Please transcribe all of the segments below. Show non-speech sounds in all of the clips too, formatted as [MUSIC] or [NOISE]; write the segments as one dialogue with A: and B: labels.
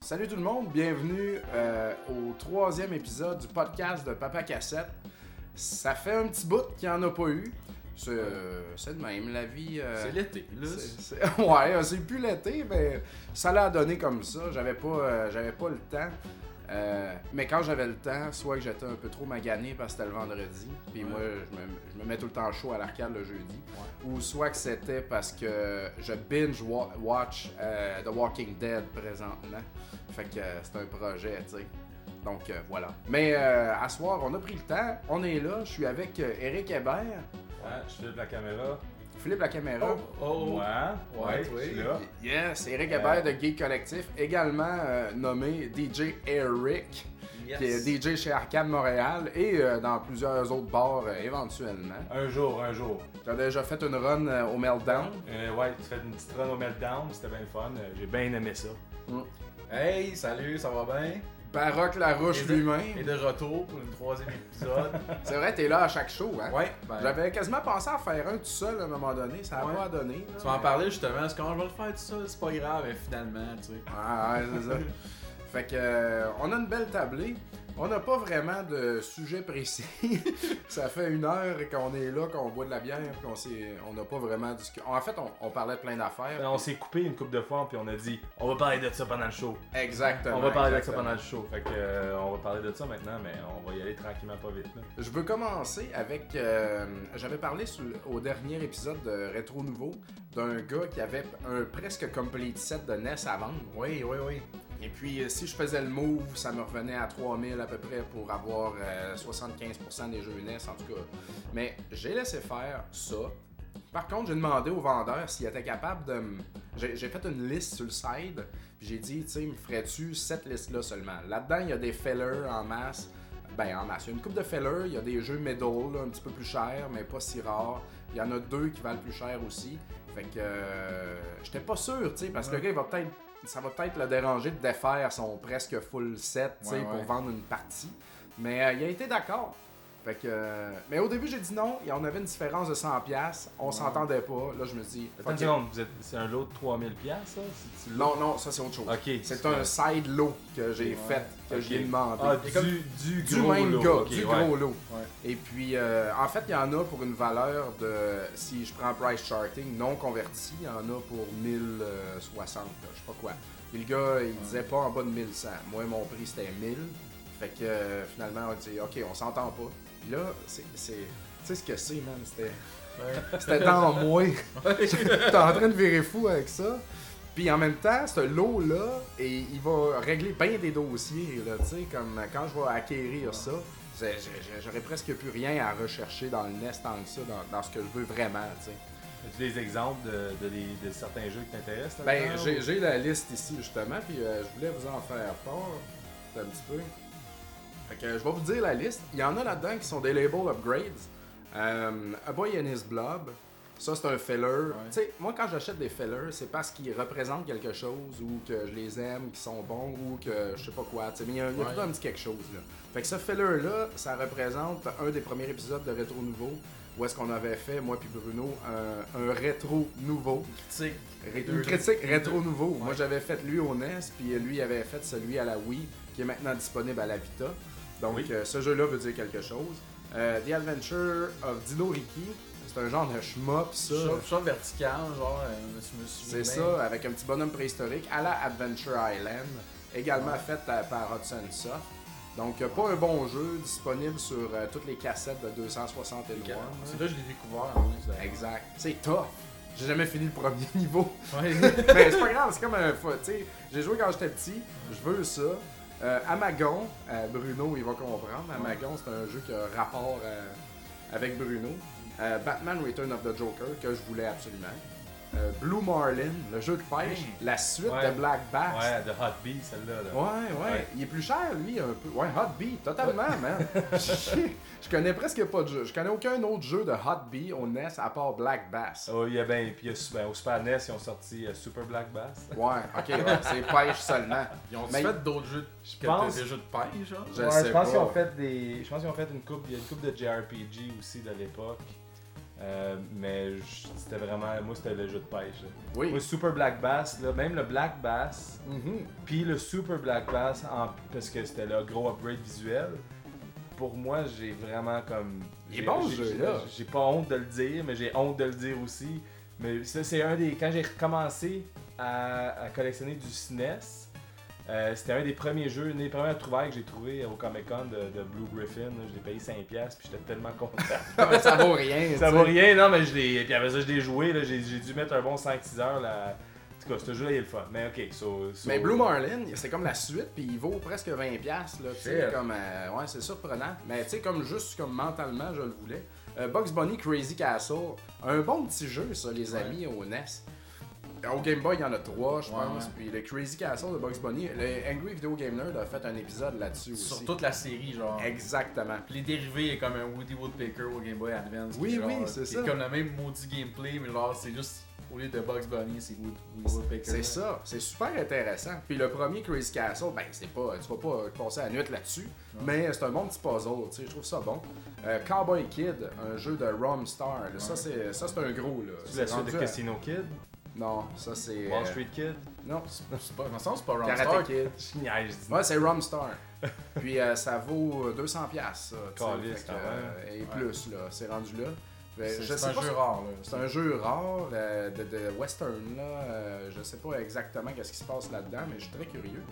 A: Salut tout le monde, bienvenue euh, au troisième épisode du podcast de Papa Cassette. Ça fait un petit bout qu'il n'y en a pas eu. C'est euh, c'est de même, la vie. euh,
B: C'est l'été, là.
A: c'est- c'est- [LAUGHS] ouais, euh, c'est plus l'été, mais ça l'a donné comme ça. J'avais pas, euh, j'avais pas le temps. Euh, mais quand j'avais le temps, soit que j'étais un peu trop magané parce que c'était le vendredi, puis
B: Ouais.
A: moi je me, je me mets tout le temps chaud à l'arcade le jeudi, ou soit que c'était parce que je binge wa- watch euh, The Walking Dead présentement. Fait que euh, c'est un projet, tu sais. Donc euh, voilà. Mais euh, à soir, on a pris le temps, on est là, je suis avec euh, Eric Hébert,
C: Ouais, je flippe la caméra.
A: Philippe la caméra.
B: Oh,
C: Moi,
B: Ouais,
C: ouais,
B: toi.
C: je suis là.
A: Yes, Eric Hébert de Geek Collectif, également euh, nommé DJ Eric,
B: yes.
A: qui est DJ chez Arcade Montréal et euh, dans plusieurs autres bars euh, éventuellement.
C: Un jour, un jour.
A: Tu as déjà fait une run euh, au Meltdown.
C: Euh, ouais, tu fais une petite run au meltdown, c'était bien le fun. euh, J'ai bien aimé ça.
B: Hey, salut, ça va bien?
A: Baroque Larouche
B: Et de- Et
A: lui-même.
B: de retour pour le troisième
A: [LAUGHS]
B: épisode.
A: C'est vrai, t'es là à chaque show, hein?
B: ouais, ben,
A: J'avais quasiment pensé à faire un tout seul à un moment donné, ça a
B: Ouais.
A: pas donné. là,
B: tu m'en
A: mais-
B: parlais justement, est-ce qu'on va le faire tout seul? C'est pas grave, mais finalement, tu sais.
A: Ah, ouais, c'est ça. Fait que, euh, on a une belle tablée. On n'a pas vraiment de sujet précis. [LAUGHS] ça fait une heure qu'on est là, qu'on boit de la bière, puis on s'est- on n'a pas vraiment discuté. En fait, on, on parlait de plein
C: Euh,
A: d'affaires.
C: On s'est coupé une coupe de fois, puis on a dit on va parler de ça pendant le show.
A: Exactement.
C: on va parler de ça
A: exactement.
C: pendant le show. Fait que, euh, on va parler de ça maintenant, mais on va y aller tranquillement, pas vite. là.
A: Je veux commencer avec. euh, J'avais parlé sous- au dernier épisode de Rétro Nouveau d'un gars qui avait un presque complete set de NES à vendre.
B: Oui, oui, oui.
A: Et puis, euh, si je faisais le move, ça me revenait à 3000 à peu près pour avoir euh, 75% des jeux NES, en tout cas. Mais j'ai laissé faire ça. Par contre, j'ai demandé au vendeur s'il était capable de me... J'ai j'ai fait une liste sur le side, puis j'ai dit, tu sais, me ferais-tu cette liste-là seulement? Là-dedans, il y a des fellers en masse. Ben, en masse. Il y a une coupe de fellers, il y a des jeux medal, là, un petit peu plus chers, mais pas si rares. Il y en a deux qui valent plus cher aussi. Fait que... euh, J'étais pas sûr, tu sais, parce que le gars, il va peut-être... Ça va peut-être le déranger de défaire son presque full set, tu sais,
B: Ouais, ouais.
A: pour vendre une partie. Mais euh, il a été d'accord. Fait que, euh, mais au début, j'ai dit non, et on avait une différence de 100$, piastres, on s'entendait pas. Là, je me dis.
C: Ah. Attends une
A: fuck it.
C: seconde, vous êtes- c'est un lot de 3000 piastres, ça C'est- tu l'as?
A: Non, non, ça c'est autre chose.
C: Ok.
A: C'est un side lot que j'ai
B: Ouais.
A: fait, que
C: Ok.
A: j'ai demandé.
C: Ah,
B: Et
C: du,
B: comme-
C: du,
A: du
C: gros
A: même
C: lot.
A: gars,
C: ok,
A: du
C: ouais.
A: gros lot.
B: Ouais.
A: Et puis, euh, en fait, il y en a pour une valeur de, si je prends price charting non converti, il y en a pour 1060, là, je sais pas quoi. Puis le gars, il disait pas en bas de 1100. Moi, mon prix, c'était 1000. Fait que euh, finalement, on dit, OK, on s'entend pas. Puis là, c'est. c'est- Tu sais ce que c'est, man? C'était. C'était dans
C: [LAUGHS]
A: moi. [LAUGHS] T'es en train de virer fou avec ça. Puis en même temps, ce lot-là, et il va régler bien des dossiers, là, tu sais, comme quand je vais acquérir ça, j'ai- j'ai- j'aurais presque plus rien à rechercher dans le nest tant que ça, dans, dans ce que je veux vraiment, tu sais.
C: As-tu des exemples de, de des- de certains jeux qui t'intéressent
A: Ben,
C: là-dedans,
A: j'ai-
C: ou-
A: j'ai la liste ici, justement, puis euh, je voulais vous en faire part un petit peu. Fait que euh, je vais vous dire la liste. Il y en a là-dedans qui sont des labels upgrades. Euh, A Boy and His Blob. Ça, c'est un feller. Tu sais, moi, quand j'achète des fellers, c'est parce qu'ils représentent quelque chose ou que je les aime, qu'ils sont bons ou que je sais pas quoi. Tu sais, mais il y a, il y a
B: Ouais.
A: tout un petit quelque chose, là. Fait que ce feller-là, ça représente un des premiers épisodes de Rétro Nouveau où est-ce qu'on avait fait, moi puis Bruno, un, un rétro nouveau.
B: Critique.
A: Ré- Une critique rétro nouveau. Moi, j'avais fait lui au NES, puis lui avait fait celui à la Wii, qui est maintenant disponible à la Vita. Donc,
C: Oui.
A: euh, ce jeu-là veut dire quelque chose. Euh, The Adventure of Dino Riki, c'est un genre de shmup, ça.
B: Shot, shot vertical, genre, euh, je me suis
A: C'est ça, avec un petit bonhomme préhistorique à la Adventure Island, également fait euh, par Hudson Soft. Donc, euh, pas un bon jeu disponible sur euh, toutes les cassettes de 261.
B: C'est
A: hein.
B: là que je l'ai découvert, hein, en plus. d'ailleurs.
A: Exact. C'est tough. J'ai jamais fini le premier [LAUGHS] niveau.
B: Ouais. [LAUGHS]
A: Mais c'est pas grave, c'est comme un. fa- Tu sais, j'ai joué quand j'étais petit, je veux ça. Euh, Amagon, euh, Bruno, il va comprendre. Amagon, c'est un jeu qui a rapport euh, avec Bruno. Euh, Batman Return of the Joker, que je voulais absolument. euh, Blue Marlin, le jeu de pêche,
C: Mm.
A: la suite
C: Ouais.
A: de Black Bass.
C: Ouais, de Hot Bee, celle-là. là.
A: Ouais, ouais,
C: Ouais.
A: Il est plus cher, lui, un peu. Ouais, Hot Bee, totalement,
C: [LAUGHS]
A: man. je, je connais presque pas de jeu. Je connais aucun autre jeu de Hot Bee au NES à part Black Bass.
C: Oh, il y a ben, puis il y a, ben, au Super NES, ils ont sorti euh, Super Black Bass.
A: Ouais, ok, ouais, c'est pêche seulement.
B: Ils ont
A: Mais-
B: fait d'autres jeux de... que
C: pense-
B: des jeux de pêche, genre?
A: Je
C: Ouais,
A: sais
C: pense
A: pas.
C: qu'ils ont fait des. Je pense qu'ils ont fait une coupe. Il y a une coupe de JRPG aussi de l'époque. Euh, mais je- c'était vraiment. Moi, c'était le jeu de pêche. là.
A: Oui.
C: Moi, Super Black Bass, là, même le Black Bass,
A: Mhm.
C: puis le Super Black Bass, en- parce que c'était le gros upgrade visuel. Pour moi, j'ai vraiment comme.
A: Il est
C: j'ai-
A: bon, ce
C: j'ai-
A: jeu-là.
C: j'ai- J'ai pas honte de le dire, mais j'ai honte de le dire aussi. Mais ça, c'est un des. Quand j'ai recommencé à, à collectionner du SNES, euh, c'était un des premiers jeux, une des premières trouvailles que j'ai trouvé au Comic Con de, de Blue Griffin. là. Je l'ai payé 5$, puis j'étais tellement
A: [LAUGHS]
C: content.
A: ça vaut rien.
C: Ça
A: tu
C: vaut
A: sais.
C: rien, non, mais je l'ai. Puis après ça, je l'ai joué, là, j'ai j'ai dû mettre un bon 5-6 heures là. En tout cas, ce jeu-là, il est le fun. Mais ok, so. so-
A: Mais Blue Marlin, c'est comme la suite, puis il vaut presque 20$. piastres, Là, tu sais,
C: Shit.
A: comme, euh, ouais, c'est surprenant. Mais tu sais, comme juste comme mentalement, je le voulais. Euh, Bugs Bunny Crazy Castle, un bon petit jeu, ça, les amis, au NES. Au Game Boy, il y en a trois, je
B: Ouais,
A: pense.
B: ouais.
A: Puis le Crazy Castle de Bugs Bunny, le Angry Video Game Nerd a fait un épisode là-dessus aussi.
B: Sur toute la série, genre.
A: Exactement.
B: Puis les dérivés, il y a comme un Woody Woodpecker au Game Boy Advance.
A: Oui,
B: qui est
A: oui,
B: genre-
A: c'est
B: qui
A: ça.
B: est comme le même maudit gameplay, mais genre, c'est juste, au lieu de Bugs Bunny, c'est Wood- Woody Woodpecker.
A: C'est ça, c'est super intéressant. Puis le premier Crazy Castle, ben c'est pas, tu vas pas passer la nuit là-dessus, mais c'est un bon petit puzzle, tu sais, je trouve ça bon. Euh, Cowboy Kid, un jeu de Rom Star, là, ça c'est ça c'est un gros là.
C: C'est la suite de
A: rendu à-
C: Casino Kid,
A: Non, ça c'est
C: Wall
A: euh,
C: Street Kid.
A: Non,
B: C'est pas, dans le sens, c'est pas Ron
A: Karate
B: Stark.
A: Kid.
C: Je niaise, je dis.
A: Ouais, c'est Rom
C: [LAUGHS]
A: Star. Puis euh, ça vaut euh, 200 pièces
C: Caliste, ah quand
A: euh, et plus là, c'est rendu là. Fait,
B: C'est
A: je
B: c'est
A: sais
B: un
A: pas
B: jeu
A: si-
B: rare, là.
A: C'est un jeu rare euh, de, de western là. euh, je sais pas exactement qu'est-ce qui se passe là-dedans, mais je suis très curieux.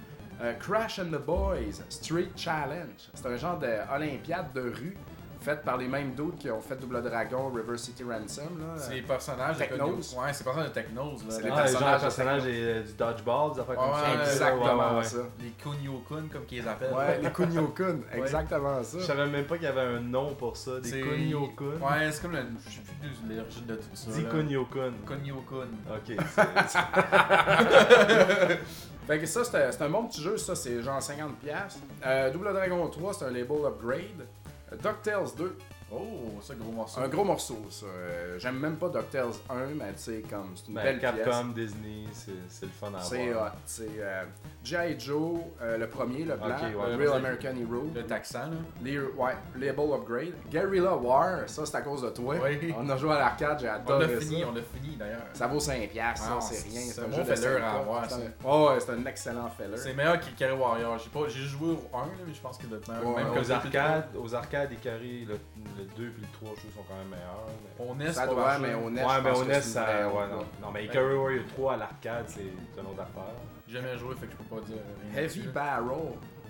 A: Euh, Crash and the Boys Street Challenge. C'est un genre d'olympiade de rue faite par les mêmes doutes qui ont fait Double Dragon, River City Ransom là. Euh,
B: C'est les personnages de
A: Technos.
B: Cognos. Ouais, c'est les personnages de Technos, là.
A: C'est
B: Les-
A: les
C: Ah, les gens,
A: personnages
C: le personnage est, euh, du dodgeball, des affaires comme
B: Ouais,
C: ça.
B: ouais,
A: exactement
C: Ouais, ouais.
A: ça.
B: Les Kunio-kun, comme qu'ils les appellent.
A: Ouais, les Kunio-kun,
B: [LAUGHS] Ouais.
A: exactement ça.
C: Je savais même pas qu'il y avait un nom pour ça, des
B: C'est-
C: Kunio-kun.
B: Ouais, c'est comme le. Je sais plus de l'origine de tout ça.
C: Dis
B: là.
C: Kunio-kun.
B: Kunio-kun.
C: Ok, c'est- c'est-
A: [LAUGHS] Fait que ça, c'est un- c'est un bon petit jeu, ça, c'est genre 50$. piastres. Euh, Double Dragon 3, c'est un label upgrade. Euh, DuckTales 2,
B: Oh, ça, gros morceau.
A: un gros morceau, ça. Euh, J'aime même pas DuckTales 1, mais tu sais, comme, c'est une
C: ben,
A: belle pièce.
C: Capcom, Disney, c'est c'est le fun à
A: C'est
C: voir.
A: hot, c'est euh, G.I. Joe, euh, le premier, le blanc,
C: ouais,
A: euh,
C: ouais,
A: Real
B: ouais.
A: American Hero,
B: Le taxan, là.
A: les, ouais, label upgrade, Guerrilla War, ça c'est à cause de toi.
B: Oui.
A: [LAUGHS] On a joué à l'arcade, j'ai
B: On
A: adoré
B: l'a fini,
A: ça.
B: on l'a fini d'ailleurs.
A: Ça vaut 5$, piastres, ça,
B: Ah,
A: c'est rien.
B: c'est
A: C'est
B: un
A: un
B: bon
A: jeu de
B: feller à
A: cinq
B: avoir,
A: c'est
B: ça.
A: un- Oh, ouais, c'est un excellent feller.
B: C'est meilleur que Carry Warrior. J'ai pas, j'ai joué au 1, là, mais je pense qu'il doit être meilleur.
A: Ouais,
B: Même
A: ouais.
B: que
C: Aux
B: le
C: arcades, aux arcades, Ikari, le, le 2 et le 3, je trouve, sont quand même meilleurs. mais-
B: On est
A: Ça
B: pas
A: doit,
B: mal
A: mais
B: joué.
A: on est.
C: Ouais,
A: je
C: mais
A: pense
C: on
B: E
A: que
C: est
A: c'est une
C: ça.
A: vraie
C: Ouais,
A: honte,
C: non.
A: là.
C: non, mais Ikari Warrior 3 à l'arcade, c'est une autre affaire.
B: J'ai jamais joué, fait que je peux pas dire. rien
A: Heavy
B: dessus.
A: Barrel.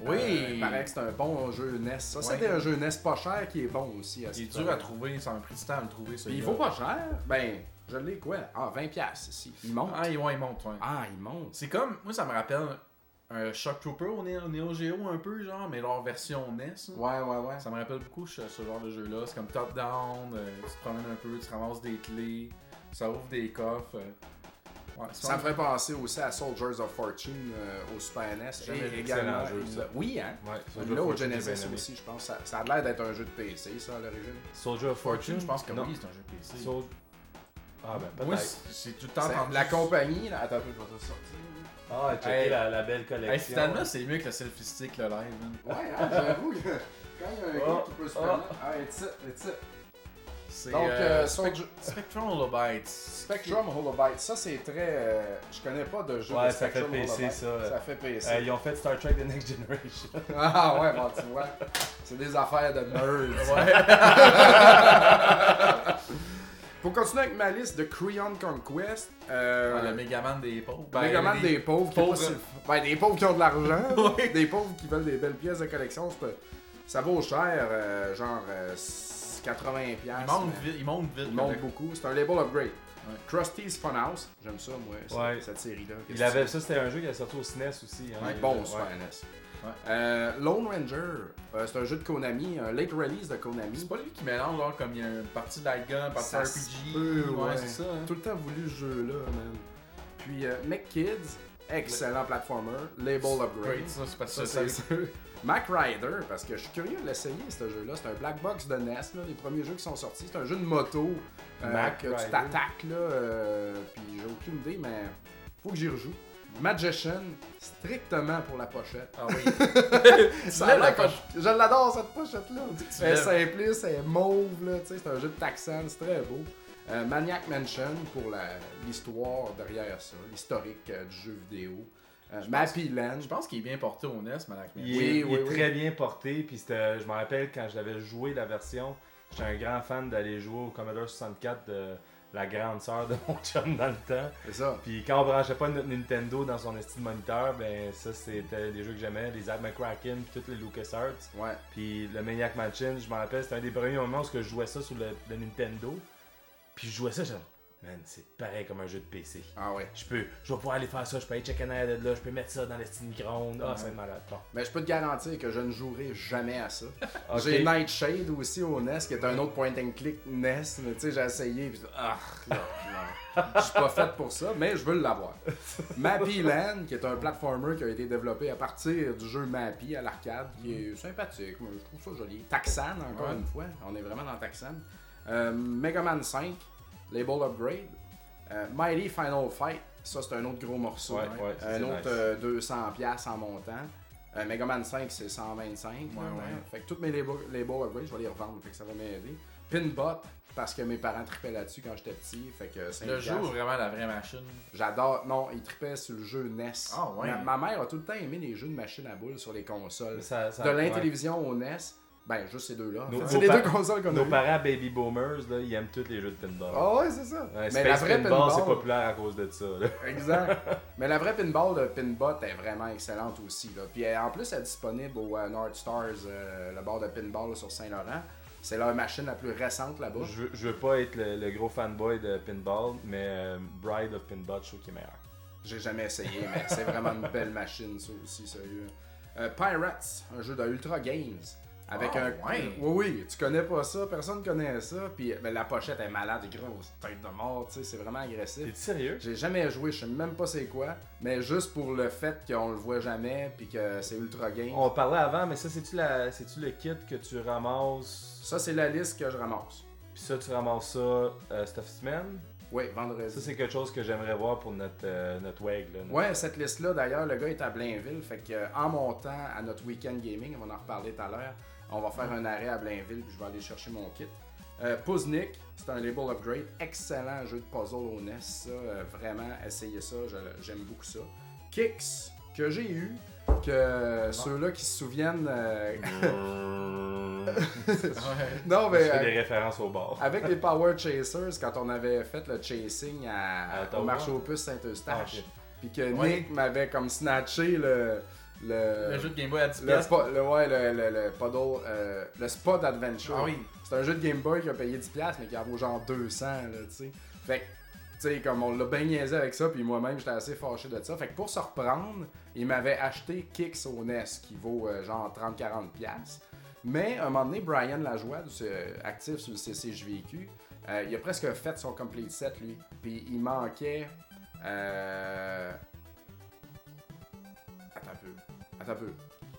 B: Oui.
A: Euh, il paraît que c'est un bon jeu NES. Ça,
B: Ouais.
A: c'était un jeu NES pas cher qui est bon aussi. À ce
B: Il est
A: point.
B: dur à trouver, ça m'a pris du temps à le trouver.
A: Puis il vaut pas cher. Ben, je l'ai quoi Ah, 20$ piastres ici. Il monte.
B: Ah, il, ouais, il monte, ouais.
A: Ah, il monte.
B: C'est comme, moi ça me rappelle un Shock Trooper au Neo Neo Geo un peu, genre, mais leur version NES. là.
A: Ouais, ouais, ouais.
B: Ça me rappelle beaucoup ce, ce genre de jeu-là. C'est comme top-down, euh, tu te promènes un peu, tu ramasses des clés, ça ouvre des coffres. euh. Ouais, c'est
A: Ça me ferait penser aussi à Soldiers of Fortune euh, au Super NES.
C: Jamais
A: Et
C: vu.
A: également-
C: Excellent jeu, ça.
A: Oui, hein
C: Ouais,
A: Là, au Genesis aussi, je pense. Ça, ça a l'air d'être un jeu de PC, ça, à l'origine.
C: Soldier of
B: Fortune,
C: Fortune,
B: je pense que
C: non.
B: oui, c'est un jeu PC.
C: Sol- Ah, ben
B: Moi,
C: peut-être.
B: c'est c'est tout le temps
A: C'est-
B: entendu.
A: La compagnie, là. Attends, un peu, je vais te le sortir.
C: Ah, checker
B: Hey.
C: la, la belle collection.
B: Hey, finalement, c'est mieux que le selfie stick, le live. man.
A: Ouais, hein, j'avoue que quand il y a un gars
C: Oh,
A: qui peut se
C: oh.
A: permettre. Ah, et ça, et ça.
B: C'est,
A: Donc,
B: euh,
A: euh, Soldier-
B: Spectrum Holobytes.
A: Spectrum Holobyte, ça c'est très. euh, je connais pas de jeu
C: Ouais,
A: de
C: ça
A: Spectrum
C: fait PC,
A: Holobyte.
C: ça.
A: Ça fait PC.
C: Euh, ils ont fait Star Trek The Next Generation.
A: Ah ouais, bon, tu vois. C'est des affaires de nerds.
B: Ouais.
A: Pour continuer avec ma liste de Creon Conquest, euh,
B: le Megaman des pauvres.
A: ben, Megaman des, pauvres, qui
B: pauvres-
A: est pas sur- ben, des pauvres qui ont de l'argent,
B: [LAUGHS] Ouais.
A: des pauvres qui veulent des belles pièces de collection, c'est pas- ça vaut cher, euh, genre euh, 80
B: Il
A: pièces. hein.
B: monte vite, il monte vite.
A: Il monte beaucoup, c'est un label upgrade. Krusty's Funhouse, j'aime ça, moi, c-
C: Ouais.
A: cette série-là. Qu'est-ce
C: [LAUGHS] Il avait ça, c'était un jeu qui a sorti au SNES aussi. Hein,
A: Ouais,
C: Euh,
A: bon
C: ouais.
A: Super NES.
B: Ouais.
A: Euh, Lone Ranger, euh, c'est un jeu de Konami, un late release de
B: C'est
A: Konami.
B: pas lui qui mélange, genre, comme il y a une partie de la gun, une partie
A: Ça
B: RPG.
A: se peut,
B: ouais,
A: ouais.
B: c'est ça. Hein.
A: J'ai tout le temps voulu ce jeu-là, man. Puis euh, McKids, excellent platformer, label upgrade.
B: Great, ça, c'est parce
A: Ça,
B: que
A: c'est
B: ça,
A: [LAUGHS] sûr. Mac Rider, parce que je suis curieux de l'essayer, ce jeu-là. C'est un black box de NES, là, les premiers jeux qui sont sortis. C'est un jeu de moto euh,
C: Mac
A: que
C: Rider.
A: tu t'attaques, là. euh, puis j'ai aucune idée, mais faut que j'y rejoue. Magician, strictement pour la pochette.
B: Ah oui.
A: Ça a
B: lèves
A: l'air
B: la
A: que
B: poche-
A: Je je l'adore, cette pochette-là.
B: tu
A: Elle est
B: lèves.
A: simple, c'est mauve, là. tu sais, C'est un jeu de taxane, c'est très beau. Euh, Maniac Mansion pour la- l'histoire derrière ça, l'historique euh, du jeu vidéo. Euh, Mappy Land,
B: Je pense qu'il est bien porté au NES, Malak.
C: Il,
A: Oui,
C: est, il
A: oui,
C: est
A: oui.
C: très bien porté. Puis c'était- je me rappelle quand je l'avais joué la version, j'étais un grand fan d'aller jouer au Commodore 64 de la grande sœur de [LAUGHS] mon chum dans le temps.
A: c'est ça.
C: Puis quand on branchait pas notre Nintendo dans son estime moniteur, ben ça c'était des jeux que j'aimais, les Zack McCracken, puis tous les LucasArts.
A: Ouais.
C: Puis le Maniac Mansion, je me rappelle, c'était un des premiers moments où ce que je jouais ça sur le, le Nintendo. Puis je jouais ça, genre, man, c'est pareil comme un jeu de PC.
A: Ah ouais.
C: Je peux, je vais pouvoir aller faire ça, je peux aller checker en arrière de là, je peux mettre ça dans le Steam Ground. Ah, c'est malade. Bon.
A: Mais Ben, je peux te garantir que je ne jouerai jamais à ça.
C: [LAUGHS] Ok.
A: J'ai Nightshade aussi au NES, qui est un autre point and click NES, mais tu sais, j'ai essayé, puis ah, non, non. Je suis pas fait pour ça, mais je veux
C: [LAUGHS]
A: l'avoir. Mappy Land, qui est un platformer qui a été développé à partir du jeu Mappy à l'arcade, qui est sympathique, moi, je trouve ça joli. Taxan, encore
B: Ouais.
A: une fois, on est vraiment dans Taxan. Euh, Mega Man 5, Label Upgrade. Euh, Mighty Final Fight, ça c'est un autre gros morceau.
C: Ouais, ouais, ça,
A: un
C: c'est
A: autre
C: nice.
A: euh, 200$ piastres en montant. Euh, Mega Man 5, c'est 125. là,
B: Ouais,
A: hein.
B: ouais.
A: Fait que toutes mes labels, labels upgrades, je vais les revendre. Fait que ça va m'aider. Pinbot, parce que mes parents tripaient là-dessus quand j'étais petit. Fait que c'est
B: Le jeu ou vraiment la
A: [LAUGHS]
B: vraie machine
A: J'adore. Non, ils tripaient sur le jeu NES.
B: Ah ouais.
A: ma, ma mère a tout le temps aimé les jeux de machine à boules sur les consoles.
C: Ça- ça-
A: de
C: ouais.
A: l'intélévision au NES. Ben, juste ces deux-là. en
C: Nos-
A: fait.
C: nos
A: C'est les
C: pa-
A: deux consoles qu'on a
C: Nos
A: eues.
C: parents baby boomers, là, ils aiment tous les jeux de pinball.
A: Ah ouais, c'est ça.
C: Ouais, Space Pinball, c'est populaire à cause de ça. là.
A: Exact. Mais la vraie pinball de Pinbot est vraiment excellente aussi. Là. Puis elle- en plus, elle est disponible au euh, North Stars, euh, le bar de pinball sur Saint-Laurent. C'est leur machine la plus récente là-bas.
C: Je, veux, je veux pas être le, le gros fanboy de pinball, mais euh, Bride of Pinball, je trouve qu'il est meilleur.
A: J'ai jamais essayé, mais c'est vraiment une belle machine, ça aussi, sérieux. Euh, Pirates, un jeu de Ultra Games. Avec
B: Ah,
A: un.
B: ouais.
A: Oui, oui, tu connais pas ça, personne connaît ça. Puis ben, la pochette est malade, grosse tête de mort, tu sais, c'est vraiment agressif.
C: T'es sérieux?
A: J'ai jamais joué, je sais même pas c'est quoi, mais juste pour le fait qu'on le voit jamais puis que c'est ultra game.
C: On parlait avant, mais ça, c'est-tu la, c'est-tu le kit que tu ramasses?
A: Ça c'est la liste que je ramasse.
C: Puis ça, tu ramasses ça euh, cette semaine?
A: Oui, vendredi.
C: Ça, c'est quelque chose que j'aimerais voir pour notre, euh, notre WEG. Là, notre-
A: Ouais, cette liste-là, d'ailleurs, le gars est à Blainville. Fait que, euh, en montant à notre week-end gaming, on va en reparler tout à l'heure, on va
C: Mm.
A: faire un arrêt à Blainville puis je vais aller chercher mon kit. Euh, Puznik, c'est un label upgrade. Excellent jeu de puzzle au NES. ça, euh, vraiment, essayez ça. je- J'aime beaucoup ça. Kicks, que j'ai eu, que
C: Ah.
A: euh, ceux-là qui se souviennent. euh,
C: Mm.
B: Ouais.
A: [LAUGHS] non,
C: Je
A: mais.
C: fais
A: euh,
C: des références au bord.
A: Avec les Power Chasers, quand on avait fait le chasing à-
C: À
A: au
C: Ottawa.
A: marché aux puces Saint-Eustache,
C: Ah, ok.
A: puis que
B: Ouais.
A: Nick m'avait comme snatché le. Le,
B: Le jeu de Game Boy à 10
A: le
B: piastres.
A: spa- le- ouais, le, le, le puddle, euh, le Spot Adventure.
B: Ah oui.
A: C'est un jeu de Game Boy qui a payé 10$, piastres, mais qui en vaut genre 200, là, tu sais. Fait que, tu sais, comme on l'a bien niaisé avec ça, puis moi-même, j'étais assez fâché de ça. Fait que pour se reprendre, il m'avait acheté Kicks au NES, qui vaut euh, genre 30-40$. piastres. Mais à un moment donné, Brian Lajoie, du- euh, actif sur le CCJVQ, euh, il a presque fait son complete set, lui. Puis il manquait. euh, Attends un peu. Attends un peu.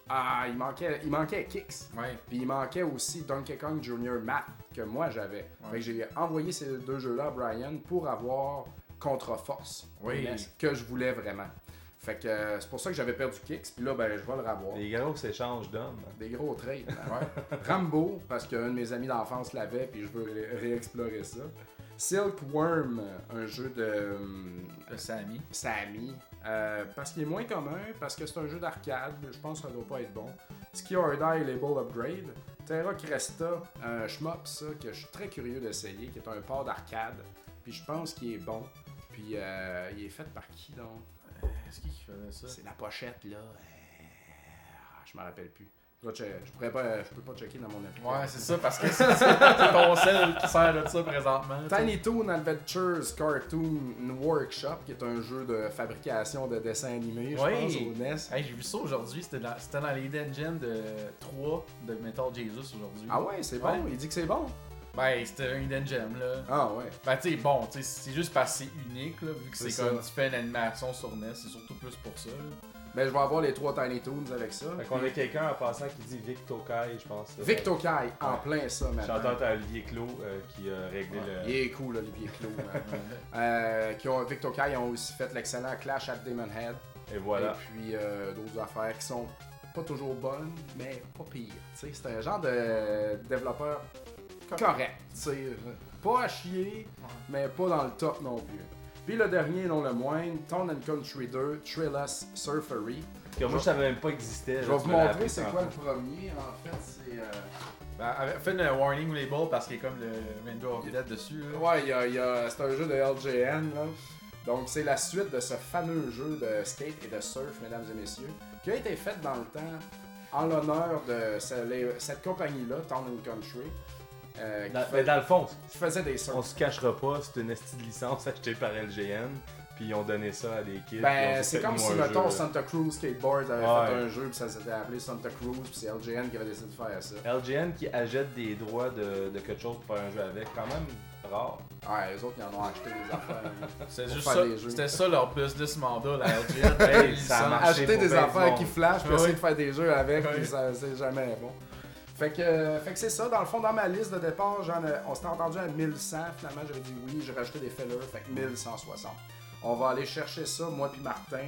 A: Ah, il manquait, il manquait Kicks.
B: Ouais.
A: Puis il manquait aussi Donkey Kong Jr. Math que moi j'avais. Fait que j'ai envoyé ces deux jeux-là à Brian pour avoir Contre-Force.
B: Oui.
A: Mais ce Que je voulais vraiment. Fait que euh, c'est pour ça que j'avais perdu Kicks. Puis là, ben, je vais le revoir.
C: Des gros échanges d'hommes.
A: Des gros trades. man.
B: Ouais.
A: [LAUGHS] Rambo, parce qu'un de mes amis d'enfance l'avait, puis je veux ré- réexplorer ça. Silkworm, un jeu de hum,
B: Le Sammy.
A: Sammy, euh, parce qu'il est moins commun, parce que c'est un jeu d'arcade, je pense que ça doit pas être bon. Ski or Die Label Upgrade, Terra Cresta, un shmup ça, que je suis très curieux d'essayer, qui est un port d'arcade, puis je pense qu'il est bon. Puis euh, il est fait par qui donc
B: Est-ce qu'il faisait ça
A: C'est la pochette là. Euh, ah, je me rappelle plus. Je, dois che- je pourrais pas, je peux pas checker dans mon appli.
B: Ouais, c'est ça, parce que [LAUGHS] c'est c'est ton sel qui sert à ça présentement. tu sais.
A: Tiny Toon Adventures Cartoon Workshop, qui est un jeu de fabrication de dessins animés, je
B: Oui.
A: pense, au E NES.
B: Hey, j'ai vu ça aujourd'hui, c'était dans, c'était dans les Hidden Gems de 3 de Metal Jesus aujourd'hui.
A: Ah ouais, c'est bon,
B: Ouais.
A: il dit que c'est bon.
B: Ben, c'était un Hidden Gem, là.
A: Ah ouais.
B: Ben, tu sais, bon, tu sais, c'est juste parce que c'est unique, là, vu que
A: C'est
B: c'est comme
A: ça.
B: tu fais une animation sur NES, c'est surtout plus pour ça, là.
A: [LAUGHS] Ben, je vais avoir les trois Tiny Toons avec ça.
C: Fait qu'on a quelqu'un en passant qui dit Vic Tokai, je pense. euh,
A: Victor Kai, en plein ça, maintenant.
C: Chanteur à Olivier Clos euh, qui a réglé
B: Ouais.
A: Il est cool, Olivier Clou.
C: [LAUGHS]
A: man.
B: Ouais.
A: Euh, qui ont, Victor Kai ont aussi fait l'excellent Clash at Demon Head.
C: le. Et voilà.
A: Et puis euh, d'autres affaires qui sont pas toujours bonnes, mais pas pires. Tu sais, C'est un genre de développeur correct. tu sais. Pas à chier, mais pas dans le top non plus. Puis le dernier, non le moindre, Town and Country 2, Trillas Surfery.
C: Que moi, je savais même pas exister.
A: Je vais vous montrer c'est quoi le premier. En fait, c'est. euh,
B: Ben, avec- fais le warning label parce qu'il y a comme le Rainbow of Death dessus, là.
A: Ouais, il y a- il y a- c'est un jeu de LGN. Là. Donc, c'est la suite de ce fameux jeu de skate et de surf, mesdames et messieurs, qui a été fait dans le temps en l'honneur de ce- les- cette compagnie-là, Town and Country, euh, qui,
C: Dans,
A: fait-
C: mais dans le fond,
A: qui faisait des
C: on
A: surfs.
C: se cachera pas, c'est une esti de licence achetée par LGN, puis ils ont donné ça à des kids. puis on
A: Ben,
C: dit,
A: c'est comme
C: faites-nous
A: si,
C: un
A: mettons,
C: jeu.
A: Santa Cruz Skateboard avait
C: Ouais.
A: fait un jeu, puis ça s'était appelé Santa Cruz, puis c'est LGN qui avait décidé de faire ça.
C: LGN qui achète des droits de, de quelque chose pour faire un jeu avec, quand même
A: [LAUGHS]
C: rare.
A: Ouais, les autres, ils en ont acheté des affaires.
B: C'est
A: Pour
B: juste
A: faire
B: ça,
A: des jeux.
B: c'était ça leur business mandat, la LGN.
A: [LAUGHS]
B: Ben,
C: Ça
B: ils sont-
C: marche.
A: acheter
C: pour
A: des
C: bien du
A: affaires
C: monde.
A: qui flashent, puis
B: Ouais.
A: essayer de faire des jeux avec,
B: Ouais.
A: puis ça c'est jamais bon. Fait que, euh, fait que c'est ça, dans le fond, dans ma liste de départ, j'en ai- on s'était entendu à 1100, finalement j'avais dit oui, j'ai rajouté des fellers, fait que 1160. On va aller chercher ça, moi puis Martin,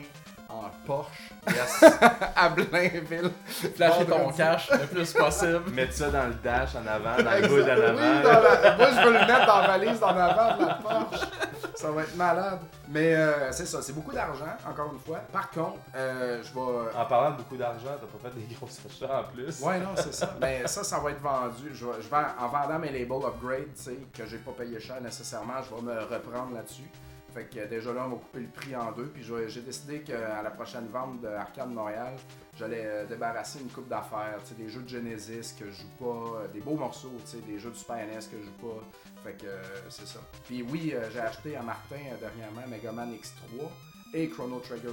A: en Porsche,
B: Yes.
A: [LAUGHS] à Blainville.
B: Flasher ton
A: Vendredi.
B: cash le plus possible.
C: Mettre ça dans le dash en avant, dans le
A: Exact.
C: bout en
A: Oui,
C: avant.
A: dans la- Moi, je veux le mettre dans la valise en avant de la Porsche. Ça va être malade. Mais euh, c'est ça, c'est beaucoup d'argent, encore une fois. Par contre, euh, je vais
C: En parlant de beaucoup d'argent, t'as pas fait des [LAUGHS] gros achats en plus.
A: Ouais, non, c'est ça. Mais ça, ça va être vendu. Je, vais- je vais, en vendant mes labels upgrade, tu sais, que j'ai pas payé cher nécessairement, je vais me reprendre là-dessus. Fait que euh, déjà là, on va couper le prix en deux. Puis je vais- j'ai décidé qu'à la prochaine vente de Arcade Montréal, j'allais euh, débarrasser une coupe d'affaires, tu sais, des jeux de Genesis que je joue pas, euh, des beaux morceaux, tu sais, des jeux du Super NES que je joue pas. Fait que euh, c'est ça. Puis oui, euh, j'ai acheté à Martin euh, dernièrement Mega Man X3 et Chrono Trigger,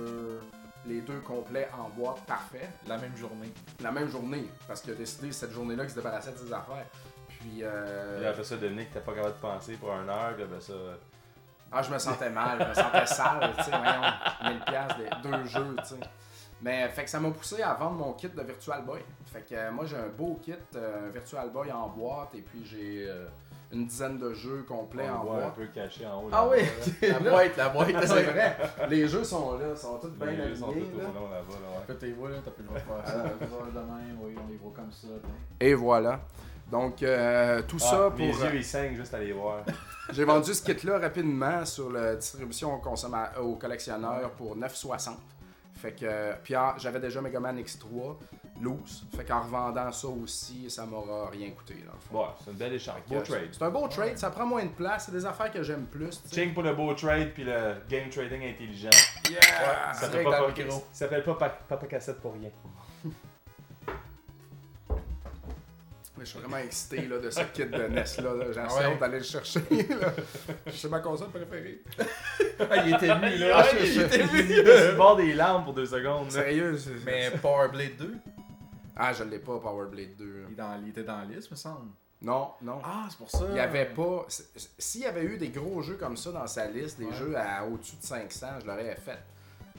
A: les deux complets en boîte parfait
B: La même
A: [LAUGHS]
B: journée.
A: la même journée, parce qu'il a décidé cette journée-là qu'il se débarrassait de ses affaires. Puis,
C: Puis
A: euh,
C: après ça, Dominique, t'as pas capable de penser pour un heure, puis après ça.
A: ah, je me sentais mal, je me sentais sale, tu sais, voyons, 1000 piastres, des- deux jeux, tu sais. Mais fait que ça m'a poussé à vendre mon kit de Virtual Boy. Fait que euh, moi, j'ai un beau kit, euh, un Virtual Boy en boîte, et puis j'ai euh, une dizaine de jeux complets
C: on
A: en
C: le voit un
A: boîte.
C: peu caché en haut.
A: Ah
C: là-bas,
A: oui, [LAUGHS]
C: là.
A: la
B: La boîte, la boîte,
A: boîte, [LAUGHS] c'est
B: c'est vrai.
A: vrai. Les jeux sont là, sont tous bien
C: Les yeux sont
A: alignés.
C: tout
A: là.
C: au long là-bas, là, ouais.
B: T'as tes voix là, t'as plus le droit de
A: Ah,
B: faire ça. Les heures de même, oui, on les voit comme ça. ben.
A: Et voilà. Donc, euh, tout
C: Ah,
A: ça pour...
C: mes yeux, ils saignent juste à les voir.
A: J'ai vendu ce kit-là rapidement sur la distribution aux, consomma- aux collectionneurs pour 9,60. Fait que, puis ah, j'avais déjà Mega Man X3, loose. Fait qu'en revendant ça aussi, ça m'aura rien coûté. Dans le fond.
C: Bon, c'est une belle échange. Beau
A: Fait que
C: trade.
A: C'est un beau trade, ça prend moins de place, c'est des affaires que j'aime plus. tu sais.
C: Ching pour le beau trade, puis le game trading intelligent.
B: Ah,
A: Yeah!
C: Ça
A: Direct
C: s'appelle
A: dans
C: pas,
A: le
C: papa,
A: micro.
C: ça s'appelle pas pa- Papa Cassette pour rien.
A: Mais je suis vraiment excité là, de ce kit de NES là. là. J'ai assez
B: Ouais.
A: hâte d'aller le chercher. là. C'est ma console préférée.
B: Ah, il était ému
A: Ah,
B: là.
A: je- je-
B: [LAUGHS]
C: Il est sur le bord des larmes pour deux secondes. là.
A: Sérieux? c'est-
B: Mais Powerblade 2,
A: Ah, je l'ai pas, Power Blade 2.
B: il, est dans- il était dans la liste, me semble.
A: Non, non.
B: Ah, c'est pour ça.
A: Il n'y avait pas. s- s- S'il y avait eu des gros jeux comme ça dans sa liste, des
B: Ouais.
A: jeux à au-dessus de 500, je l'aurais fait.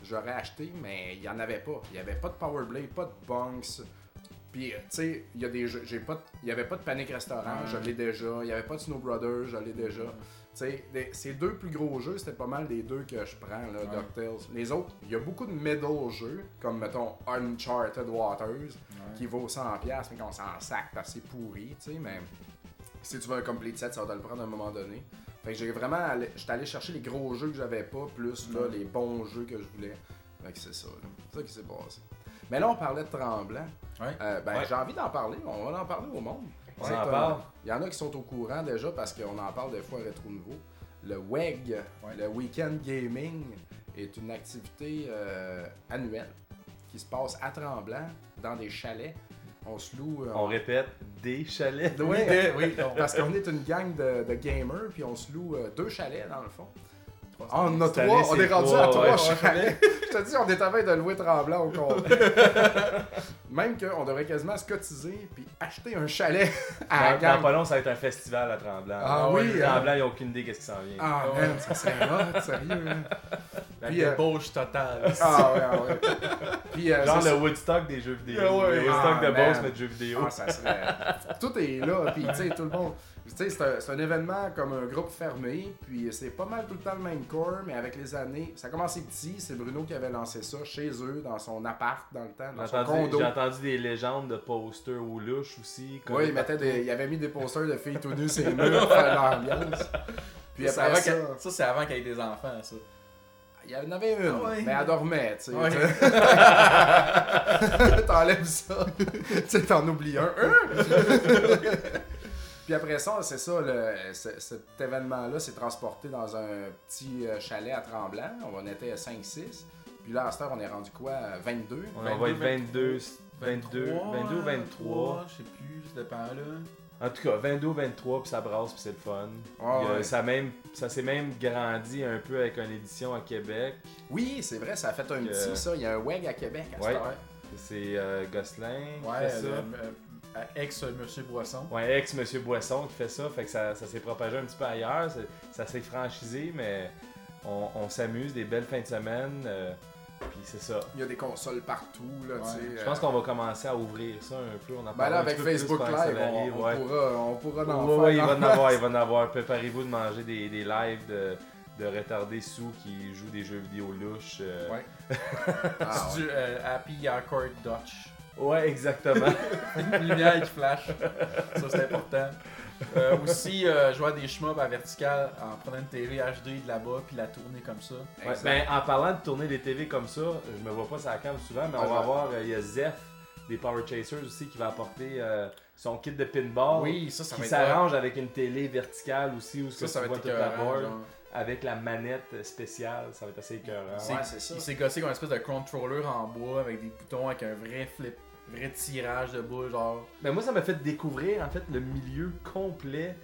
A: J'aurais acheté, mais il n'y en avait pas. Il n'y avait pas de Power Blade, pas de Bunks. Puis, euh, tu sais, il y a des jeux. j'ai pas de- Il n'y avait pas de Panic Restaurant,
B: Ouais.
A: je l'ai déjà. Il n'y avait pas de Snow Brothers, je l'ai déjà. Tu sais, des- ces deux plus gros jeux, c'était pas mal des deux que je prends, là,
B: Ouais.
A: DuckTales. Les autres, il y a beaucoup de middle jeux, comme mettons Uncharted Waters
B: Ouais.
A: qui vaut 100$, piastres, mais qu'on s'en sac parce que c'est pourri, tu sais, mais si tu veux un complete set, ça va te le prendre à un moment donné. Fait que j'ai vraiment, allé- j'étais allé chercher les gros jeux que j'avais pas, plus là,
B: Mm.
A: les bons jeux que je voulais. Fait que c'est ça, là. C'est ça qui s'est passé. Mais là, on parlait de Tremblant.
B: Ouais.
A: Euh, ben,
C: Ouais.
A: j'ai envie d'en parler, on va en parler au monde.
C: On
A: C'est
C: en
A: un-
C: parle.
A: Il y en a qui sont au courant déjà parce qu'on en parle des fois à Rétro Nouveau. Le WEG,
B: Ouais.
A: le Weekend Gaming, est une activité euh, annuelle qui se passe à Tremblant dans des chalets On se loue. euh,
C: On répète, des chalets.
A: Oui, [LAUGHS]
B: des- oui.
A: parce qu'on est une gang de, de gamers, puis on se loue euh, deux chalets dans le fond.
B: Trois
A: Ah, on en a
C: Cette
A: trois,
C: année,
A: on
C: c'est
A: est rendu
C: trois,
A: à trois
C: ouais. [LAUGHS]
A: chalets. Je te dis, on est à veille de Louis Tremblant au compte. [LAUGHS] Même qu'on devrait quasiment se cotiser puis acheter un chalet [LAUGHS] à la
C: Dans, dans
A: gang.
C: pas long, ça va être un festival à Tremblant.
A: Ah
C: Ouais,
A: oui,
C: les
A: hein.
C: Tremblant, ils n'ont aucune idée qu'est-ce qui s'en vient.
A: Ah man, ça serait hot, sérieux. hein.
B: La
A: Puis, euh,
B: débauche totale.
A: Ah ouais, ah ouais. Puis, euh,
C: Genre
A: c'est
C: le Woodstock des jeux vidéo.
B: Ah ouais.
C: le Woodstock
A: Ah,
C: de boss,
A: man.
C: mais de jeux vidéo.
A: Ah, ça serait. [LAUGHS] tout est là, puis tu sais, tout le monde. Tu sais, c'est un, c'est un événement comme un groupe fermé, puis c'est pas mal tout le temps le même corps, mais avec les années, ça a commencé petit, c'est Bruno qui avait lancé ça chez eux, dans son appart, dans le temps,
C: J'ai
A: dans son
C: entendu,
A: condo.
C: j'ai entendu des légendes de posters ou louches aussi. comme-
A: Oui, il, mettait des- il avait mis des posters de filles tout nues sur les murs pour faire l'ambiance. Puis
B: Ça, c'est
A: après
B: avant
A: ça,
B: qu'elle- ça, c'est avant qu'il y ait des enfants, ça.
A: il y en avait une,
B: Ah ouais.
A: mais elle dormait, tu sais.
B: Ouais.
A: [LAUGHS] T'enlèves ça, tu sais, t'en oublies un. Hein? Puis après ça, c'est ça, le- ce- cet événement-là s'est transporté dans un petit euh, chalet à Tremblant. On était 5-6. Puis là, à cette heure, on est rendu quoi? à 22?
C: On en va être 22, 22, 22 ou 23.
B: 23, je sais plus, ça dépend là.
C: En tout cas, 22 ou 23, puis ça brasse, puis c'est le fun.
A: Ah,
C: Il y a-
A: ouais.
C: Ça, même, ça s'est même grandi un peu avec une édition à Québec.
A: Oui, c'est vrai, ça a fait un
C: Que-
A: petit, ça. Il y a un WEG à Québec à cette
C: Ouais.
A: heure.
C: C'est euh, Gosselin qui
B: Ouais,
C: fait ça.
B: le- euh, euh, ex euh, Monsieur Boisson.
C: Ouais, ex Monsieur Boisson qui fait ça, fait que ça, ça s'est propagé un petit peu ailleurs, c'est- ça s'est franchisé, mais on, on s'amuse, des belles fins de semaine, euh, puis c'est ça.
A: Il y a des consoles partout, là,
B: Ouais,
A: tu sais.
C: Je pense
A: euh,
C: qu'on va commencer à ouvrir ça un peu, on en
A: ben
C: parlera
A: là,
C: un
A: avec
C: petit peu plus
A: Facebook
C: pendant que ça
A: Live,
C: va
A: on,
C: aller,
A: on
C: ouais.
A: pourra, on pourra en
C: Ouais, ouais, il
A: faire.
C: va en avoir, il va en avoir. Préparez-vous de manger des, des lives de, de retardés sous qui jouent des jeux vidéo louches. euh.
B: Ouais.
C: [LAUGHS]
A: Ah,
B: C'est
A: ouais.
B: du euh, Happy Yarcourt Dutch.
C: Ouais, exactement.
B: Une lumière qui flash. Ça, c'est important. Euh, aussi, euh, jouer à des schmobs à vertical en prenant une TV HD de là-bas puis la tourner comme ça.
C: Ouais,
A: Exact.
C: ben, en parlant de tourner des TV comme ça, je me vois pas ça cam souvent, mais
A: Ah,
C: on va
A: ouais.
C: avoir, euh, il y a Zeph des Power Chasers aussi qui va apporter euh, son kit de pinball.
B: oui, ça, ça
C: Oh, qui
B: va être-
C: s'arrange avec une télé verticale aussi, où ce que
B: Ça, ça
C: tu
B: va
C: vois
B: être
C: toute la
B: écœurant,
C: board,
B: genre.
C: avec la manette spéciale, ça va être assez écœurant.
B: C'est-
A: Ouais, c'est ça.
B: Il s'est gossé comme une espèce de controller en bois avec des boutons, avec un vrai flip, vrai tirage de boule, genre.
C: Mais Ben, moi, ça m'a fait découvrir en fait le milieu complet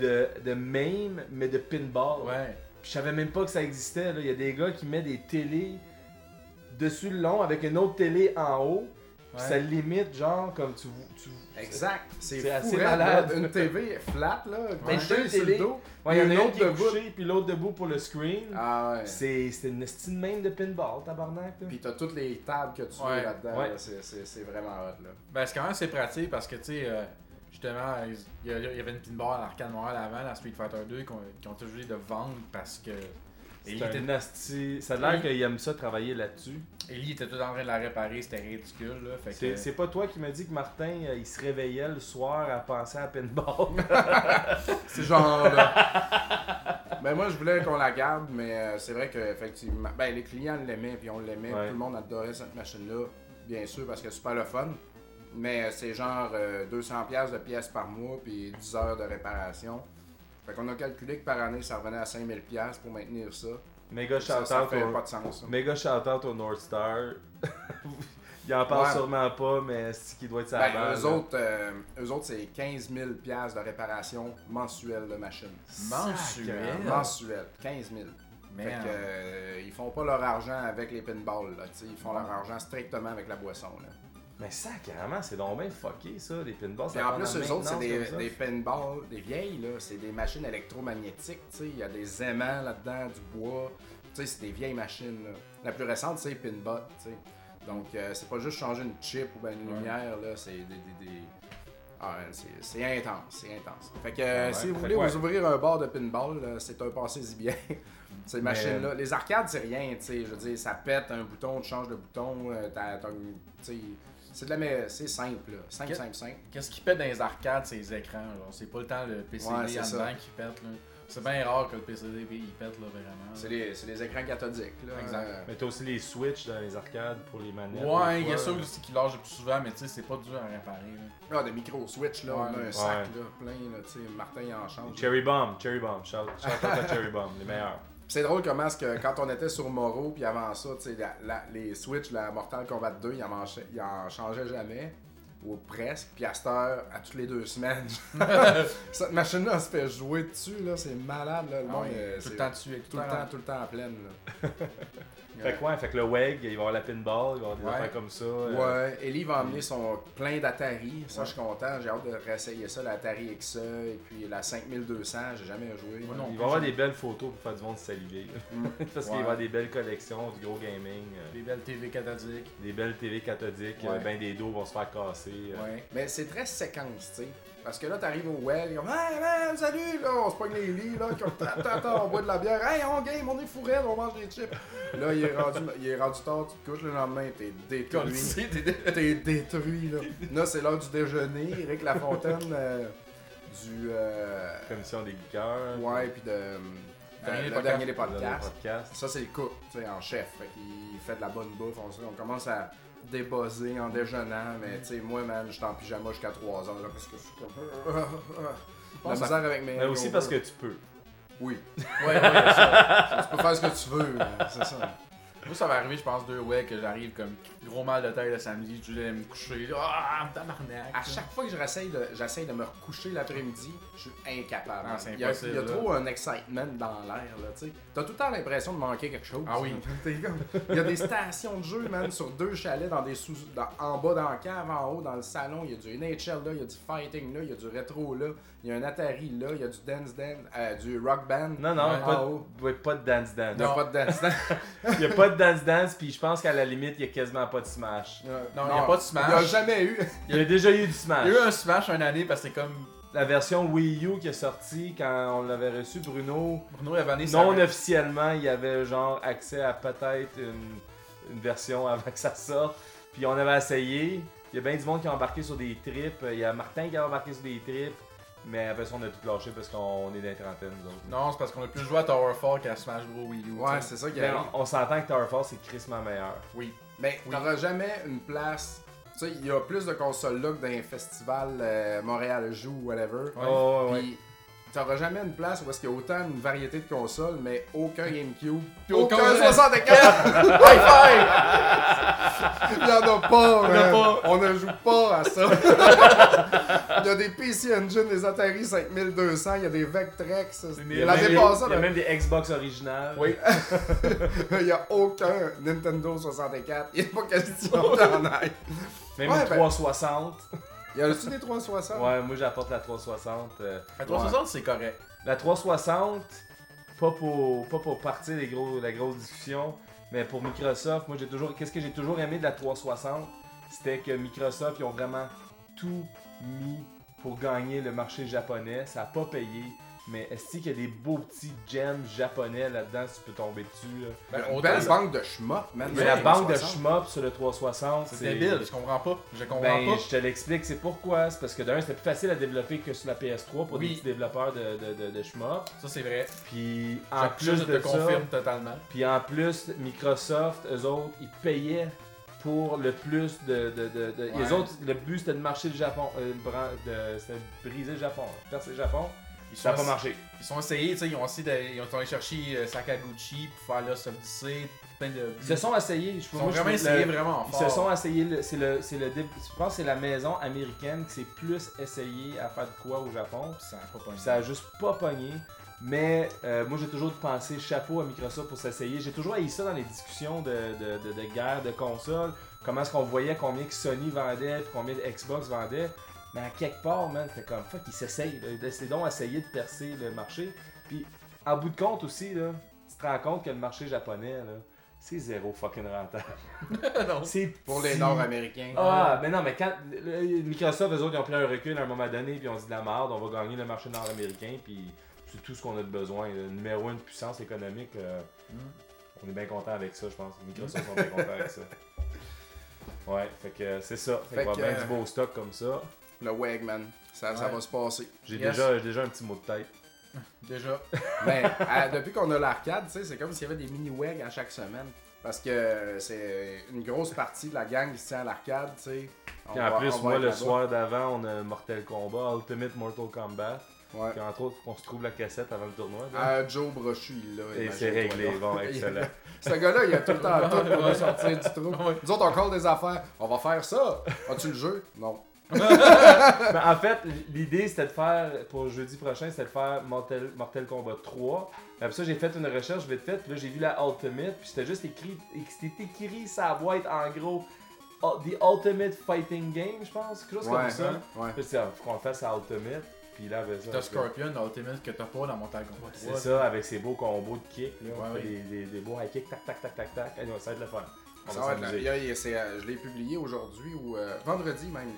C: de, de MAME, mais de pinball.
B: Ouais.
C: Puis je savais même pas que ça existait. là. Il y a des gars qui mettent des télés dessus le long avec une autre télé en haut. Puis
B: Ouais.
C: ça limite, genre, comme tu. tu...
A: Exact. C'est
C: C'est
A: fou,
C: assez
A: raide,
C: malade.
A: là. Une TV flat, là,
C: Ben,
A: couchée
C: deux
A: sur le
C: télés.
A: dos.
C: Ouais, il y en a
A: Une
C: une
A: autre
C: qui est
A: debout.
C: couchée, puis l'autre debout pour le screen.
A: Ah ouais.
C: C'est c'est une estime même de pinball, tabarnak. là.
A: Puis t'as toutes les tables que tu
B: Ouais,
A: veux là-dedans.
C: ouais.
A: là. C'est- C'est c'est vraiment hot, là.
B: Ben, c'est quand même assez pratique parce que, tu sais, euh, justement, il y, a- il y avait une pinball à l'arcade noire avant, la Street Fighter 2, qu'on ont toujours dit de vendre parce que.
C: C'est
B: Ellie
C: un
B: était,
C: nasty- Ça a l'air qu'il aime ça travailler là-dessus.
B: Ellie était tout en train de la réparer, c'était ridicule, là. Fait
C: C'est
B: que,
C: c'est pas toi qui me dis que Martin euh, il se réveillait le soir à penser à pinball.
A: [LAUGHS] C'est genre. là. ben moi je voulais qu'on la garde, mais euh, c'est vrai que effectivement, ben les clients l'aimaient, puis on l'aimait,
C: Ouais.
A: tout le monde adorait cette machine-là, bien sûr parce que c'est super le fun. Mais euh, c'est genre euh, 200 pièces de pièces par mois, puis 10 heures de réparation. Fait qu'on a calculé que par année ça revenait à 5000 pièces pour maintenir ça.
C: Méga
A: Ça, ça
C: shout-out
A: fait pas
C: au...
A: de sens. ça.
C: Méga shout-out au North Star. [LAUGHS] il en parle
A: Ouais.
C: sûrement pas, mais c'est qui doit être sa
A: Ben,
C: balle,
A: eux,
C: là.
A: autres, euh, eux autres, c'est 15 000 pièces de réparation mensuelle de machine.
B: Mensuel.
A: Mensuelle. 15 000. Fait
B: man,
A: que, euh, ils font pas leur argent avec les pinballs, là, tu sais, ils font leur argent strictement avec la boisson. Là.
C: Mais ça, carrément, c'est donc bien fucké ça, les pinballs.
A: Puis
C: ça
A: en
C: prend
A: plus,
C: la
A: eux autres, c'est des,
C: maintenance comme ça.
A: des pinballs, des vieilles, là, c'est des machines électromagnétiques, tu sais, il y a des aimants là-dedans, du bois, tu sais, c'est des vieilles machines. là. La plus récente, c'est Pinbot, tu sais. Donc, euh, c'est pas juste changer une chip ou ben une
B: Ouais.
A: lumière, là, c'est des... des- des- Ah, ouais, c'est- c'est intense, c'est intense. Fait que euh,
C: Ouais,
A: si vous
C: fait
A: voulez
C: que ouais.
A: vous ouvrir un bar de pinball, là, c'est un passez-y bien. [LAUGHS] Ces machines-là.
C: euh,
A: Les arcades, c'est rien, tu sais. Je veux dire, ça pète un bouton, tu changes de bouton, euh, t'as, t'as une- tu sais, C'est de la mais c'est simple, là. Simple,
B: Qu'est-
A: simple, simple.
B: Qu'est-ce qui pète dans les arcades, c'est les écrans, genre. C'est pas le temps le PCD
A: Ouais,
B: en
A: c'est
B: dedans
A: ça.
B: qui pète, là. C'est bien rare que le PCD il pète, là, vraiment.
A: C'est les, c'est les écrans cathodiques, là.
B: Exact.
A: Euh,
C: Mais t'as aussi les Switch dans les arcades pour les manettes.
B: Ouais,
C: des
B: il y a
C: fois.
B: ça aussi qui lâche le plus souvent, mais tu sais, c'est pas dur à réparer, là.
A: Ah, des micro-switch, là. On a un
B: Ouais.
A: sac, là, plein, là, tu sais. Martin, il en change.
C: Cherry Bomb, Cherry Bomb, shout, shout out
A: [LAUGHS]
C: à Cherry Bomb, les meilleurs.
A: Puis C'est drôle comment est-ce que quand on était sur Moreau, puis avant ça, tu sais, la- la- les Switch, la Mortal Kombat 2, ils en, manchaient- ils en changeaient jamais. ou presque, puis à cette heure, à toutes les deux semaines. [LAUGHS] Cette machine-là, on se fait jouer dessus, là, c'est malade, là, le
B: Ah
A: monde.
B: oui,
A: euh,
B: tout
A: c'est
B: le temps dessus,
A: tout le temps, tout le temps à pleine. là.
C: Fait que ouais, fait que le WEG, il va y avoir la pinball, il va y avoir des
B: Ouais.
C: affaires comme ça.
A: Ouais,
C: euh,
A: Ouais, Ellie va emmener son plein d'Atari. Ça, je suis content. J'ai hâte de réessayer ça, l'Atari XE. Et puis la 5200, j'ai jamais joué.
B: Moi non.
C: Il va y avoir des belles photos pour faire du monde saliver.
A: Mm.
C: [LAUGHS] Parce qu'il va y
B: Ouais.
C: avoir des belles collections, du gros gaming, euh,
B: Des belles TV canadiques.
C: des belles TV cathodiques,
B: Ouais.
C: euh, ben des dos vont se faire casser. euh.
B: Ouais.
A: Mais c'est très séquence, tu sais. Parce que là, t'arrives au well, ils comme Hey man, salut! Là, on se pogne les lits, là, comme Attends, attends, on boit de la bière, hey, on game, on est fourrés, on mange des chips. Là, il est rendu, il est rendu tard, tu te couches le lendemain, t'es
B: Comme
A: détruit.
B: si t'étais-
A: T'es détruit, là. Là, c'est l'heure du déjeuner, Eric Lafontaine, euh, du. euh,
C: Commission des geekers.
A: ouais, puis de. euh, le
B: Dernier podcast.
A: dernier des
C: le dernier
A: podcasts.
C: podcast.
A: Ça, c'est le cook, tu sais, en chef. Fait qu'il fait de la bonne bouffe. On, se- on commence à débosser en déjeunant. Mais, tu sais, moi, man, j'étais en pyjama jusqu'à 3 heures, là, parce que je suis comme... [LAUGHS] La
B: pense à-
A: misère avec mes...
C: Mais aussi parce que tu peux.
A: Oui,
B: Ouais, ouais, ça.
A: tu peux faire ce que tu veux, mais c'est ça.
B: Moi, ça va arriver, je pense, deux ouais, que j'arrive comme gros mal de tête le samedi, je vais me coucher. Ah, tabarnak.
A: À chaque fois que je réessaye de- j'essaye de, me recoucher l'après-midi, je suis incapable.
B: Non, c'est
A: il y a,
B: impossible,
A: il y a
B: là.
A: trop un excitement dans l'air, là, tu sais. T'as tout le temps l'impression de manquer quelque chose.
B: Ah oui.
A: [LAUGHS] T'es comme- Il y a des stations de jeu, man, sur deux chalets, dans des sous, dans- en bas dans le cave, en haut dans le salon. Il y a du NHL là, il y a du fighting là, il y a du rétro là, il y a un Atari là, il y a du dance dance, euh, du rock band.
C: Non, non,
B: Ouais.
C: pas,
A: Ah,
C: de,
A: oh.
C: ouais, pas de dance dance.
A: Il y a pas de dance dance.
C: Il n'y a pas de dance dance, puis je pense qu'à la limite, il n'y a quasiment pas de smash.
B: Non, il y a pas de Smash.
A: Il y a jamais eu.
C: Il y a déjà eu du
B: Il
C: smash.
B: y a eu un smash une année parce que c'est comme
C: La version Wii U qui est sortie quand on l'avait reçu, Bruno,
B: Bruno avait année
C: non officiellement, il y avait genre accès à peut-être une, une version avant que ça sorte. Puis on avait essayé. Il y a bien du monde qui a embarqué sur des trips. Il y a Martin qui a embarqué sur des trips. Mais après ça, on a tout lâché parce qu'on est dans les trentaines, nous autres.
B: Non, c'est parce qu'on a plus joué à Tower Fall qu'à Smash Bros. Wii U.
A: [LAUGHS] Ouais,
B: t'sais.
A: c'est ça qui
C: Mais
A: arrive.
C: on, on s'entend que Tower Force, c'est crissement meilleur.
B: Oui.
A: Mais
B: Oui.
A: Ben, t'auras jamais une place. Tu sais, il y a plus de consoles là que dans les festivals euh, Montréal joue ou whatever.
B: Ouais.
C: Oh, ouais.
A: Puis t'auras jamais une place où est-ce qu'il y a autant une variété de consoles, mais aucun GameCube, puis
B: Aucun
A: aucun
B: reste.
A: 64. High five! Il y en a pas,
B: Il y en a
A: man.
B: pas.
A: On ne joue pas à ça. [LAUGHS] il y a des PC Engine, des Atari 5200, il y a des Vectrex.
C: Il y a même
A: L'année
C: des-
A: passée,
C: il y a même des Xbox originales.
B: Oui.
A: il n'y a aucun Nintendo 64. Il n'y a pas question d'en être.
C: Même
A: Ouais,
C: une
A: ben-
C: 360.
A: Y a-tu des 360?
C: Ouais, moi j'apporte la 360. euh,
B: La 360, c'est correct.
C: La 360, pas pour, pas pour partir des gros, la grosse discussion, mais pour Microsoft, moi j'ai toujours. Qu'est-ce que j'ai toujours aimé de la 360 C'était que Microsoft, ils ont vraiment tout mis pour gagner le marché japonais. Ça n'a pas payé. Mais est-ce qu'il y a des beaux petits gems japonais là-dedans, si tu peux tomber dessus là.
B: Ben,
A: Une
B: autant-
A: belle banque de schmop, man.
C: Mais
B: Ouais,
C: la
B: ouais,
C: banque de
A: 360.
C: shmup sur le 360,
B: C'est débile, je comprends pas. Je comprends
C: Ben,
B: pas.
C: je te l'explique, c'est pourquoi. C'est parce que d'un, c'était plus facile à développer que sur la PS3 pour
B: Oui.
C: des petits développeurs de, de, de, de shmup.
B: Ça, c'est vrai.
C: Puis
B: En
C: en
B: je
C: plus
B: te
C: de ça,
B: confirme totalement.
C: puis en plus, Microsoft, eux autres, ils payaient pour le plus de. de, de, de-
B: Ouais.
C: Les autres, le but c'était de marcher le Japon. euh, bran- de- c'était de briser le Japon. là. Percer le Japon,
B: Ils
C: ça n'a
B: sont-
C: pas marché.
B: Ils sont essayés, tu sais, ils ont essayé d'aller- ils ont allé chercher euh, Sakaguchi pour faire Lost of Odyssey, plein de.
C: Ils se sont essayés. Je,
B: Ils sont
C: moi, je
B: vraiment
C: trouve le-
B: essayés vraiment
C: Ils
B: fort.
C: se sont essayés. le- C'est le, c'est le, dé- je pense que c'est la maison américaine qui s'est plus essayée à faire de quoi au Japon.
B: Ça a pas
C: Puis
B: pogné.
C: Ça a juste pas pogné. Mais euh, moi, j'ai toujours pensé chapeau à Microsoft pour s'essayer. J'ai toujours haï ça dans les discussions de, de, de- de guerre de consoles. Comment est-ce qu'on voyait combien que Sony vendait, puis combien de Xbox vendait. Mais à quelque part, man, c'est comme fuck, ils s'essayent. là. C'est donc essayer de percer le marché. Puis, en bout de compte aussi, là, tu te rends compte que le marché japonais, là, c'est zéro fucking rentable.
B: Non.
C: C'est
A: Pour les
C: petit.
A: Nord-Américains.
C: Ah, mais non, mais quand le- le- Microsoft, eux autres, ils ont pris un recul à un moment donné, puis ils ont dit de la merde, on va gagner le marché nord-américain, puis c'est tout ce qu'on a de besoin. Le numéro une puissance économique, euh,
B: Mm.
A: Hmm.
C: on est bien content avec ça, je pense. Microsoft sont bien contents
A: [LAUGHS]
C: avec ça. Ouais, fait que euh, c'est ça. Fait,
A: Fait
C: qu'on
A: que,
C: va bien
A: euh,
C: du beau stock comme ça.
A: Le Wegman. Ça, ça
B: Ouais.
A: va se passer.
C: J'ai
B: yes.
C: déjà, j'ai déjà un petit mot de tête.
B: Déjà.
A: Mais à- [LAUGHS] depuis qu'on a l'arcade, tu sais, c'est comme s'il y avait des mini-weg à chaque semaine. Parce que euh, c'est une grosse partie de la gang qui se tient à l'arcade, tu sais. On
C: Puis en
A: va- on
C: plus,
A: va
C: moi,
A: être
C: le
A: là-bas.
C: soir d'avant, on a Mortal Kombat, Ultimate Mortal Kombat.
A: Ouais.
C: Puis entre autres, faut qu'on se trouve la cassette avant le tournoi. là.
A: Ah, Joe Brochu, il l'a.
C: Et c'est
A: imagine-toi,
C: réglé.
A: là.
C: Bon, excellent.
A: [LAUGHS]
C: [LAUGHS]
A: Ce gars-là, il a tout le temps tout pour nous sortir du trou. Nous autres, on colle des affaires. On va faire ça. As-tu le jeu? Non.
C: Ben, en fait, l'idée c'était de faire, pour jeudi prochain, c'était de faire Mortel, Mortel Kombat 3. Après ça, j'ai fait une recherche vite fait, puis là j'ai vu la Ultimate, puis c'était juste écrit, c'était écrit sa boîte en gros, uh, The Ultimate Fighting Game, je pense, quelque chose comme
A: Ouais, hein.
C: ça.
A: ouais.
C: Puis c'est, ah, faut qu'on fasse la Ultimate, puis là, ben, ça,
B: T'as
C: on fait-
B: Scorpion dans Ultimate que t'as pas dans Mortal Kombat 3.
C: c'est ça, avec ses beaux combos de kick, là, on
B: Ouais,
C: fait
B: oui.
C: des, des- des beaux high kick, tac tac tac tac tac, Anyway, ça va être le fun. On
A: Ça
C: va
A: va être
C: s'amuser.
A: la- il y a- c'est, euh, je l'ai publié aujourd'hui ou euh, vendredi même.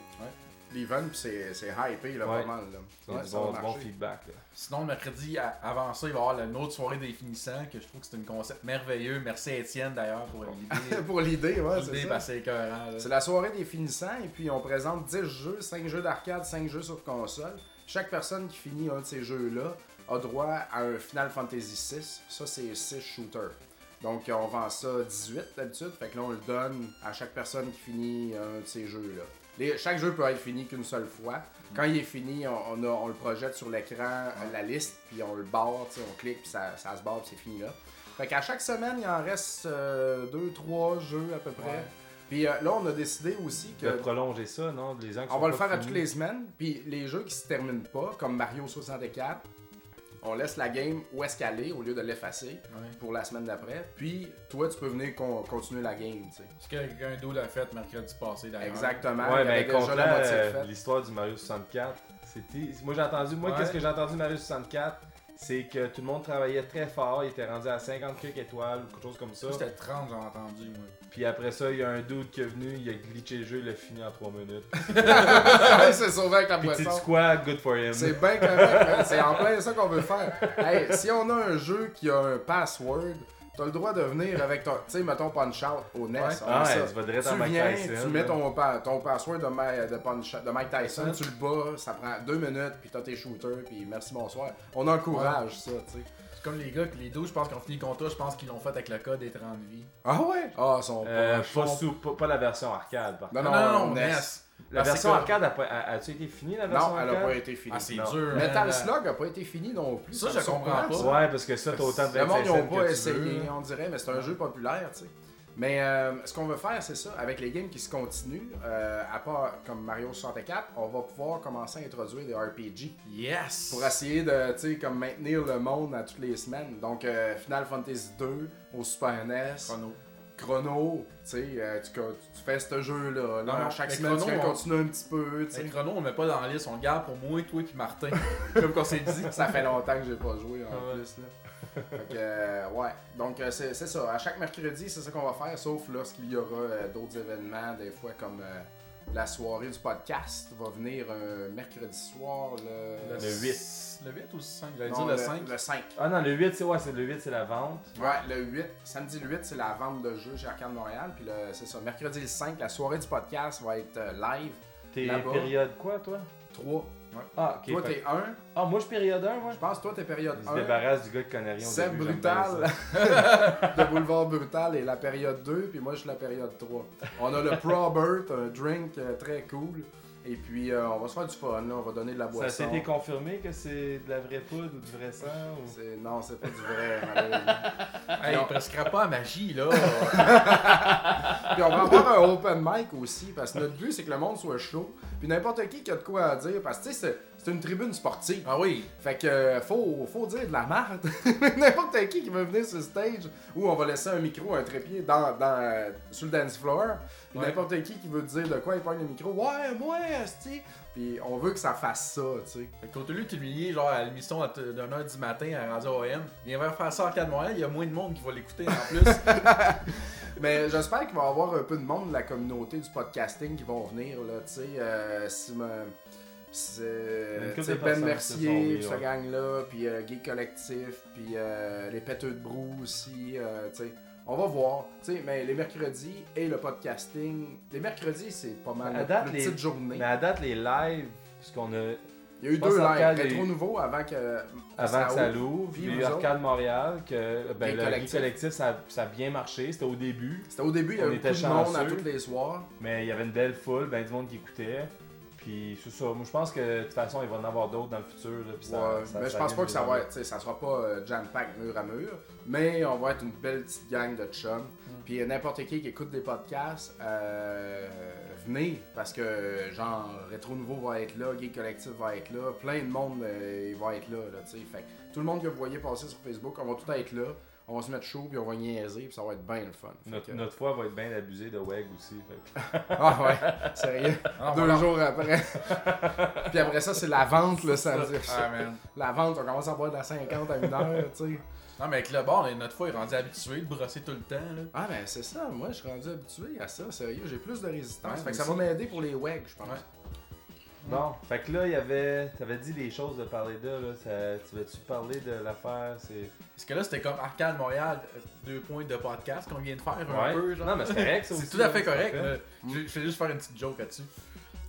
A: L'event, pis c'est, c'est hypé là,
C: Ouais.
A: pas mal. Là.
C: Il y a
A: Ouais,
C: du
A: ça va
C: bon, du bon
A: marcher.
C: feedback. là.
B: Sinon, le mercredi, à- avant ça, il va y avoir une autre soirée des finissants que je trouve que c'est un concept merveilleux. Merci à Étienne d'ailleurs
C: [LAUGHS]
B: pour l'idée.
A: [LAUGHS] Pour l'idée, ouais, c'est ça.
B: l'idée,
C: ben,
B: parce que c'est écœurant. là.
A: C'est la soirée des finissants et puis on présente 10 jeux, 5 jeux d'arcade, 5 jeux sur console. Chaque personne qui finit un de ces jeux-là a droit à un Final Fantasy VI. Ça, c'est 6 shooters. Donc, on vend ça 18 d'habitude. Fait que là, on le donne à chaque personne qui finit un de ces jeux-là. Les- chaque jeu peut être fini qu'une seule fois. Quand il est fini, on, on a- on le projette sur l'écran, euh, la liste, puis on le barre, tu sais, on clique, puis ça, ça se barre, puis c'est fini là. Fait qu'à chaque semaine, il en reste 2-3 jeux à peu près.
B: Ouais.
A: Puis euh, là, on a décidé aussi que
C: De prolonger ça, non? Les gens qui
A: on
C: sont
A: va le
C: pas
A: faire à
C: finis.
A: toutes les semaines. Puis les jeux qui se terminent pas, comme Mario 64, on laisse la game où est-ce qu'elle est au lieu de l'effacer
B: Ouais.
A: pour la semaine d'après. Puis toi, tu peux venir con- continuer la game. tu sais.
B: Ce que quelqu'un d'autre l'a fait mercredi passé d'ailleurs.
A: Exactement.
C: Ben, Ouais,
A: il y avait
C: mais
A: déjà
C: content,
A: la moitié de
C: euh,
A: faite. [LAUGHS]
C: l'histoire du Mario 64, c'était. Moi, j'ai entendu. Moi,
B: Ouais.
C: qu'est-ce que j'ai entendu de Mario 64 C'est que tout le monde travaillait très fort, il était rendu à 50 quelques étoiles ou quelque chose comme ça.
B: Ça, C'était 30, j'ai entendu. Moi.
C: Puis après ça, il y a un dude qui est venu, il a glitché le jeu, il l'a fini en 3 minutes.
A: Ouais, c'est sauvé avec la
C: Puis tu
A: poisson.
C: quoi Good for him.
A: C'est bien correct,
C: [LAUGHS]
A: hein. c'est en plein ça qu'on veut faire. Hey, si on a un jeu qui a un password, t'as le droit de venir avec ton, tu sais, mettons Punch Out au NES.
B: Ouais.
A: on a
C: Ah,
A: ça.
C: ouais, tu vas direct
A: Tu
C: à Mike
A: viens,
C: Tyson,
A: tu mets
C: là.
A: ton, pa- ton password de, Ma- de Punch- de Mike Tyson, tu
B: Tyson.
A: le bats, ça prend deux minutes, puis t'as tes shooters, puis merci, bonsoir. On encourage ça, tu sais.
B: C'est comme les gars, que les deux, je pense qu'on finit contre toi, je pense qu'ils l'ont fait avec le code des 30 vies.
A: Ah ouais? Ah, ils sont
C: Euh,
A: poches.
C: pas, sous- pas, pas la version arcade, par contre.
A: Ah Non, non,
B: Ah
A: NES.
C: La
B: parce
C: version
B: que-
C: arcade, a, pas- a- a-tu été finie la version
A: Non, elle
C: arcade
A: a pas été finie.
B: Ah, c'est
C: Non.
B: dur. hein,
A: Metal
B: là.
A: Slug a pas été fini non plus.
B: Ça,
A: C'est
B: je comprends
A: surprenant,
B: pas.
A: ça.
C: Ouais, parce que ça, t'as autant de
A: Le monde, ils n'ont
C: 25 cents
A: pas
C: que tu
A: essayé,
C: veux.
A: on dirait, mais c'est un jeu populaire, tu sais. Mais euh, ce qu'on veut faire, c'est ça, avec les games qui se continuent, euh, à part comme Mario 64, on va pouvoir commencer à introduire des RPG
B: Yes!
A: pour essayer de, tu sais, comme maintenir le monde à toutes les semaines. Donc, euh, Final Fantasy 2 au Super NES,
B: Chrono.
A: Chrono, tu sais, euh, tu, co- tu fais ce jeu-là.
B: Non,
A: Là,
B: non,
A: chaque
B: mais
A: semaine, tu
B: Chrono,
A: viens
B: on-
A: continuer un petit peu, tu sais.
B: C'est Chrono, on le met pas dans la liste, on le garde pour moi, toi
A: [LAUGHS]
B: et Martin. comme qu'on s'est dit.
A: Ça fait longtemps que j'ai pas joué en
B: Ah ouais.
A: plus là. Fait que, euh, ouais. Donc euh, c'est c'est ça. À chaque mercredi, c'est ça qu'on va faire, sauf lorsqu'il y aura euh, d'autres événements, des fois comme euh, la soirée du podcast va venir euh, mercredi soir le,
C: Le
B: s-
C: 8.
B: Le 8 ou le 5 J'allais
A: Non,
B: dire le 5.
A: Le 5.
C: Ah non, le 8, c'est ouais, c'est- le 8, c'est la vente.
A: Ouais, le 8, samedi le 8, c'est la vente de jeux chez Arcade Montréal. Puis le- c'est ça, mercredi le 5, la soirée du podcast va être euh, live.
C: T'es
A: Là-bas.
C: période quoi, toi
A: 3.
C: Ah, ok.
A: toi,
C: fait-
A: t'es 1.
C: Ah, moi, je suis période 1, moi.
A: Je pense que toi, t'es période
C: Il se
A: 1.
C: débarrasse du gars de conneries. au
A: C'est
C: début, j'aime bien
A: brutal.
C: hein. ça.
A: [LAUGHS] le boulevard brutal est la période 2, puis moi je suis la période 3. On a le Probert, un drink euh, très cool. Et puis euh, on va se faire du fun, là. on va donner de la
C: Ça
A: boisson.
C: s'est été confirmé que c'est de la vraie poudre ou du vrai sang ou...
A: C'est- Non, c'est pas du vrai, malheureusement.
B: Hey,
A: Non.
B: on prescrit pas à
A: [LAUGHS]
B: magie, là.
A: Puis on va avoir un open mic aussi, parce que notre but c'est que le monde soit chaud. Puis n'importe qui qui a de quoi à dire, parce que tu sais, c'est- c'est une tribune sportive.
B: ah oui.
A: Fait que euh, faut, faut dire de la merde. [LAUGHS] N'importe qui qui veut venir sur le stage où on va laisser un micro, un trépied dans, dans, euh, sur le dance floor. Puis
B: Ouais.
A: n'importe qui qui veut dire de quoi il prend le micro. Ouais, moi, esti. Puis on veut que ça fasse ça, tu sais.
B: Fait que au lieu de t'humilier, genre à l'émission à t- d'un heure du matin à Radio OM, viens vers faire ça en 4 Montréal, il y a moins de monde qui va l'écouter en
C: [LAUGHS]
B: plus.
A: Mais j'espère qu'il va y avoir un peu de monde de la communauté du podcasting qui vont venir, là, tu sais. euh, si me- si, euh,
C: Une couple
A: tu sais,
C: de
A: ben
C: personnes se sont
A: Mercier,
C: mis,
A: puis
C: ouais.
A: ce gang-là, puis euh, Geek Collectif, puis euh, les Péteux de Brou aussi, euh, tu sais. On va voir, tu sais, mais les mercredis et le podcasting, les mercredis, c'est pas mal
C: À
A: notre
C: date,
A: notre
C: les-
A: petite journée.
C: Mais à date, les lives, puisqu'on a...
A: Il y a eu
C: je pense
A: deux
C: que
A: lives,
C: Arcade,
A: rétro
C: il-
A: nouveau avant que
C: Avant que ça
A: ouvre.
C: l'ouvre,
A: Puis
C: il y a
A: vous
C: eu Arcade Montréal, que ben,
A: Geek
C: le
A: Collectif.
C: Geek collectif, ça, ça a bien marché, c'était au début,
A: C'était au début, il y
C: On
A: avait
C: était
A: beaucoup de monde à
C: chanceux.
A: tous les soirs.
C: mais il y avait une belle foule, ben du monde qui écoutait. Puis c'est ça. Moi, je pense que de toute façon, il va en avoir d'autres dans le futur. là, puis ça-
A: Ouais,
C: ça-
A: mais je
C: ça
A: pense
C: vient
A: pas
C: de
A: que ça
C: là.
A: va être, tu sais, ça sera pas euh, jam-pack mur à mur, mais on va être une belle petite gang de chums.
C: Mm.
A: Puis euh, n'importe qui qui écoute des podcasts, euh, venez, parce que genre Rétro Nouveau va être là, Gay Collectif va être là, plein de monde euh, il va être là, là tu sais. Fait que tout le monde que vous voyez passer sur Facebook, on va tout être là, on va se mettre chaud, puis on va niaiser, puis ça va être bien le fun. Fait
C: Notre,
A: que-
C: notre foi va être bien abusée de WEG aussi. fait que- [LAUGHS]
A: Ah ouais, sérieux,
B: Ah,
A: deux
B: voilà.
A: jours après. [LAUGHS] puis après ça, c'est la vente le samedi.
B: Ah, man.
A: La vente, on commence à boire de la 50 à une heure, tu sais.
B: Non, mais avec le bord, là, notre fois, il est rendu habitué de brosser tout le temps. Là.
A: Ah ben c'est ça, moi je suis rendu habitué à ça, sérieux, j'ai plus de résistance.
B: Ouais,
A: fait que ça
B: moi
A: va
B: aussi.
A: m'aider pour les WEG, je pense.
B: Ouais.
C: Bon, fait que là, il y avait. T'avais dit des choses de parler de, là. ça- tu veux-tu parler de l'affaire C'est.
B: Parce que là, c'était comme Arcade Montréal, euh, deux points de podcast qu'on vient de faire un
C: Ouais.
B: peu. Genre.
C: Non, mais c'est correct, ça aussi,
B: C'est tout à fait
C: hein,
B: correct.
C: parfait.
B: là. Je je vais juste faire une petite joke là-dessus.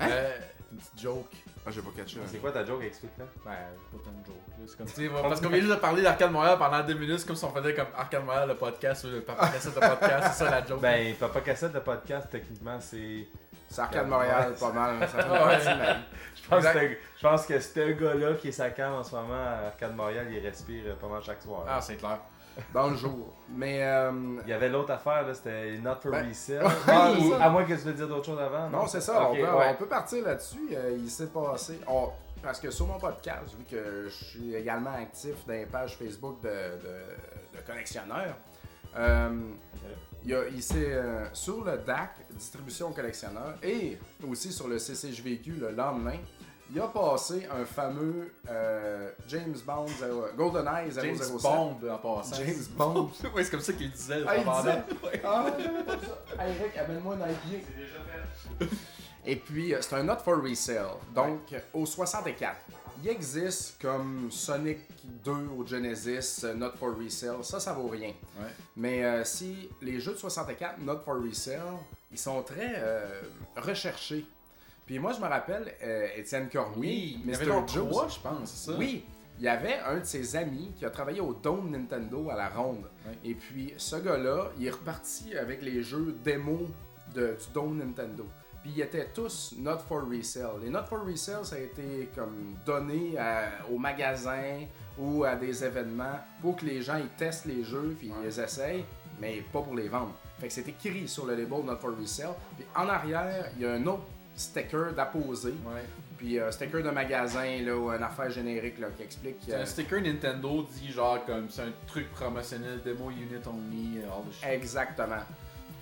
A: Hein?
B: Euh, une petite joke.
A: Ah j'ai pas catché.
C: C'est quoi ta joke explique là
B: Ben, pas tant de joke. là. C'est comme, tu sais, va- parce qu'on vient juste de parler d'Arcade Montréal pendant deux minutes, c'est comme si on faisait comme Arcade Montréal le podcast ou le papa cassette le podcast, c'est ça la joke.
C: Ben, Papa Cassette, le podcast, techniquement, c'est.
A: C'est Arcade Montréal,
C: Ouais.
A: pas mal, ça fait
B: Ah ouais.
A: partie de ma vie.
C: Je pense,
B: Exact.
C: que- je pense que ce gars-là qui est sa cam en ce moment à Arcade Montréal, il respire pas mal chaque soir.
B: ah, c'est clair.
A: Dans le jour. Mais euh,
C: Il y avait l'autre affaire, là, c'était Not for
A: Ben, [LAUGHS]
C: Resale.
A: Ah,
C: ou-
A: c'est ça.
C: à moins que tu veux dire d'autres choses avant.
A: non c'est ça,
C: Ok,
A: on, peut,
C: ouais.
A: on peut partir là-dessus, euh, il s'est passé... on- parce que sur mon podcast, vu que je suis également actif dans les pages Facebook de, de- de collectionneurs, euh, Il, y a- il s'est euh, sur le DAC, distribution collectionneur, et aussi sur le CCJVQ le lendemain, il a passé un fameux euh, James Bond, zéro- GoldenEye 007.
B: James Bond en passant.
A: James
B: [LAUGHS]
A: Bond.
B: ouais, c'est comme ça qu'il disait. le
A: Ah, il
B: commandant.
A: disait- Ah, j'avais pas vu ça. Hey, Rick, amène-moi un IPA. Et puis, euh, c'est un Not for Resale. Donc, euh, au 64, il existe comme Sonic 2 au Genesis, euh, Not for Resale. Ça, ça vaut rien.
B: Ouais.
A: Mais euh, si les jeux de 64, Not for Resale, ils sont très euh, recherchés. Puis moi, je me rappelle euh, Étienne Cormier,
B: Oui, mais
A: Mr.
B: avait donc
A: Joe's.
B: trois, je pense, c'est ça.
A: Oui, il y avait un de ses amis qui a travaillé au Dome Nintendo à la ronde.
B: Ouais.
A: Et puis ce gars-là, il est reparti avec les jeux démo de, du Dome Nintendo. Puis ils étaient tous not for resale. Les not for resale, ça a été comme donné à- aux magasins ou à des événements pour que les gens ils testent les jeux puis ils les essayent, mais pas pour les vendre. Fait que c'était écrit sur le label not for resale. Puis en arrière, il y a un autre sticker d'apposé
B: Ouais.
A: puis un sticker de magasin, là, ou une affaire générique là, qui explique.
B: C'est
A: euh,
B: un sticker Nintendo dit genre comme c'est un truc promotionnel, démo unit only, euh, all the shit.
A: Exactement.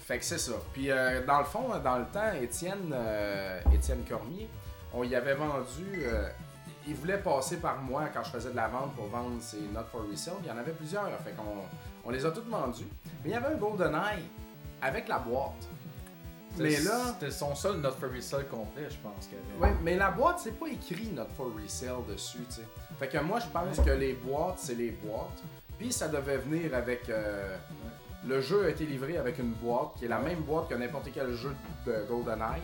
A: Fait que c'est ça. Puis euh, dans le fond, dans le temps, Étienne, euh, Étienne Cormier, on y avait vendu. euh, il voulait passer par moi quand je faisais de la vente pour vendre ses Not for Resale. Il y en avait plusieurs. Fait qu'on on les a toutes vendus. Mais il y avait un GoldenEye avec la boîte. Mais
B: C'était-
A: là.
B: C'était son seul Not For Resale complet, je pense. qu'il y avait.
A: Ouais, mais la boîte, c'est pas écrit notre for resale dessus, tu sais. Fait que moi, je pense que les boîtes, c'est les boîtes. Puis ça devait venir avec. euh, Le jeu a été livré avec une boîte qui est la même boîte que n'importe quel jeu de GoldenEye.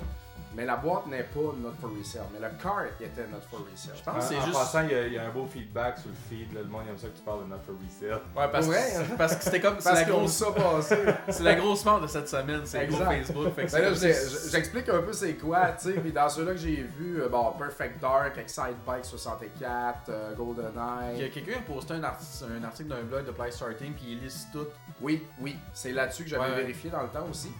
A: Mais la boîte n'est pas notre for resale. Mais le cart était notre for resale.
B: Je
C: En,
B: pense que c'est
C: en
B: juste.
C: passant, il y, a, il y a un beau feedback sur le feed. Là, le monde aime ça que tu parles de Not for Resale.
B: Ouais, parce,
A: Ouais, hein.
B: que, parce que
A: [LAUGHS]
B: c'était comme. C'est
A: Parce
B: la,
A: qu'on
B: grosse,
A: ça passer.
B: c'est la grosse mort de cette semaine, c'est le gros
A: Exact.
B: Facebook. Fait que
A: Ben là,
B: c'est-
A: j'ai- j'explique un peu c'est quoi, tu sais. Puis dans ceux-là que j'ai vu, euh, bon, Perfect Dark, Excite Bike 64, euh,
B: Il y a
A: GoldenEye.
B: quelqu'un qui a posté un, arti- un article d'un blog de PlayStarting puis il liste tout.
A: Oui, oui, c'est là-dessus que j'avais
B: Ouais.
A: vérifié dans le temps aussi.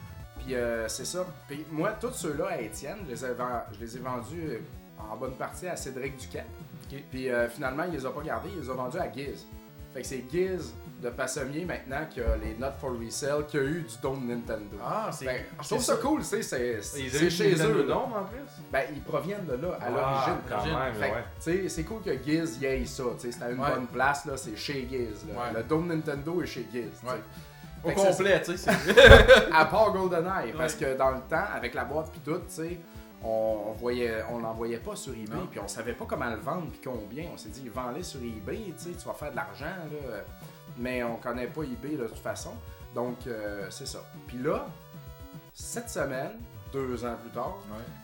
A: Puis euh, c'est ça. Puis moi, tous ceux-là à Étienne, je les ai, ven- je les ai vendus euh, en bonne partie à Cédric Duquet.
B: Ok.
A: Puis euh, finalement, il les a pas gardés, il les a vendus à Giz. Fait que c'est Giz de Passemier maintenant qui a les Not for Resale qu'il y a eu du don de Nintendo.
B: Ah, c'est.
A: Ben, je trouve ça cool, tu sais, c'est c'est- c'est chez
C: Nintendo
A: eux. là.
C: nombre, en plus.
A: Ben, ils proviennent de là, à
C: Ah,
A: l'origine.
C: Quand
B: l'origine.
C: même,
A: Fait que,
C: ouais.
A: tu sais, c'est cool que Giz y ait ça. tu sais, C'est à une
B: Ouais.
A: bonne place, là, c'est chez Giz. là.
B: Ouais.
A: Le Dome Nintendo est chez Giz. tu sais.
B: Ouais. Au
A: Fait que c'est-
B: complet, tu sais. c'est-
A: À part GoldenEye, parce que dans le temps, avec la boîte puis tout, tu sais, on on voyait, on l'envoyait pas sur eBay,
B: Non.
A: puis on savait pas comment le vendre puis combien. On s'est dit, vends-les sur eBay, tu sais, tu vas faire de l'argent là. Mais on connaît pas eBay de toute façon, donc euh, c'est ça. Puis là, cette semaine, deux ans plus tard,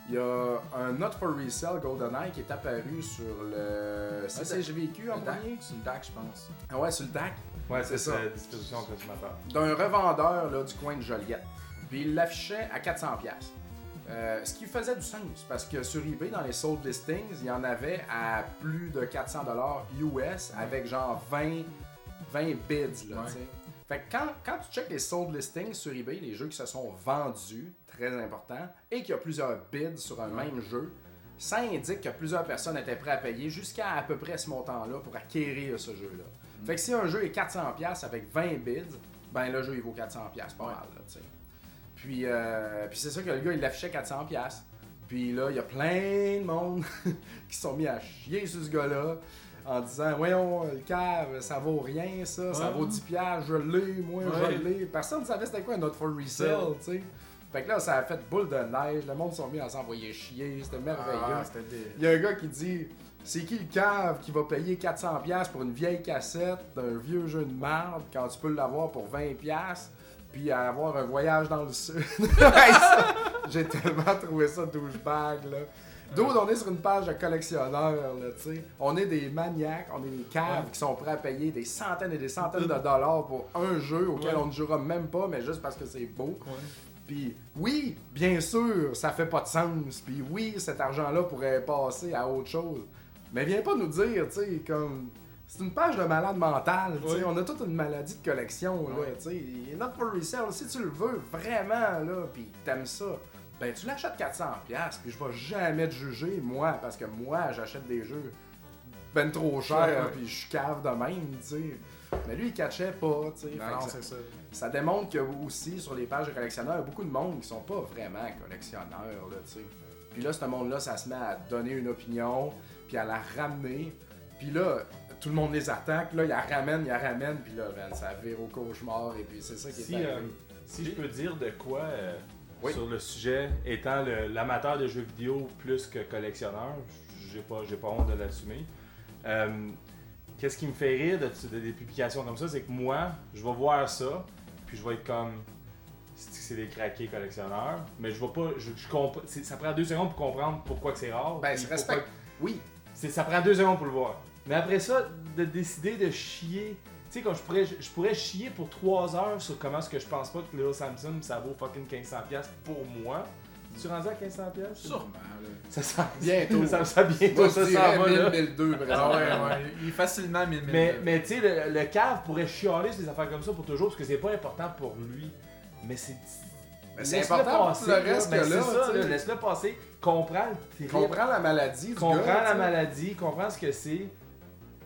A: il y a un Not for Resale GoldenEye qui est apparu sur le CCJVQ en
B: Ah, Le DAC,
A: premier.
B: C'est le DAC, je pense.
A: Ah ouais, sur le DAC
C: Ouais,
A: c'est
C: c'est
A: ça.
C: ça. Disposition consommateur.
A: d'un revendeur là, du coin de Joliette. Puis il l'affichait à 400$. Euh, ce qui faisait du sens, parce que sur eBay, dans les sold listings, il y en avait à plus de 400$ US avec genre 20, 20 bids. Là,
B: Ouais.
A: tu sais. Fait que quand, quand tu checkes les sold listings sur eBay, les jeux qui se sont vendus, très important, et qu'il y a plusieurs bids sur un même jeu, ça indique que plusieurs personnes étaient prêtes à payer jusqu'à à peu près ce montant-là pour acquérir ce jeu-là. Mm. Fait que si un jeu est 400$ avec 20 bids, ben le jeu il vaut 400$, pas mal. Là, tu sais. Puis, euh, puis c'est sûr que le gars, il l'affichait 400 pièces. Puis là, il y a plein de monde [LAUGHS] qui se sont mis à chier sur ce gars-là en disant voyons le cave ça vaut rien ça ça
C: Ouais.
A: vaut 10 pièces je l'ai moi
B: Ouais.
A: je l'ai personne ne savait c'était quoi un autre for resale
C: Ouais.
A: tu sais fait que là ça a fait boule de neige le monde s'est mis à s'envoyer chier c'était merveilleux
B: Ah, c'était des-
A: il y a un gars qui dit C'est qui le cave qui va payer 400$ pour une vieille cassette d'un vieux jeu de merde quand tu peux l'avoir pour 20$ puis avoir un voyage dans le sud [LAUGHS] Hey, ça, J'ai tellement trouvé ça douchebag là. D'où on est sur une page de collectionneurs, là, tu sais. On est des maniaques, on est des caves qui sont prêts à payer des centaines et des centaines de dollars pour un jeu auquel
C: Ouais.
A: on ne jouera même pas, mais juste parce que c'est beau.
B: Ouais.
A: Puis oui, bien sûr, ça fait pas de sens. Puis oui, cet argent-là pourrait passer à autre chose. Mais viens pas nous dire, tu sais, comme. C'est une page de malade mental, tu sais.
C: Oui.
A: On a toute une maladie de collection, là,
B: Ouais.
A: tu sais. Et Not for resale, si tu le veux vraiment, là, puis t'aimes ça, ben tu l'achètes 400$, puis je vais jamais te juger, moi, parce que moi, j'achète des jeux ben trop
B: Ouais,
A: chers,
B: ouais.
A: puis je cave de même, tu sais. Mais lui, il catchait pas, tu sais. Fait que
B: Non, non,
A: ça-
B: c'est ça.
A: ça démontre que aussi sur les pages de collectionneurs, il y a beaucoup de monde qui sont pas vraiment collectionneurs là, tu sais. Puis là, ce monde-là, ça se met à donner une opinion, puis à la ramener. Puis là, tout le monde les attaque, là, ils la ramènent, ils la ramènent, puis là, ben, ça vire au cauchemar, et puis c'est ça qui est
C: Si,
A: arrivé.
C: euh, si je peux dire de quoi euh,
A: Oui.
C: sur le sujet, étant le- l'amateur de jeux vidéo plus que collectionneur, j'ai pas, j'ai pas honte de l'assumer. Euh, Qu'est-ce qui me fait rire de, de- des publications comme ça, c'est que moi, je vais voir ça, puis je vais être comme c'est c'est des craqués collectionneurs, mais je vais pas, je, je compre- c'est- ça prend deux secondes pour comprendre pourquoi que c'est rare.
A: Ben,
C: puis
A: c'est
C: pourquoi-
A: respect. Oui,
C: c'est- ça prend deux secondes pour le voir. Mais après ça, de décider de chier. Tu sais, quand je pourrais, je pourrais chier pour trois heures sur comment est-ce que je pense pas que Little Samson ça vaut fucking 1500$ pour moi. Tu rendu à 1500$?
B: Sûrement.
C: Ça sent
A: Bientôt.
C: [LAUGHS] Ça sent bientôt,
A: moi,
C: ça
A: je
C: s'en va
A: dirais
C: là.
A: 1002
B: Ah
A: présentement.
B: ouais, ouais. Il est facilement 1000
C: Mais, mais tu sais, le, le cave pourrait chialer sur des affaires comme ça pour toujours parce que c'est pas important pour lui. Mais c'est.
A: Mais c'est
C: laisse-le
A: important pour
C: passer,
A: le reste
C: mais
A: que
C: c'est
A: là,
C: ça,
A: tu sais.
C: Laisse-le passer. Comprends le trip.
A: Comprends la maladie du
C: comprends
A: gars, tu
C: la
A: sais.
C: maladie, comprends ce que c'est.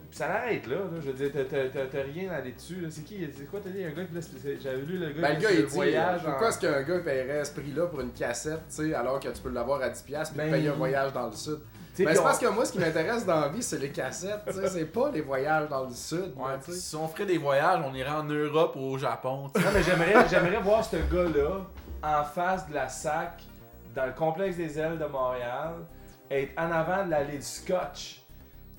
C: Puis ça l'arrête là, là. Je veux dire, t'as- t'as- t'as- t'as rien à aller dessus. là. C'est qui C'est quoi t'as dit Un gars qui voulait se- c'est- J'avais lu le gars
A: Ben, le
C: qui
A: gars,
C: faisait
A: il
C: le
A: dit,
C: voyage. en-
A: pourquoi est-ce qu'un gars paierait ce prix-là pour une cassette, tu sais, alors que tu peux l'avoir à 10$ puis te
C: Ben,
A: payer un voyage dans le sud?
C: Tu sais,
A: Mais
C: puis
A: ben, c'est
C: on-
A: parce que moi, ce qui m'intéresse dans la vie, c'est les cassettes, tu sais, c'est pas les voyages dans le sud.
B: Ouais,
A: moi, tu
B: puis
A: sais.
B: si on ferait des voyages, on irait en Europe ou au Japon. tu sais.
C: Non, mais j'aimerais, j'aimerais voir ce gars-là en face de la SAC, dans le complexe des ailes de Montréal, être en avant de l'allée du Scotch,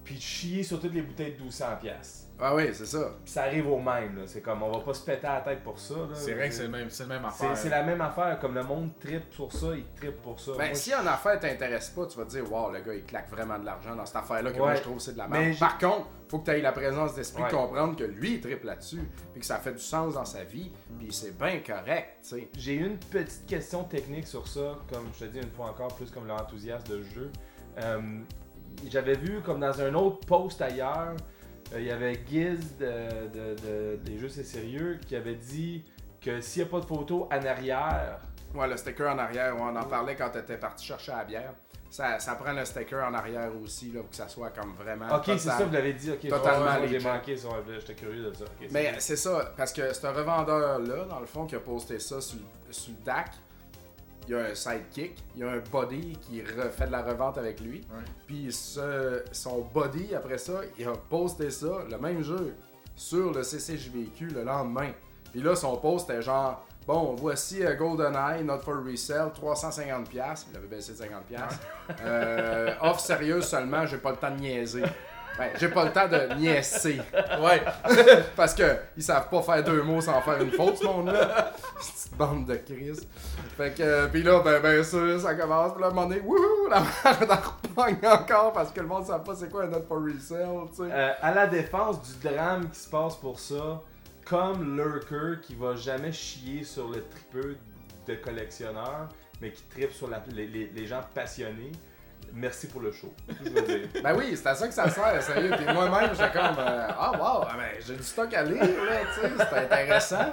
C: puis chier sur toutes les bouteilles de 1200$. piastres.
A: Ah oui, c'est ça.
C: Puis ça arrive au même, là. C'est comme, on va pas se péter la tête pour ça. là.
B: C'est vrai que c'est le même, c'est le même
C: C'est-
B: affaire.
C: c'est la même affaire, comme le monde tripe pour ça, il tripe pour ça.
A: Ben,
C: Moi,
A: si en affaire t'intéresse pas, tu vas te dire, wow, le gars, il claque vraiment de l'argent dans cette affaire-là que moi,
C: Ouais.
A: je trouve que c'est de la
C: Mais
A: merde.
C: j'-
A: Par contre, faut que tu aies la présence d'esprit de
C: Ouais.
A: comprendre que lui, il triple là-dessus, puis que ça fait du sens dans sa vie, puis c'est bien correct, tu sais.
C: J'ai une petite question technique sur ça, comme je te dis une fois encore, plus comme l'enthousiaste de jeu. Euh, J'avais vu comme dans un autre post ailleurs, euh, il y avait Giz de- de- de- des jeux c'est sérieux qui avait dit que s'il n'y a pas de photo en arrière,
A: Ouais, le sticker en arrière, ouais, on en parlait quand t'étais parti chercher la bière. Ça, ça prend le sticker en arrière aussi, là, pour que ça soit comme vraiment.
C: ok c'est
A: Ah, total.
C: ça vous l'avez dit, ok
A: Totalement
C: ouais, ouais, j'ai
A: legit.
C: manqué, ça, ouais, j'étais curieux de ça. ok,
A: Mais
C: c'est-
A: c'est ça, parce que ce revendeur-là, dans le fond, qui a posté ça sur, le- sur le DAC, il y a un sidekick, il y a un body qui refait de la revente avec lui.
B: Ouais.
A: Puis ce- son body, après ça, il a posté ça, le même jeu, sur le CCJVQ le lendemain. Puis là, son post était genre Bon, voici euh, GoldenEye, not for resale, 350$. piastres. Il avait baissé de 50$. Euh, offre sérieuse seulement, j'ai pas le temps de niaiser. Ben, j'ai pas le temps de niaiser.
B: Ouais.
A: Parce que ils savent pas faire deux mots sans faire une faute, ce monde-là. Petite bande de Chris. Fait que, euh, pis là, ben, ben sûr, ça commence. Puis là, à un moment donné, wouhou, la merde, [LAUGHS] elle repogne encore parce que le monde ne sait pas c'est quoi un note for resale, tu sais.
C: Euh, à la défense du drame qui se passe pour ça, comme Lurker qui va jamais chier sur le tripeux de collectionneur, mais qui tripe sur la- les, les- les gens passionnés, merci pour le show. [LAUGHS] C'est tout ce que je veux dire.
A: Ben oui, c'est à ça que ça sert, sérieux. Puis moi-même, j'étais comme, euh, ah wow, ah ben, j'ai du stock à lire, là, tu sais, c'est intéressant.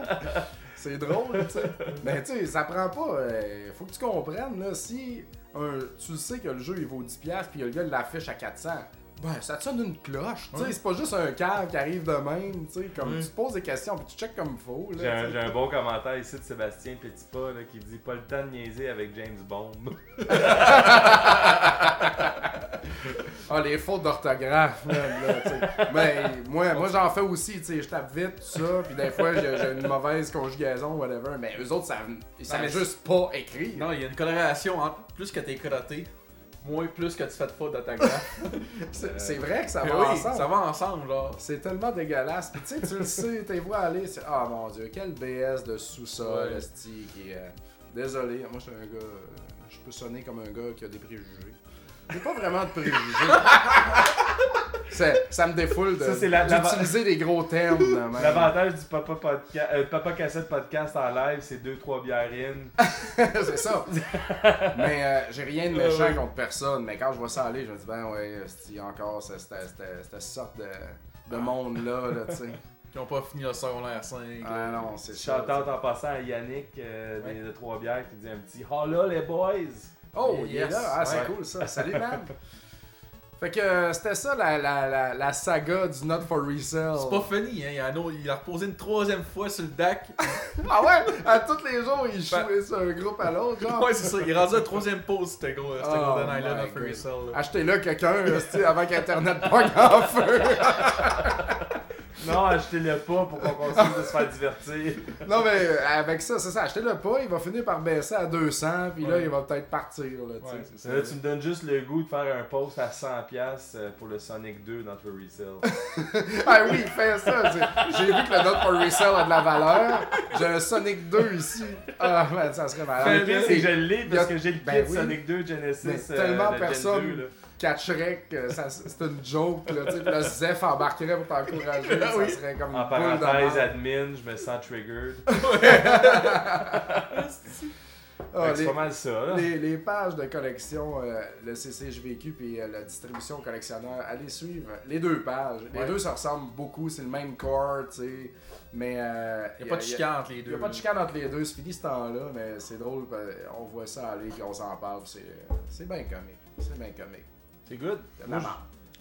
A: C'est drôle, tu sais. Mais tu sais, ça prend pas. euh, faut que tu comprennes, là, si un, tu sais que le jeu, il vaut 10$, puis le gars il l'affiche à 400. Ben, ça te sonne une cloche, tu sais, c'est pas juste un cave qui arrive de même, tu sais, comme
C: Ouais.
A: tu te poses des questions, puis tu checkes comme faut,
C: J'ai
A: là.
C: un,
A: tu
C: j'ai
A: sais.
C: un bon commentaire ici de Sébastien Petitpas là, qui dit pas le temps de niaiser avec James Bond.
A: Ah, les fautes d'orthographe, même, là, tu sais.
C: [LAUGHS]
A: Mais moi, moi j'en fais aussi, tu sais, je tape vite, tout ça, puis des fois, j'ai j'ai une mauvaise conjugaison, whatever, mais eux autres, ça, ils savent
B: mais
A: juste pas écrire.
B: Non, il y a une corrélation entre plus que t'es crotté, moins plus que tu fais de
A: [LAUGHS]
B: faute d'autographe.
A: [LAUGHS] C'est c'est vrai que ça
C: Euh,
B: Mais
A: va
B: oui,
A: ensemble.
B: ça va ensemble, genre.
A: C'est tellement dégueulasse. Puis tu sais, tu le sais, tes voix aller, c'est ah mon dieu, quel BS de sous-sol,
C: Ouais.
A: esti, qui est. euh, Désolé, moi, je suis un gars. euh, Je peux sonner comme un gars qui a des préjugés. J'ai pas vraiment de préjugés.
C: [LAUGHS]
A: C'est- ça me défoule de-
C: Ça, c'est la-
A: d'utiliser des gros termes. de même.
C: L'avantage du papa, podca- euh, papa Cassette podcast en live, c'est 2-3 bières in.
A: [LAUGHS] c'est ça. mais euh, j'ai rien de méchant
C: Ouais, ouais.
A: contre personne. Mais quand je vois ça aller, je me dis, ben ouais, c'est encore cette- cette cette- cette sorte
B: Ah.
A: de, de monde-là, là,
B: [LAUGHS]
A: tu sais.
B: Qui ont pas fini le secondaire 5.
A: Ah non, c'est ça.
C: Chantante en passant à Yannick euh, des- de Trois Bières qui dit un petit Oh là les boys!
A: Oh, il est
B: Yes.
A: là. Ah, c'est
B: Ouais.
A: cool
B: [LAUGHS]
A: ça. Salut, man. Fait que euh, c'était ça la, la, la, la saga du Not for Resale.
B: C'est pas fini, hein. Il, y en a, il a reposé une troisième fois sur le DAC.
A: Ah ouais, à tous les jours, ils jouaient sur un groupe à l'autre, genre.
B: [LAUGHS] Ben ouais, c'est ça. Il est rendu à la troisième pause, ce gros, ce
A: Oh
B: Golden
A: my
B: Island
A: Ah,
B: of
A: God.
B: Resell, là.
A: Achetez-le quelqu'un, esti, avant qu'Internet pogne en feu.
C: Non, achetez-le pas pour qu'on continue de se faire divertir.
A: Non, mais euh, avec ça, c'est ça. Achetez-le pas, il va finir par baisser à 200, puis là,
B: Ouais.
A: il va peut-être partir, là, tu sais.
B: Ouais, c'est ça.
C: Là, tu me donnes juste le goût de faire un post à 100$ euh, pour le Sonic 2 dans le resale.
A: Ah oui, fais ça. tu sais. J'ai vu que le Not for Resale a de la valeur. J'ai un Sonic 2 ici. Ah, man, ça serait
C: Le
A: malade.
C: pire, c'est que je
A: y
C: l'ai
A: a-
C: parce que j'ai le kit
A: Ben oui.
C: Sonic 2 Genesis.
A: Mais
C: euh,
A: tellement
C: de Gen
A: personne
C: 2, là.
A: catcherait que euh, ça- c'est une joke, là, tu sais, le Zef embarquerait pour t'encourager, ça serait comme
C: En
A: une boule de
C: parenthèse,
A: merde.
C: admin, je me sens triggered.
A: Ah,
C: Fait que c'est
A: les,
C: pas mal ça. Là.
A: les- les pages de collection, euh, le CCJVQ puis euh, la distribution collectionneur, allez suivre les deux pages. Les
B: Ouais.
A: deux se ressemblent beaucoup, c'est le même corps, tu sais, mais... euh,
B: Il n'y a pas de chicane entre les
A: Il
B: deux.
A: n'y a pas de chicane entre les deux, c'est fini ce temps-là, mais c'est drôle, euh, on voit ça aller, puis on s'en parle, puis c'est, c'est bien comique, c'est bien comique.
C: C'est good. Moi, je-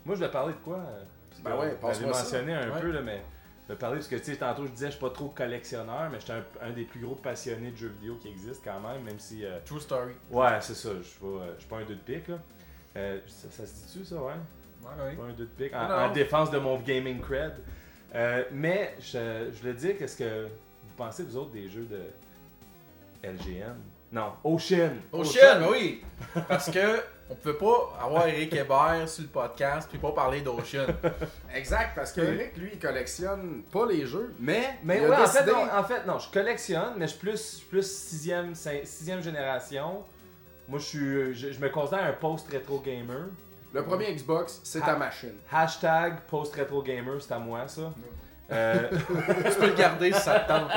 C: Moi, je vais parler de quoi euh, parce
A: Ben
C: que
A: ouais,
C: vous
A: passe-moi
C: l'avez
A: ça.
C: mentionné un
B: Ouais.
C: peu, là, mais je vais parler parce que, tu sais, tantôt, je disais, je suis pas trop collectionneur, mais j'étais un, un des plus gros passionnés de jeux vidéo qui existent quand même, même si. euh,
B: True story.
C: Ouais, c'est ça, je suis pas, euh, je suis pas un 2 de pique, là. Euh, ça, ça se dit-tu, ça, ouais?
B: Ouais, ouais.
C: Pas un 2 de pique. En,
B: Non.
C: en défense de mon gaming cred. Euh, mais, je, je voulais dire, qu'est-ce que vous pensez, vous autres, des jeux de LGN? Non, Ocean!
B: Ocean, ben oui! Parce que on peut pas avoir Eric Hébert sur le podcast puis pas parler d'Ocean.
A: Exact, parce que Eric, lui, il collectionne pas les jeux, mais,
C: Mais
A: il a
C: ouais, en fait,
A: décidé-
C: non, en fait, non, je collectionne, mais je suis plus, je suis plus sixième, cin- sixième génération. Moi, je, suis, je, je me considère un post-rétro gamer.
A: Le premier Xbox, c'est
C: Ah.
A: ta machine.
C: Hashtag post-rétro gamer, c'est à moi, ça. Euh,
B: tu peux le garder si ça te tente.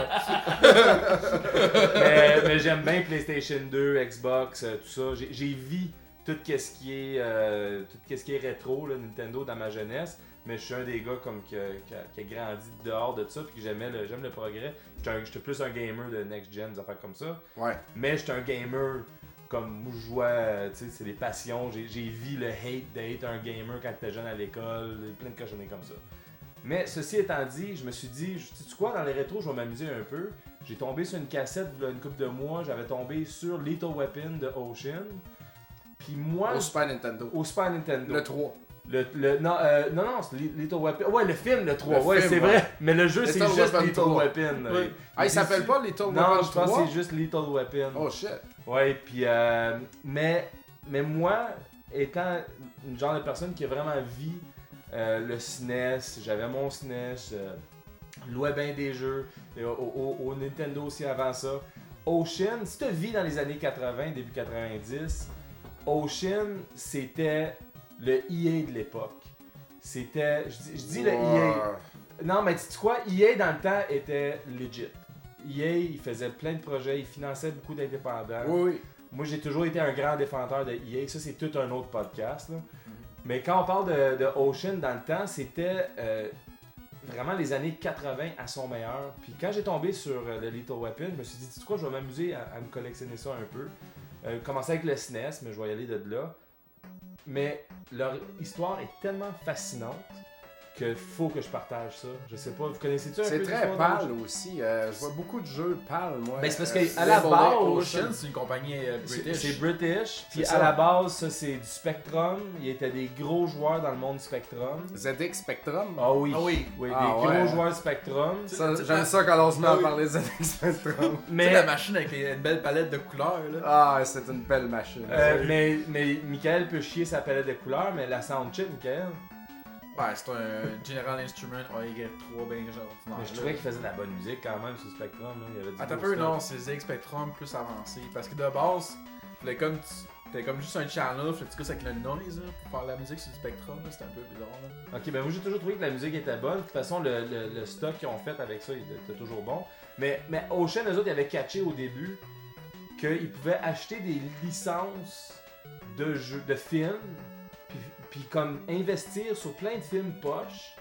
C: mais mais j'aime bien PlayStation 2, Xbox, euh, tout ça. J'ai- J'ai vu tout ce qui est euh, tout ce qui est rétro, là, Nintendo dans ma jeunesse. Mais je suis un des gars comme qui a, qui a- qui a grandi dehors de ça, puis que j'aimais le- j'aime le progrès. J'étais un- J'étais plus un gamer de next gen, des affaires comme ça.
A: Ouais.
C: Mais j'étais un gamer comme moi, je vois, euh, tu sais, c'est des passions. J'ai, j'ai vu le hate d'être un gamer quand t'étais jeune à l'école, plein de cochonneries comme ça. Mais ceci étant dit, je me suis dit, tu sais quoi, dans les rétros, je vais m'amuser un peu. J'ai tombé sur une cassette il une couple de mois, j'avais tombé sur Little Weapon de Ocean. Puis moi,
A: Au Super Nintendo.
C: au Super Nintendo.
A: Le 3.
C: Le- le- non, euh, non, non, c'est Li- Little Weapon. Ouais, le film, le 3,
A: Le
C: ouais,
A: film,
C: c'est
A: ouais.
C: vrai. Mais le jeu, c'est
A: Little
C: juste
A: Weapon
C: Little
A: 3.
C: Weapon.
B: Ouais.
A: Ah, il s'appelle pas Little
C: Non,
A: Weapon
C: je pense
A: 3?
C: que c'est juste Little Weapon.
A: Oh shit.
C: Ouais, puis euh, mais mais moi étant une genre de personne qui a vraiment vu euh, le SNES, j'avais mon SNES, euh, je louais bien des jeux et au, au- au Nintendo aussi avant ça. Ocean, si tu vis dans les années 80, début 90, Ocean c'était le EA de l'époque. C'était, je dis, je dis le EA, non, mais tu quoi, EA dans le temps E était legit. EA, il faisait plein de projets, il finançait beaucoup d'indépendants.
A: Oui, oui.
C: Moi, j'ai toujours été un grand défendeur de EA. Ça, c'est tout un autre podcast. là.
A: Mhm.
C: Mais quand on parle de, de Ocean dans le temps, c'était euh, vraiment les années 80 à son meilleur. Puis quand j'ai tombé sur euh, le Little Weapon, je me suis dit, tu sais quoi, je vais m'amuser à, à me collectionner ça un peu. Euh, commencer avec le SNES, mais je vais y aller de là. Mais leur histoire est tellement fascinante que faut que je partage ça. Je sais pas, vous connaissez-tu un peu
A: C'est très
C: l'histoire d'Ocean?
A: pâle aussi. euh, je vois beaucoup de jeux pâles, moi.
C: Ben, c'est parce
A: Euh,
C: que à la
A: Double
C: base,
A: A Ocean,
B: Ocean, c'est une compagnie euh,
C: C'est-
B: british.
C: C'est British. Puis
A: C'est
C: à
A: ça.
C: la base, ça c'est du Spectrum. Il était des gros joueurs dans le monde du Spectrum.
A: ZX Spectrum.
C: Ah oui.
B: Ah oui.
A: Ah
C: des
A: ouais.
C: gros joueurs du Spectrum.
A: Ça,
B: Tu- tu-
A: J'aime ça quand on se met
B: Ah
A: à
B: oui.
A: parler ZX
C: [LAUGHS]
A: Spectrum.
B: Tu sais, la
C: Mais,
B: machine avec les- une belle palette de couleurs, là.
A: Ah, c'est une belle machine.
C: euh, mais, mais Michael peut chier sa palette de couleurs, mais la soundchip, Michael.
B: Ouais, c'est un General Instrument AEG3 bien genre.
C: mais je trouvais qu'il faisait de la bonne musique quand même sur Spectrum. là. Il y avait du
B: Attends un
C: beau
B: peu,
C: stuff.
B: non, c'est ZX Spectrum plus avancé. Parce que de base, t'es comme, tu- t'es comme juste un channel, fait que tu casses avec le noise, là, pour faire la musique sur le Spectrum, là, c'est un peu bizarre, là.
C: Ok, ben moi j'ai toujours trouvé que la musique était bonne. De toute façon, le, le- le stock qu'ils ont fait avec ça, il était toujours bon. Mais, mais Ocean, eux autres, ils avaient catché au début qu'ils pouvaient acheter des licences de jeux, de films, puis, puis comme investir sur plein de films poches,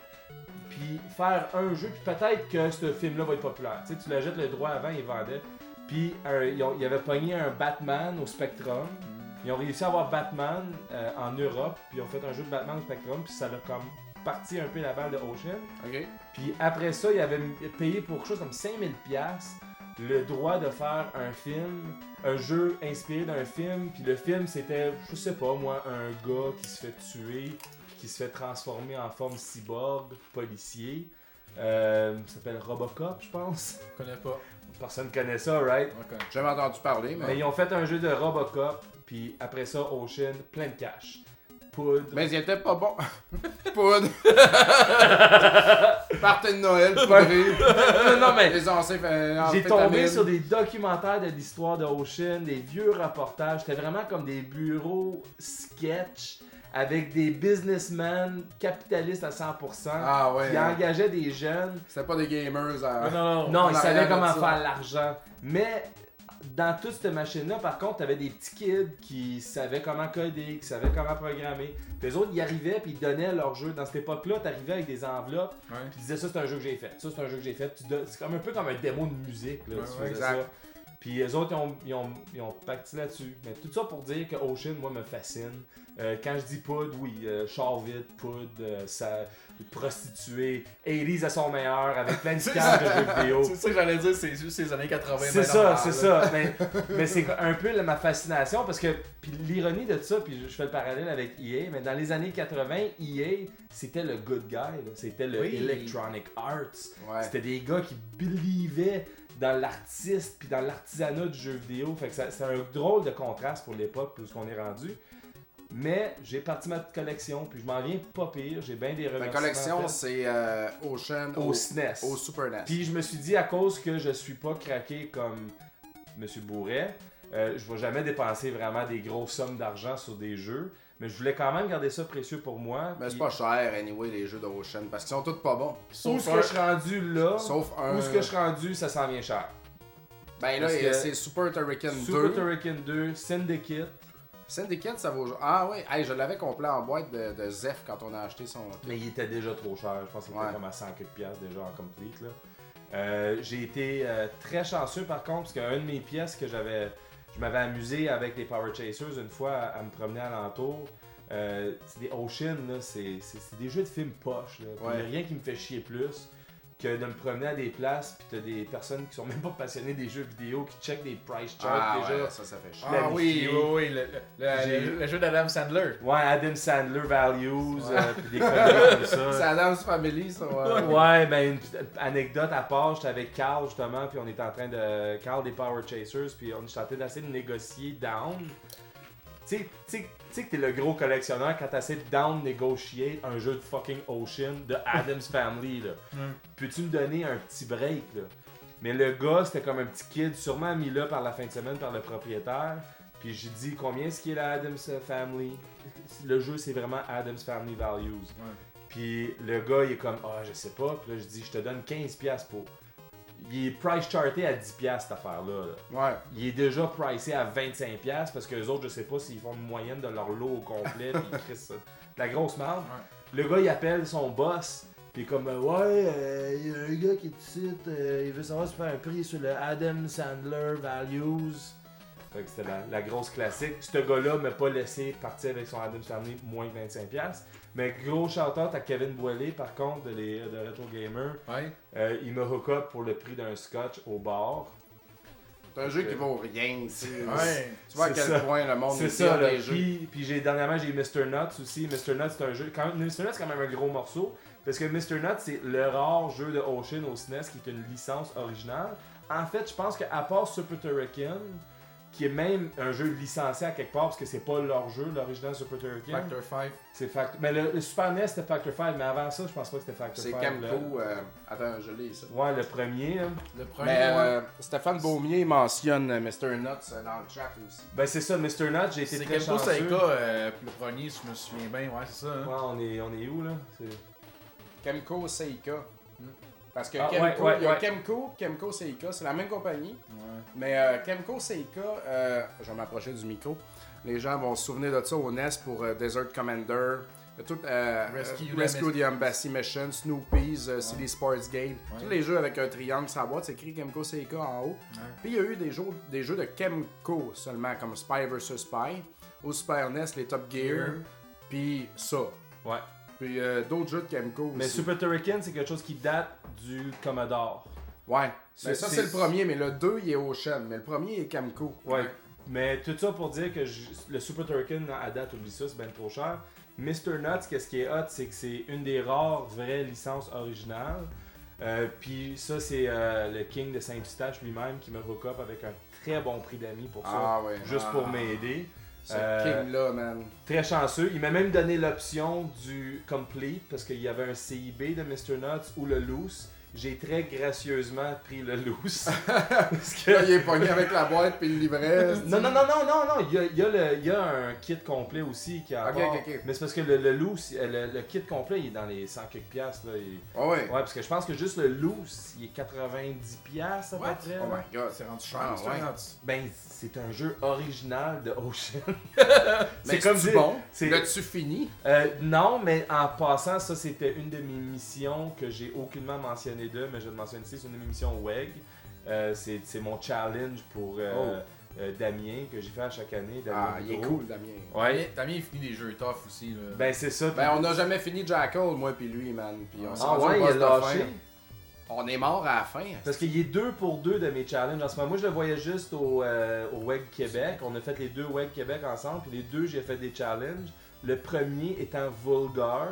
C: puis faire un jeu, puis peut-être que ce film-là va être populaire. Tu sais, tu l'achètes le droit avant, ils vendaient. Puis un- ils, ont- ils avaient pogné un Batman au Spectrum. Ils ont réussi à avoir Batman euh, en Europe, puis ils ont fait un jeu de Batman au Spectrum, puis ça a comme parti un peu la balle de Ocean.
A: Ok.
C: Puis après ça, ils avaient payé pour quelque chose comme 5000 pièces le droit de faire un film, un jeu inspiré d'un film, puis le film c'était je sais pas moi un gars qui se fait tuer, puis qui se fait transformer en forme cyborg, policier. Euh, ça s'appelle Robocop, je pense.
B: Je connais pas.
C: Personne connaît ça, right?
B: On connaît.
A: J'ai jamais entendu parler,
C: Mais
A: mais.
C: ils ont fait un jeu de Robocop, puis après ça, Ocean, plein de cash. Poudre.
A: Mais ils étaient pas
C: [LAUGHS]
A: bons. Poudre. Partez de Noël, poudré.
C: non, non, mais
A: Les anciens. euh,
C: J'ai
A: amphétamines.
C: tombé sur des documentaires de l'histoire de Ocean, des vieux reportages. C'était vraiment comme des bureaux sketch avec des businessmen capitalistes à 100%
A: Ah ouais.
C: qui engageaient des jeunes.
A: C'était pas des gamers euh, à.
B: non,
C: Non,
A: on
C: ils
A: a
C: savaient
A: rien
C: comment
A: à
C: faire
A: dire.
C: l'argent. Mais dans toute cette machine-là, par contre, t'avais des petits kids qui savaient comment coder, qui savaient comment programmer. Les autres, ils arrivaient puis ils donnaient leur jeu. Dans cette époque-là, t'arrivais avec des enveloppes
B: Ouais.
C: puis tu disais ça c'est un jeu que j'ai fait, ça c'est un jeu que j'ai fait, Tu don- c'est comme un peu comme un démo de musique là,
B: Ouais,
C: tu
B: ouais,
C: faisais
A: exact.
C: ça. Puis les autres ils ont, ils ont, ils ont pacté là-dessus. Mais tout ça pour dire que Ocean moi me fascine. Euh, quand je dis poudre, oui, euh, char vide, poudre, euh, ça, prostituée, Elise à son meilleur avec
B: [LAUGHS]
C: plein de cartes de jeux vidéo.
B: C'est ça que j'allais dire, c'est juste ces années 80.
C: C'est
B: ben
C: ça,
B: normal,
C: c'est
B: là.
C: ça. Mais, mais c'est un peu la- ma fascination parce que puis l'ironie de ça, puis je fais le parallèle avec EA, mais dans les années 80, EA, c'était le good guy, là. c'était le
B: Oui.
C: Electronic Arts.
A: Ouais.
C: C'était des gars qui believaient dans l'artiste puis dans l'artisanat du jeu vidéo. Fait que ça- c'est un drôle de contraste pour l'époque, pour ce qu'on est rendu. Mais j'ai parti ma collection, puis je m'en viens pas pire. J'ai bien des
A: La
C: remerciements.
A: collection,
C: faits
A: c'est euh, Ocean au,
C: au E SNES.
A: au Super E NES.
C: Puis je me suis dit, à cause que je suis pas craqué comme Monsieur Bourret, euh, je vais jamais dépenser vraiment des grosses sommes d'argent sur des jeux. Mais je voulais quand même garder ça précieux pour moi.
A: Mais Ben, c'est
C: Puis
A: pas cher, anyway, les jeux d'Ocean, parce qu'ils sont tous pas bons.
C: Où
B: Sauf
C: est-ce que je suis rendu là,
A: Sauf un.
C: où est-ce que je suis rendu, ça s'en vient cher.
A: Ben là,
C: Parce que-
A: c'est Super Turrican 2.
C: Super Turrican 2, Syndicate.
A: Syndicate, ça vaut. Ah oui, Hey, je l'avais complet en boîte de, de Zef quand on a acheté son.
C: Mais il était déjà trop cher. Je pense qu'il
A: Ouais.
C: était comme à 100 quelques piastres déjà en complete. Là. Euh, j'ai été euh, très chanceux par contre, parce qu'un de mes pièces que j'avais. Je m'avais amusé avec les Power Chasers une fois à, à me promener alentour. Euh, c'est des Ocean, là, c'est, c'est- c'est des jeux de films poche. Là. Puis
A: Ouais.
C: y a rien qui me fait chier plus que de me promener à des places, puis t'as des personnes qui sont même pas passionnées des jeux vidéo, qui checkent des price charts
A: Ah
C: déjà.
A: ouais, ça, ça fait chier.
B: Ah oui, oui, oui, le, le- le-
C: J'ai-
B: le jeu d'Adam Sandler.
C: Ouais, Adam Sandler Values,
B: Ouais.
C: euh, puis des
A: [LAUGHS]
C: conneries comme ça.
A: C'est Adam's Family, ça. ouais.
C: Ouais, ben une petite anecdote à part, j'étais avec Carl justement, puis on était en train de. Carl des Power Chasers, puis on était en train d'essayer de négocier down. Tu sais- tu sais tu sais que t'es le gros collectionneur quand t'essaies de down négocier un jeu de fucking Ocean de Adam's Family là. Peux-tu me donner un petit break là? Mais le gars, c'était comme un petit kid, sûrement mis là par la fin de semaine par le propriétaire. Puis j'ai dit combien est-ce qu'il est la Adam's Family? Le jeu c'est vraiment Adam's Family Values. Puis le gars, il est comme, ah, je sais pas. Puis là, je dis, je te donne 15$ pour. il est price charté à 10$ cette affaire-là. là.
A: Ouais.
C: Il est déjà pricé à 25$ parce que les autres, je sais pas s'ils font une moyenne de leur lot au complet. puis ils crissent ça. La grosse merde. Le gars, il appelle son boss. Puis il est comme, ouais, euh, il y a un gars qui est ici, euh, il veut savoir si tu fais un prix sur le Adam Sandler Values. Fait que c'était la, la grosse classique. Ce gars-là m'a pas laissé partir avec son Adam Sandler moins que 25$. Mais gros shout-out à Kevin Boilé, par contre, de, les, de Retro Gamer.
B: Ouais.
C: Euh, il me hook up pour le prix d'un scotch au bar.
A: C'est un jeu
C: Ok.
A: qui vaut rien. c'est-
B: Ouais.
A: Tu vois à
C: C'est
A: quel
C: ça.
A: point le monde
C: C'est
A: est
C: ça, là.
A: les jeux.
C: Puis, puis j'ai, dernièrement, j'ai Mr. Nuts aussi. Mr. Nuts, c'est un jeu. Quand, Mr. Nuts, c'est quand même un gros morceau. Parce que Mr. Nuts, c'est le rare jeu de Ocean au SNES qui est une licence originale. En fait, je pense qu'à part Super Turrican, qui est même un jeu licencié à quelque part parce que c'est pas leur jeu, l'original Super Turrican.
B: Factor 5.
C: C'est Factor. Mais le, le Super NES, c'était Factor 5, mais avant ça, je pense pas que c'était Factor
A: C'est
C: 5. là.
A: Camco. euh, Attends, je l'ai ça.
C: Ouais, le premier. hein.
B: Le premier.
A: Mais
B: ouais.
A: euh, Stéphane Beaumier mentionne euh, Mr. Nuts euh, dans le chat aussi.
C: Ben, c'est ça, Mr. Nuts, j'ai été
B: C'est
C: très
B: quel beau
C: chanceux.
B: Seika, euh, le premier, si je me souviens bien, ouais, c'est ça. hein.
C: Ouais, on est, on est où, là? C'est...
A: Kemco Seika. Hmm. Parce que
C: Ah,
A: Kemco,
C: ouais, ouais,
A: il y a
C: ouais.
A: Kemco, Kemco Seika, c'est la même compagnie.
B: Ouais.
A: Mais euh, Kemco Seika, euh, je vais m'approcher du micro. Les gens vont se souvenir de ça au NES pour euh, Desert Commander, euh, tout, euh,
B: Rescue
A: euh,
B: the
A: Rescue the Embassy Mission, Snoopy's, euh, City Sports Game. Tous les jeux avec un triangle sur la boîte, c'est écrit Kemco Seika en haut. Puis il y a eu des jeux, des jeux de Kemco seulement, comme Spy vs Spy, au Super NES, les Top Gear, puis ça.
C: Ouais.
A: Puis euh, d'autres jeux de Kemco
C: Mais
A: aussi.
C: Super Turrican, c'est quelque chose qui date du Commodore.
A: Ouais.
C: C'est-
A: Mais ça,
C: c'est-
A: c'est le premier, mais le 2, il est Ocean. Mais le premier, il est Camco.
C: Ouais. Mais tout ça pour dire que je- le Super Turrican, à date, oublie ça, c'est ben trop cher. Mr. Nuts, qu'est-ce qui est hot, c'est que c'est une des rares vraies licences originales. Euh, Puis ça, c'est euh, le King de Saint-Eustache lui-même qui me hook up avec un très bon prix d'amis pour ça.
A: Ah ouais.
C: juste
A: Ah.
C: pour m'aider.
A: Ce
C: Euh,
A: King-là,
C: [LAUGHS]
A: man.
C: Très chanceux. Il m'a même donné l'option du complete parce qu'il y avait un CIB de Mr. Nuts ou le loose. J'ai très gracieusement pris le
A: [LAUGHS]
C: loose. Parce que-
A: Là, il est pogné avec la boîte puis le livret.
C: [LAUGHS] Non, non, non, non, non, non. Il y a, il y a le- il y a un kit complet aussi qui a.
A: Ok, ok, ok.
C: Mais c'est parce que le, le loose, euh, le, le kit complet, il est dans les 100 quelques piastres. Là. il-
A: Ah ouais.
C: Ouais, parce que je pense que juste le loose, il est 90 piastres à
B: What?
C: peu près.
A: Oh
C: là.
A: my god.
B: C'est rendu cher,
A: Ah,
B: c'est
A: ouais.
B: rendu-
C: Ben, c'est un jeu original de Ocean.
A: Mais
C: si-
A: c'est bon.
C: c'est-
A: L'as-tu fini?
C: Euh, non, mais en passant, ça c'était une de mes missions que j'ai aucunement mentionné d'eux, mais je le mentionne ici, c'est une de mes missions WEG. Euh, c'est c'est mon challenge pour euh, euh, Damien que j'ai fait à chaque année. Damien
A: Oh. Ah, il est
C: Boudreau.
A: cool, Damien.
C: Ouais.
B: Damien, Damien, il finit des jeux tough aussi. Là.
C: Ben c'est ça.
A: Ben, on n'a jamais fini Jackal, moi puis lui, man. Puis on s'est
C: ah
A: rendu au
C: ouais, il a
A: boss de la
C: lâché.
A: fin. On est mort à la fin.
C: Parce qu'il est deux pour deux de mes challenges en ce moment. Moi, je le voyais juste au, euh, au WEG Québec. On a fait les deux WEG Québec ensemble, puis les deux, j'ai fait des challenges. Le premier étant Vulgar.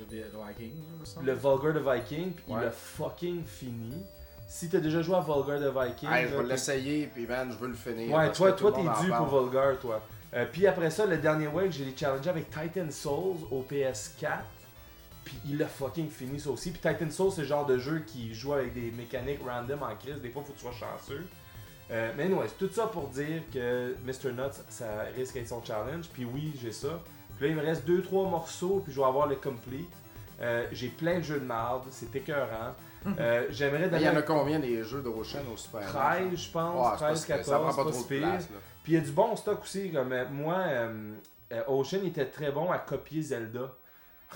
B: de, de, de Viking, là, me semble.
C: le Vulgar de Viking, puis il
B: Ouais.
C: a fucking fini. Si t'as déjà joué à Vulgar de Viking,
A: Hey, je
C: là,
A: vais
C: t'es-
A: l'essayer, puis man, je veux le finir.
C: ouais,
A: parce
C: toi,
A: que
C: toi,
A: tout le monde
C: t'es dû
A: en
C: pour
A: parle.
C: Vulgar, toi. Euh, puis après ça, le dernier wave, j'ai challengé avec Titan Souls au PS4. Puis il a fucking fini ça aussi. Puis Titan Souls, c'est le genre de jeu qui joue avec des mécaniques random en crise. Des fois, faut que tu sois chanceux. Euh, mais ouais, tout ça pour dire que Mr. Nuts, ça risque d'être son challenge. Puis oui, j'ai ça. Puis là, il me reste 2-3 morceaux, puis je vais avoir le complete. Euh, j'ai plein de jeux de marde,
A: [LAUGHS]
C: c'est écœurant. Euh, J'aimerais
A: Mais Il
C: donner
A: y en
C: un
A: a combien des jeux de Ocean au Super? NES?
C: 13, je pense,
A: Ouais, c'est parce
C: 13,
A: que
C: 14,
A: ça prend pas
C: pas
A: trop
C: si
A: de
C: pire.
A: place, là.
C: Puis il y a du bon stock aussi. Comme, euh, moi, euh, euh, Ocean était très bon à copier Zelda.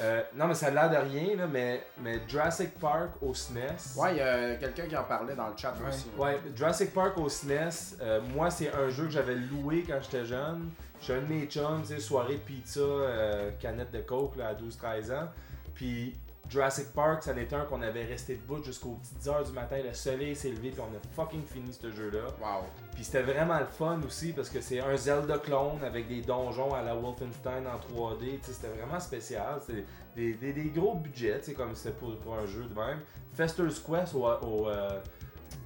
C: Euh, non, mais ça a l'air de rien, là, mais, mais Jurassic Park au SNES.
A: Ouais, il y a quelqu'un qui en parlait dans le chat
B: Ouais.
A: aussi.
C: Ouais, Jurassic Park au SNES, euh, moi c'est un jeu que j'avais loué quand j'étais jeune. J'étais un de mes chums, tu sais, soirée pizza, euh, canette de coke là, à 12-13 ans. Puis Jurassic Park, ça en était un qu'on avait resté debout jusqu'aux petites heures du matin, le soleil s'est levé, puis on a fucking fini ce jeu-là.
A: Wow.
C: Puis c'était vraiment le fun aussi parce que c'est un Zelda clone avec des donjons à la Wolfenstein en 3D. tu sais, C'était vraiment spécial. C'est des, des- des gros budgets, tu sais, comme c'était pour, pour un jeu de même. Fester's Quest au. au, euh,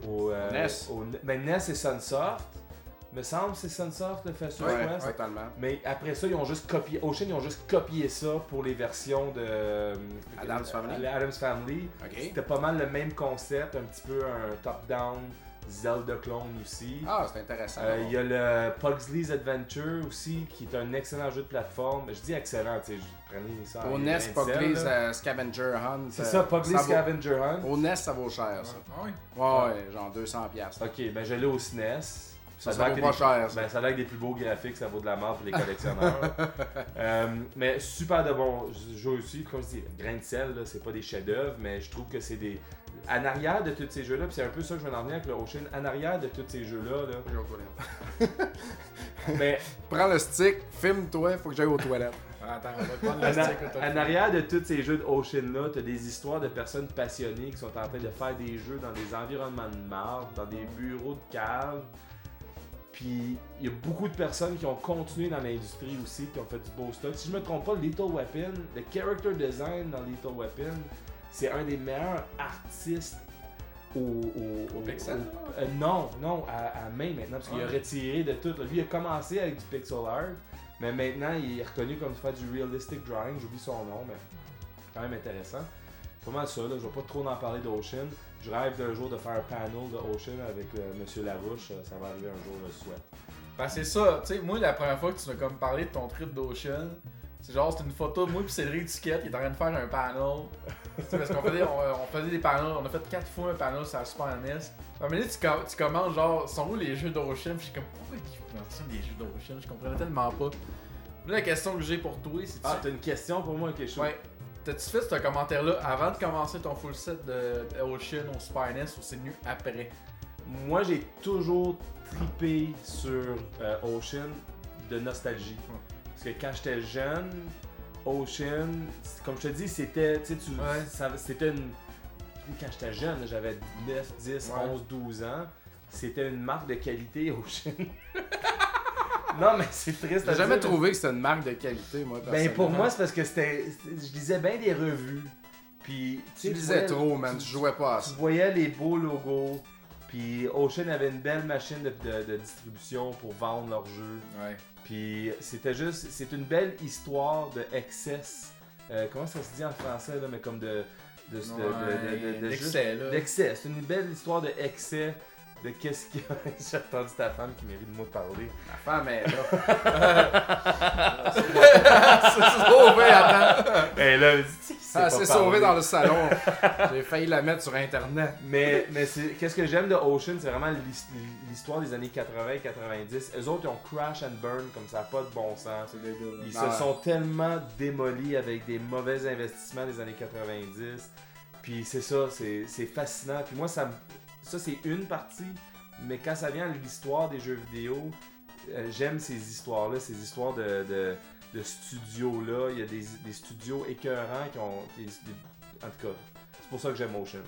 C: au, euh,
A: NES.
C: au- ben, NES et Sunsoft. Me semble que c'est Sunsoft le Fester's
A: Ouais,
C: Quest.
A: totalement.
C: Mais après ça, ils ont juste copié. Ocean, ils ont juste copié ça pour les versions de. euh,
A: Adam's Family.
C: Adam's Family.
A: Ok.
C: C'était pas mal le même concept, un petit peu un top-down Zelda Clone aussi.
A: Ah, c'est intéressant.
C: Euh, Il y a le Pugsley's Adventure aussi, qui est un excellent jeu de plateforme. Je dis excellent, tu sais, je prenais ça.
A: Au
C: en
A: NES,
C: 27,
A: Pugsley's
C: là.
A: euh, Scavenger Hunt.
C: C'est
A: euh,
C: ça, Pugsley's
A: ça vaut-
C: Scavenger Hunt.
A: Au NES, ça vaut cher, ça.
B: Ah oui.
A: Ouais, ouais, genre 200$. piastres.
C: Ok, ben je l'ai au SNES.
A: Oh. Ça,
C: a
A: ça
C: l'air
A: vaut
C: que
A: pas
C: des-
A: cher, ça.
C: Ben, ça a l'air que des plus beaux graphiques, ça vaut de la
A: [LAUGHS]
C: mort pour les collectionneurs. Euh, mais super de bons jeux aussi. Comme je dis, grain de sel, là, c'est pas des chefs-d'œuvre, mais je trouve que c'est des. En arrière de tous ces jeux-là, puis c'est un peu ça que je veux en venir avec le Ocean, en arrière de tous ces jeux-là,
A: [LAUGHS]
C: là,
A: J'ai aux toilettes.
C: mais
A: Prends le stick, filme-toi, faut que j'aille aux
C: [LAUGHS]
A: toilettes.
B: Ah, Attends, on va prendre
C: en,
B: le
C: a-
B: stick autour.
C: en arrière de tous ces jeux de Ocean-là, t'as des histoires de personnes passionnées qui sont en train de faire des jeux dans des environnements de marde, dans des bureaux de cave. Puis il y a beaucoup de personnes qui ont continué dans l'industrie aussi, qui ont fait du beau stuff. Si je me trompe pas, Little Weapon, le character design dans Little Weapon, c'est un des meilleurs artistes au, au, au-
B: pixel,
C: au- euh, non, non, à, à main maintenant, parce qu'il a
B: Ouais.
C: retiré de tout. Lui, il a commencé avec du pixel art, mais maintenant il est reconnu comme faire du realistic drawing. J'oublie son nom, mais quand même intéressant. Pas mal ça, là. je vais pas trop en parler d'Ocean. Je rêve d'un jour de faire un panel de Ocean avec euh, Monsieur Larouche, Euh, ça va arriver un jour, je le souhaite.
B: Ben, c'est ça, tu sais, moi, la première fois que tu m'as comme parlé de ton trip d'Ocean, c'est genre, c'est une photo de moi et Cédric Duquette, il est en train de faire un panel. Tu sais, parce qu'on faisait, on, on faisait des panels, on a fait 4 fois un panel sur la Super E NES. À un moment donné, tu, com- tu commences genre, sont où les jeux d'Ocean? Puis je suis comme, pourquoi ils mentionne des jeux d'Ocean? Je comprenais tellement pas. Mais la question que j'ai pour toi, c'est
C: Ah, t'as une question pour moi, quelque chose?
B: Ouais. T'as-tu fait ce commentaire-là avant de commencer ton full set de Ocean au Super NES ou c'est venu après?
C: Moi, j'ai toujours tripé sur euh, Ocean de nostalgie.
B: Ouais.
C: Parce que quand j'étais jeune, Ocean, c'est- comme je te dis, c'était. tu sais, tu-
B: Ouais.
C: ça- C'était une. Quand j'étais jeune, j'avais 9, 10,
B: Ouais.
C: 11, 12 ans. C'était une marque de qualité, [LAUGHS] Ocean. non, mais c'est triste. à
A: J'ai jamais
C: dire.
A: trouvé que c'était une marque de qualité, moi,
C: Ben, pour
A: personnellement.
C: moi, c'est parce que c'était. Je lisais bien des revues. Puis. sais,
A: tu lisais
C: voyais-
A: trop, man, tu jouais pas à
C: tu
A: ça.
C: voyais les beaux logos. Puis Ocean avait une belle machine de, de- de distribution pour vendre leurs jeux.
B: Ouais.
C: Puis c'était juste, c'est une belle histoire de excess. Euh, comment ça se dit en français là, mais comme de de de- de- de- de- de- juste-
B: D'excès, là.
C: d'excès. C'est une belle histoire de excès de qu'est-ce qu'il y a. [LAUGHS] J'ai entendu ta femme qui mérite de moi de parler.
A: Ma femme est
C: [LAUGHS]
A: là. [LAUGHS] C'est sauvé, attends.
C: Et Ben là, elle dit, Tu sais qu'il sait
A: Ah,
C: pas
A: c'est
C: parler.
A: sauvé dans le
B: [LAUGHS]
A: salon. J'ai failli la mettre sur Internet.
C: Mais, mais c'est, qu'est-ce que j'aime de Ocean, c'est vraiment l'his- l'histoire des années 80-90. Eux autres, ils ont crash and burn comme ça, pas de bon sens.
B: C'est débile.
C: Ils
A: Ah ouais.
C: se sont tellement démolis avec des mauvais investissements des années 90. Puis c'est ça, c'est c'est fascinant. Puis moi, ça, me- ça c'est une partie, mais quand ça vient à l'histoire des jeux vidéo, euh, j'aime ces histoires-là, ces histoires de, de, de studios-là. Il y a des, des studios écœurants qui ont. qui- des- en tout cas, c'est pour ça que j'aime Ocean.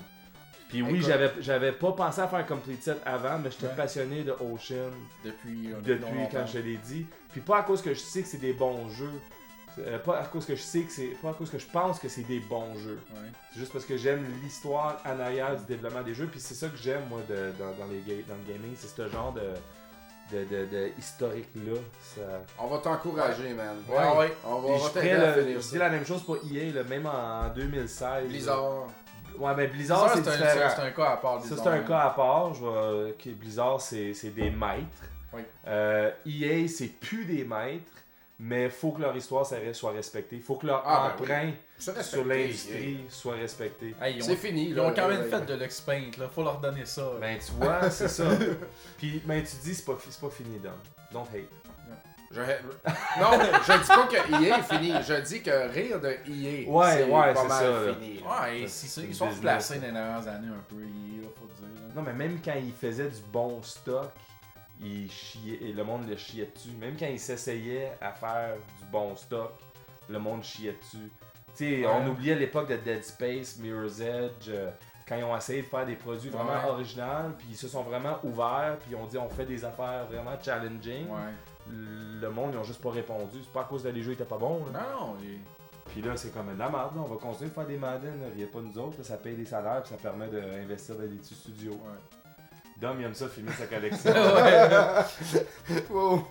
C: Puis oui,
A: Écoute.
C: j'avais j'avais pas pensé à faire Complete Set avant, mais j'étais
B: Ouais.
C: passionné de Ocean
B: Depuis, euh,
C: depuis
B: longtemps.
C: quand je l'ai dit. Puis pas à cause que je sais que c'est des bons jeux. Euh, pas à cause que je sais que c'est. Pas à cause que je pense que c'est des bons jeux.
B: Ouais.
C: C'est juste parce que j'aime l'histoire en arrière du développement des jeux. Puis c'est ça que j'aime moi de- dans, dans les ga- dans le gaming. C'est ce genre de, de, de- de historique-là. Ça...
A: On va t'encourager, man.
B: Ouais. Ah ouais.
A: On va,
C: Puis
A: on
C: je
A: va
C: ferais
A: t'aider à
C: le-
A: finir
C: je dis
A: ça.
C: la même chose pour EA, là, même en 2016. là.
A: Blizzard.
C: Ouais, mais Blizzard,
B: Blizzard,
C: c'est
B: c'est un,
C: différent.
B: c'est un cas à part.
C: Ça,
B: disons,
C: c'est un
B: hein.
C: cas à part. Je vais- ok, Blizzard, c'est c'est des maîtres.
B: Oui.
C: Euh, EA, c'est plus des maîtres, mais faut que leur histoire ça reste- soit respectée. faut que leur
A: Ah, ben
C: empreinte
A: Ça reste
C: sur
A: respecté,
C: l'industrie soit respectée.
B: Hey, ils,
A: C'est
B: ont,
A: fini.
B: ils
A: là.
B: ont quand même fait de l'expaint, là. Faut leur donner ça. là.
C: Ben, tu vois, c'est ça. [LAUGHS] Puis, ben, tu dis, c'est pas, fi- c'est pas fini, Dom. Don't hate.
A: Je-
B: [LAUGHS]
A: Non, je dis pas que EA est fini. Je dis que rire de EA,
C: Ouais,
A: c'est
C: ouais,
A: pas
C: c'est
A: mal
C: ça, là.
A: fini. là.
B: Ouais, et si
C: c'est
B: ça, ils
C: une
B: sont
C: business,
B: replacés
C: ça.
B: dans les dernières années un peu, il faut dire. là.
C: Non, mais même quand ils faisaient du bon stock, ils chiaient, et le monde le chiait dessus. Même quand ils s'essayaient à faire du bon stock, le monde chiait dessus. Tu sais,
B: Ouais.
C: on oubliait l'époque de Dead Space, Mirror's Edge, euh, quand ils ont essayé de faire des produits vraiment
B: Ouais.
C: originaux, puis ils se sont vraiment ouverts, puis ils ont dit on fait des affaires vraiment challenging.
B: Ouais.
C: Le monde, ils ont juste pas répondu. C'est pas à cause que les jeux étaient pas bons. là.
B: Non, non, les-
C: Puis là, c'est comme de la merde, là. on va continuer de faire des Madden, là. riez pas nous autres, là. ça paye des salaires, puis ça permet d'investir dans des petits studios.
B: ouais.
C: Dom, il aime ça filmer
A: [LAUGHS]
C: sa collection.
A: Wow.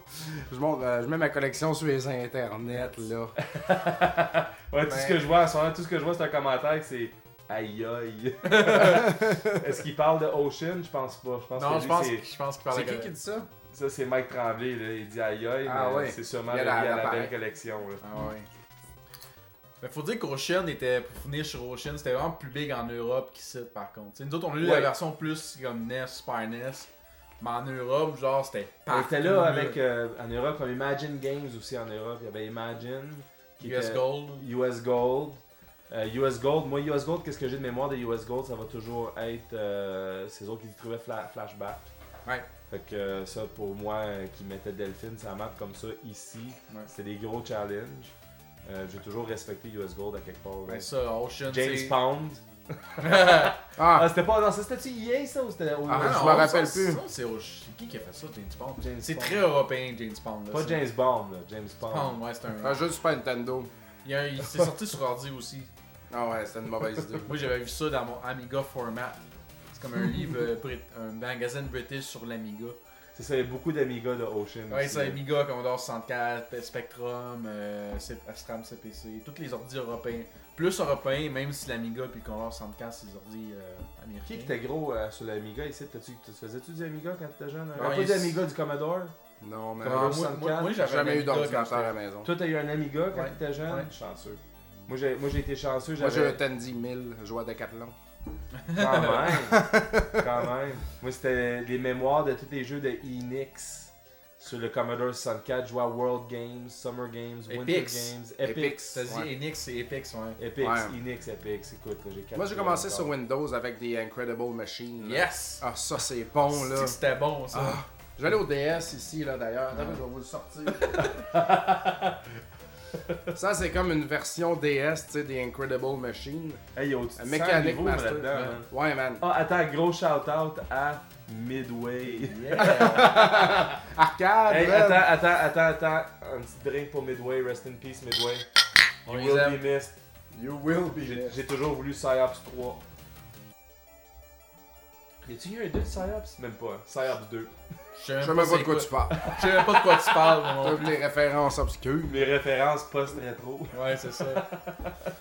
A: Je, montre, euh, je mets ma collection sur les internets, là.
C: Ouais, tout ce que je vois en ce moment, tout ce que je vois, c'est un commentaire que c'est Aïe aïe. [LAUGHS] Est-ce qu'il parle de Ocean Je pense pas. Je pense
B: Non,
C: que
B: je
C: lui,
B: pense,
C: c'est-
B: je pense qu'il parlait
A: C'est qui
B: que-
A: qui dit ça?
C: ça c'est Mike Tremblay. là. Il dit aïe aïe,
A: Ah
C: mais
A: ouais.
C: c'est sûrement
A: Il y
C: lié
A: a la-
C: à la
A: l'appareil.
C: belle collection. là.
B: Ah ouais. Mais faut dire qu'Ocean était, pour finir sur Ocean, c'était vraiment plus big en Europe qu'ici par contre. T'sais, nous autres, on a eu la
C: Ouais.
B: version plus comme NES, Super NES. Mais en Europe, genre, c'était
C: On
B: partout.
C: était là avec, euh, en Europe, comme Imagine Games aussi en Europe. Il y avait Imagine. qui
B: US
C: était-
B: Gold.
C: US Gold. Euh, US Gold, moi, US Gold, qu'est-ce que j'ai de mémoire de US Gold Ça va toujours être euh, ces autres qui trouvaient fla- Flashback.
B: Ouais.
C: Fait que euh, ça, pour moi, euh, qui mettait Delphine sur la map comme ça ici,
B: Ouais.
C: c'était des gros challenges. Euh, j'ai toujours respecté US Gold à quelque part. là.
B: Ben ça, Ocean,
C: James
B: t'sais-
C: Pound. Ah,
A: Ah,
C: c'était pas. Non, c'était-tu EA ça ou c'était. au-
A: Ah,
B: Ah
A: je
B: non,
A: me
B: ça,
A: rappelle
B: c'est-
A: plus.
B: ça, c'est au- c'est qui qui a fait ça, James Bond?
C: James
B: C'est
C: Bond.
B: très européen, James Bond. là.
C: Pas
B: C'est-
C: James Bond, là. James Bond.
B: Bond, ouais, c'est
A: un
B: un.
A: jeu de Super Nintendo.
B: Il, y a un- il s'est sorti sur ordi aussi.
A: Ah ouais, c'était une mauvaise idée.
B: Moi, j'avais vu ça dans mon Amiga format. C'est comme un livre, euh, brit- un magazine british sur l'Amiga.
C: C'est ça, il y a beaucoup d'Amiga de Ocean.
B: Ouais,
C: aussi.
B: c'est Amiga, Commodore 64, Spectrum, euh, C- Astram CPC, tous les ordis européens. Plus européens, même si l'Amiga puis le Commodore 64, c'est des ordis euh, américains.
C: Qui était gros euh, sur l'Amiga ici T'as-tu- Tu faisais-tu du Amiga quand t'étais jeune Un
B: Ouais,
C: peu
B: il-
C: d'Amiga du Commodore
A: Non, mais
B: Ah,
C: Comment-
B: moi- moi,
C: 64,
B: moi,
A: j'ai
B: j'avais un
A: jamais eu
B: Amiga quand
A: d'ordinateur à
B: j'étais-
A: la maison.
C: Toi, t'as eu un Amiga quand
B: Ouais.
C: t'étais jeune
B: Ouais.
C: Chanceux. Moi, j'ai, moi, j'ai été chanceux.
A: Moi, j'ai un
C: J'avais...
A: Tandy 1000, je jouais à Decathlon. [LAUGHS]
C: quand même. quand même. Moi, c'était les mémoires de tous les jeux de Enix sur le Commodore 64. Je jouais à World Games, Summer Games, Winter
B: Epix.
C: Games,
A: Epix.
B: Ça se dit
A: Ouais.
B: Enix et Epix, ouais.
C: Epix,
A: Ouais.
C: Enix, Epix. Écoute, là, j'ai quatre
A: Moi, j'ai
C: jeux
A: commencé
C: encore.
A: sur Windows avec des Incredible Machines. là.
B: Yes!
A: Ah, ça, c'est bon, là.
B: C'est- C'était bon, ça.
A: Ah, J'allais au DS ici, là, d'ailleurs. Attends,
C: Ah.
A: Je vais vous le sortir. ça, c'est comme une version DS, tu sais, des Incredible Machines.
C: Hey, yo, tu
A: Un
C: te sens
A: Mechanic
C: niveau
A: Master.
C: là-dedans. hein.
A: Ouais, man.
C: Ah, attends, gros shout-out à Midway.
B: [LAUGHS] Yeah.
A: Arcade,
C: Hey,
A: man.
C: attends, attends, attends, attends. Un petit drink pour Midway. Rest in peace, Midway.
B: On
C: You
B: les
C: will
B: aime.
C: be missed.
A: You will be
C: J'ai
A: there.
C: j'ai toujours voulu Psyops 3. Y'a-tu eu un 2 de Psyops Même pas. Psyops 2.
B: Je
A: Je
B: sais
A: sais
B: même pas
A: même pas
B: c'est
A: de quoi
B: quoi.
A: tu parles.
B: Je sais même pas de quoi tu parles, moi non
A: Toutes les références obscures.
C: Les références post-rétro.
B: plus. Ouais, c'est ça.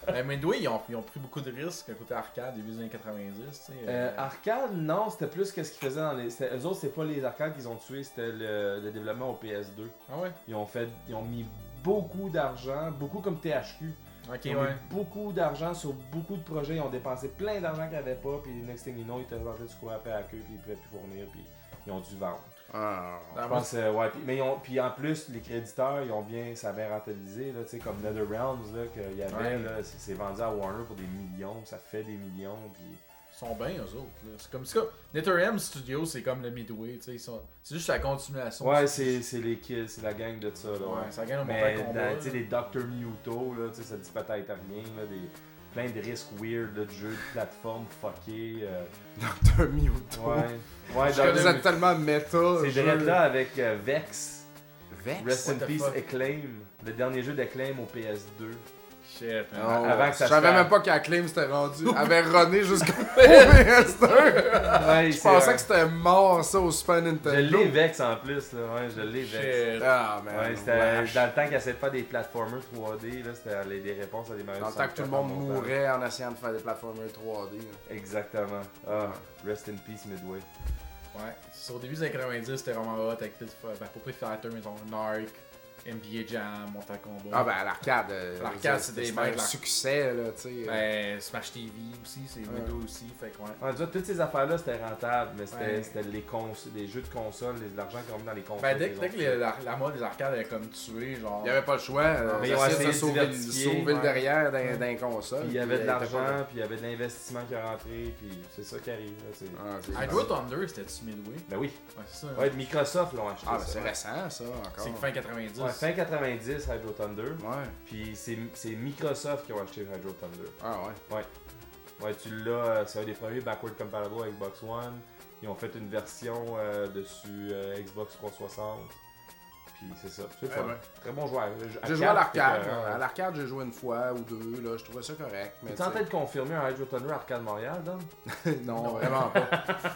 B: Ben, Mais Midway, ils ont, ils ont pris beaucoup de risques côté arcade début des années 90, tu sais.
C: Euh,
B: euh,
C: arcade, non, c'était plus que ce qu'ils faisaient dans les. c'était- Eux autres, c'est pas les arcades qu'ils ont tués, c'était le, le développement au PS2.
B: Ah ouais?
C: Ils ont fait. Ils ont mis beaucoup d'argent, beaucoup comme THQ.
B: Ok,
C: Ils ont
B: ouais.
C: mis beaucoup d'argent sur beaucoup de projets. Ils ont dépensé plein d'argent qu'ils n'avaient pas. Puis next thing you know, ils étaient rentrés du coup après à queue. Puis ils pouvaient plus fournir. Puis ils ont dû vendre.
A: Ah.
C: Je pense, euh, ouais. Puis, mais ils ont- puis en plus, les créditeurs, ils ont bien, ça a bien rentabilisé. Là, tu sais, comme NetherRealms, là, qu'il y avait,
B: Ouais.
C: là, c'est c'est vendu à Warner pour des millions. Ça fait des millions. Puis...
B: Ils sont bien, eux autres. là. C'est comme ça. NetherM Studio, c'est comme le Midway, tu sais. ils sont- C'est juste la continuation.
C: Ouais,
B: du-
C: c'est c'est les kids, c'est la gang de ça. Là, ouais.
B: Ouais, ça gagne au
C: Mais
B: montant combat.
C: dans- tu sais, les Dr. Muto, là, tu sais, ça dit peut-être rien. Là, des, plein de risques weird là, de jeux de plateforme fuckés. euh,
A: Dr. Mewtwo.
C: ouais. ouais
A: Je vous
C: Dr.
A: êtes tellement méta.
C: C'est
A: je-
C: direct là avec euh, Vex.
A: Vex?
C: Rest
B: what
C: in
B: the
C: Peace
B: fuck?
C: Acclaim. Le dernier jeu d'Acclaim au PS2.
B: Shit, hein.
A: Oh,
B: man.
C: Avant que ça
A: je savais
C: se fasse.
A: même pas qu'à Clim s'était
C: [LAUGHS]
A: rendu. Elle avait runné jusqu'au [LAUGHS] PS1.
C: Ouais,
A: Je pensais que c'était mort ça au Super
C: Je l'ai
A: Nintendo.
C: Vex en plus, là. Ouais, je l'ai Vex.
B: Shit.
A: Ah, man.
C: Ouais, c'était
A: wesh.
C: dans le temps qu'elle essayait de faire des platformers 3D, là, c'était les, des réponses à des Mario
A: Dans le temps que tout le
C: 64
A: monde
C: en montant.
A: mourait en essayant de faire des platformers 3D. là.
C: Exactement. Ah, rest in peace Midway.
B: Ouais. C'est au début des années 90, c'était vraiment hot avec Pit bah, pour Pit Fighter, ils ont Narc, NBA Jam, Montant Combat.
A: Ah, ben, à l'arcade. euh,
B: L'arcade, c'est des
A: c'était
B: mecs,
A: un
B: là.
A: succès, là, tu sais.
B: Ben, Smash TV aussi, c'est
A: Ouais.
B: Windows aussi, fait que ouais.
C: En tout cas, Ah, toutes ces affaires-là, c'était rentable, mais c'était
B: Ouais.
C: c'était les, cons les jeux de console, les- l'argent qu'ils ont mis dans les consoles.
B: Ben, dès,
C: qu'ils
B: dès
C: ont
B: que
C: fait.
B: les- la, la mode des arcades elle a comme tué, genre.
A: Il n'y avait pas le choix. euh,
C: Mais
A: ils
C: ils ont
A: essayaient
C: essayé
A: de
C: de
A: sauver, le-
C: diversifier,
A: sauver le
B: ouais.
A: derrière d'un, d'un console.
C: Puis il y avait de
A: puis, euh, t'as
C: l'argent, puis il y avait de l'investissement qui est rentré, puis c'est ça qui arrive. Là, c'est-
A: pas- Ah, c'est-
B: I Drew Thunder, c'était-tu Midway
C: Ben oui.
B: Ouais, c'est ça.
C: Ouais, Microsoft l'ont acheté.
A: Ah, ben,
C: ça.
A: c'est récent, ça, encore.
B: C'est fin 90.
C: Ouais, fin 90, Hydro Thunder.
A: Ouais.
C: Puis c'est c'est Microsoft qui ont acheté Hydro Thunder.
A: Ah, ouais.
C: Ouais, tu l'as, euh, c'est un des premiers backward compatible avec Xbox One. Ils ont fait une version euh, dessus euh, Xbox 360. Puis c'est ça. C'est le
A: Eh
C: fun.
A: ben.
C: Très bon joueur. Le jeu-
A: J'ai joué à l'arcade.
C: fait que, euh,
A: À l'arcade, j'ai joué une fois ou deux, là. Je trouvais ça correct. Mais
C: T'es en
A: tu
C: train de confirmer un Hydro Thunder Arcade Montréal, Dom?
A: sais, non, vraiment
C: [LAUGHS]
A: pas.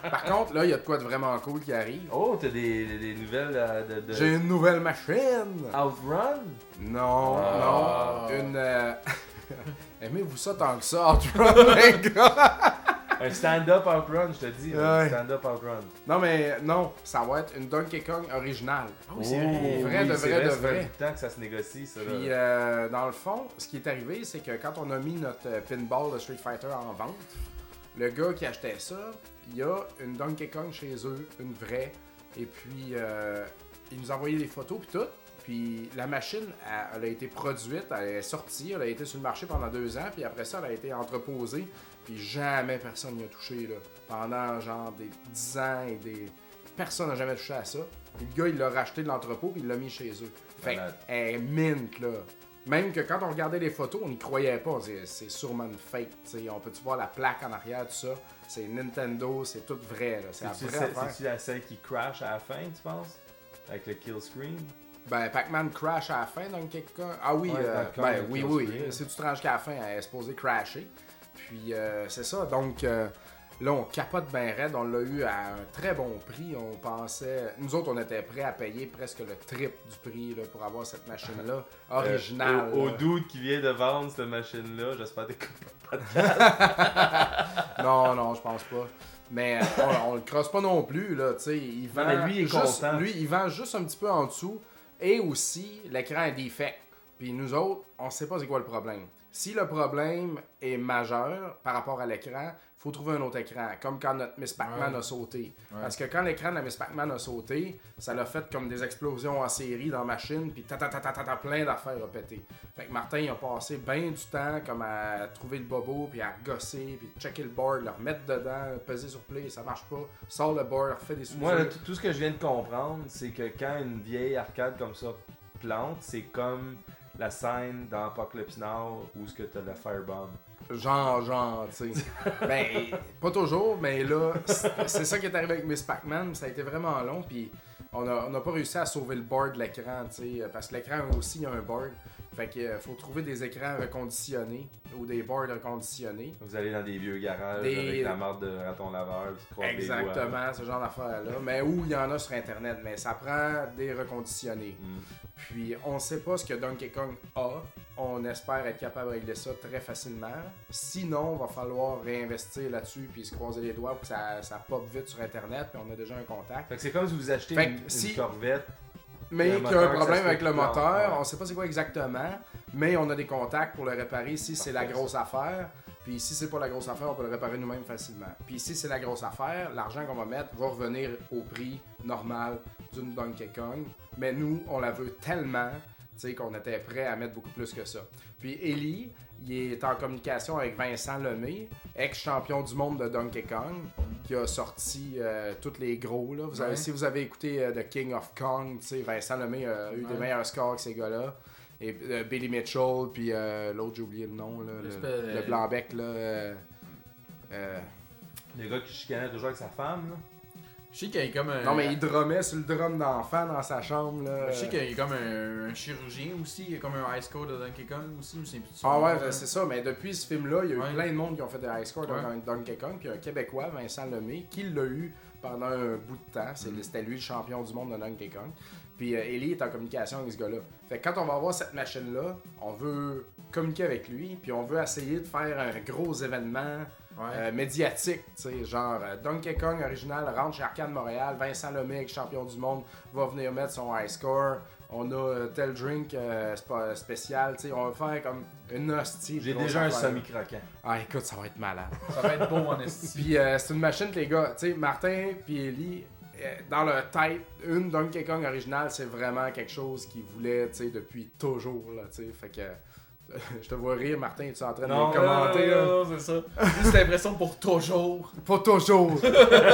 A: Par contre, là, il y a de quoi de vraiment cool qui arrive.
C: Oh, t'as des, des- des nouvelles euh, de, de-
A: J'ai une nouvelle machine!
C: Outrun?
A: Non,
C: Ah.
A: non. Une. euh, [LAUGHS] Aimez-vous ça tant que ça, Hot Rod, [LAUGHS] les gars?
C: Un stand-up out run, je te dis. Un
A: Ouais.
C: stand-up out run.
A: Non, mais non, ça va être une Donkey Kong originale.
C: Oh,
B: Ah c'est vrai.
A: Vrai de
C: c'est
A: vrai de
C: ça fait
A: vrai.
C: du temps que ça se négocie, ça. là.
A: Puis, euh, dans le fond, ce qui est arrivé, c'est que quand on a mis notre euh, pinball de Street Fighter en vente, le gars qui achetait ça, il y a une Donkey Kong chez eux, une vraie. Et puis, euh, il nous a envoyé des photos, puis tout. Puis, la machine, elle, elle a été produite, elle est sortie, elle a été sur le marché pendant deux ans, puis après ça, elle a été entreposée. Puis, jamais personne n'y a touché, là. Pendant, genre, des 10 ans et des. Personne n'a jamais touché à ça. Puis, le gars, il l'a racheté de l'entrepôt, puis il l'a mis chez eux. Fait
C: Malade.
A: elle est mint, là. Même que quand on regardait les photos, on n'y croyait pas. On disait, C'est sûrement une fake. t'sais. On peut-tu voir la plaque en arrière, tout ça? C'est Nintendo, c'est tout vrai. là. C'est la
C: C'est-tu
A: vraie
C: celle-
A: affaire.
C: c'est-tu la celle qui crash à la fin, tu penses Avec le kill screen
A: Ben, Pac-Man crash à la fin, donc quelqu'un. Ah oui,
C: Ouais,
A: euh, ben
C: Pac-Man, Pac-Man,
A: oui,
C: Pac-Man,
A: oui.
C: Pac-Man.
A: C'est tout tranche qu'à la fin, elle est supposée crasher. Puis, euh, c'est ça. Donc, euh, là, on capote ben raide. On l'a eu à un très bon prix. On pensait. Nous autres, on était prêts à payer presque le triple du prix là, pour avoir cette machine-là originale.
C: Euh, au, au
A: là.
C: dude qui vient de vendre cette machine-là, j'espère que t'écoutes pas.
A: Non, non, je pense pas. Mais euh, on, on le crosse pas non plus, là, tu sais. Il vend
C: Non, mais lui, il est
A: juste,
C: content.
A: Lui, il vend juste un petit peu en dessous. Et aussi, l'écran est défect. Puis nous autres, on sait pas c'est quoi le problème. Si le problème est majeur par rapport à l'écran, faut trouver un autre écran. Comme quand notre Miss Pac-Man
B: Ouais.
A: a sauté.
B: Ouais.
A: Parce que quand l'écran de la Miss Pac-Man a sauté, ça l'a fait comme des explosions en série dans la machine, puis ta ta ta ta ta, ta, plein d'affaires à péter. Fait que Martin, il a passé bien du temps comme à trouver le bobo, puis à gosser, puis checker le board, le remettre dedans, peser sur play, ça marche pas, sort le board, refait des souvenirs.
C: Moi, là, tout tout ce que je viens de comprendre, c'est que quand une vieille arcade comme ça plante, c'est comme la scène dans Apocalypse Now où ce que t'as le firebomb.
A: Genre, genre, tu sais. ben, pas toujours, mais là, c'est c'est ça qui est arrivé avec Miss Pac-Man. Ça a été vraiment long, puis on n'a on a pas réussi à sauver le board de l'écran, tu sais, euh, parce que l'écran aussi, il y a un board. Fait que euh, faut trouver des écrans reconditionnés ou des boards reconditionnés.
C: Vous allez dans des vieux garages
A: Des-
C: avec la marde de raton laveur, puis trois
A: Exactement, ce genre d'affaires-là. Mais où il y en a sur Internet, mais ça prend des reconditionnés.
C: Mm.
A: Puis on sait pas ce que Donkey Kong a. On espère être capable de régler ça très facilement. Sinon, va falloir réinvestir là-dessus puis se croiser les doigts pour que ça, ça pop vite sur Internet. Puis on a déjà un contact.
C: Fait que c'est comme si vous achetez
A: Fait
C: une,
A: que
C: une
A: si-
C: Corvette.
A: Mais
C: Le
A: qu'il y a
C: moteur,
A: un
C: que ça
A: problème
C: se
A: avec le
C: plante,
A: moteur.
C: ouais.
A: On sait pas c'est quoi exactement. Mais on a des contacts pour le réparer si c'est la
C: Parfait,
A: grosse affaire. Puis si c'est pas la grosse affaire, on peut le réparer nous-mêmes facilement. Puis si c'est la grosse affaire, l'argent qu'on va mettre va revenir au prix normal d'une Donkey Kong. Mais nous, on la veut tellement tu sais, qu'on était prêt à mettre beaucoup plus que ça. Puis Ellie, il est en communication avec Vincent Lemay, ex-champion du monde de Donkey Kong, qui a sorti euh, tous les gros. Là. Vous avez-
B: Ouais.
A: Si vous avez écouté euh, The King of Kong, tu sais, Vincent Lemay a eu des
B: Ouais.
A: meilleurs scores que ces gars-là. Et euh, Billy Mitchell, puis euh, l'autre, j'ai oublié le nom, là,
B: L'espèce
A: le,
B: de-
A: le blanc-bec. là, euh, euh,
C: Le gars qui chicanait toujours avec sa femme, là.
B: Je sais qu'il y a comme un.
A: non, mais il Euh. drummait sur le drum d'enfant dans sa chambre. Là.
B: Euh, Je sais qu'il y a comme un, un chirurgien aussi, il y a comme un ice code de Donkey Kong aussi, mais c'est plus
A: Ah ouais,
B: hein.
A: c'est ça, mais depuis ce film-là, il y a eu
B: Ouais.
A: plein de monde qui ont fait des high scores
B: Ouais.
A: dans Donkey Kong, puis un Québécois, Vincent Lemay, qui l'a eu pendant un bout de temps. C'est-
B: Mm.
A: C'était lui le champion du monde de Donkey Kong. Puis euh, Ellie est en communication avec ce gars-là. Fait que quand on va avoir cette machine-là, on veut communiquer avec lui, puis on veut essayer de faire un gros événement
B: Ouais.
A: euh, médiatique, tu sais, genre euh, Donkey Kong original rentre chez Arcade Montréal, Vincent Lemay, champion du monde, va venir mettre son high score. On a euh, tel drink euh, spa- spécial, tu sais, on va faire comme une hostie. de
C: J'ai
A: grosses
C: déjà un
A: affaires.
C: semi-croquant.
A: Ah, écoute, ça va être malade. [LAUGHS]
B: Ça va être beau en esti.
A: Puis euh, c'est une machine que les gars, tu sais, Martin puis Ellie, euh, dans leur tête, une Donkey Kong originale, c'est vraiment quelque chose qu'ils voulaient, tu sais, depuis toujours, là, tu sais. Fait que, [LAUGHS] je te vois rire, Martin, tu es en train de
C: Non,
A: me [LAUGHS] commenter, là.
B: non, non, c'est ça. Juste l'impression pour toujours.
A: Pas toujours. [LAUGHS]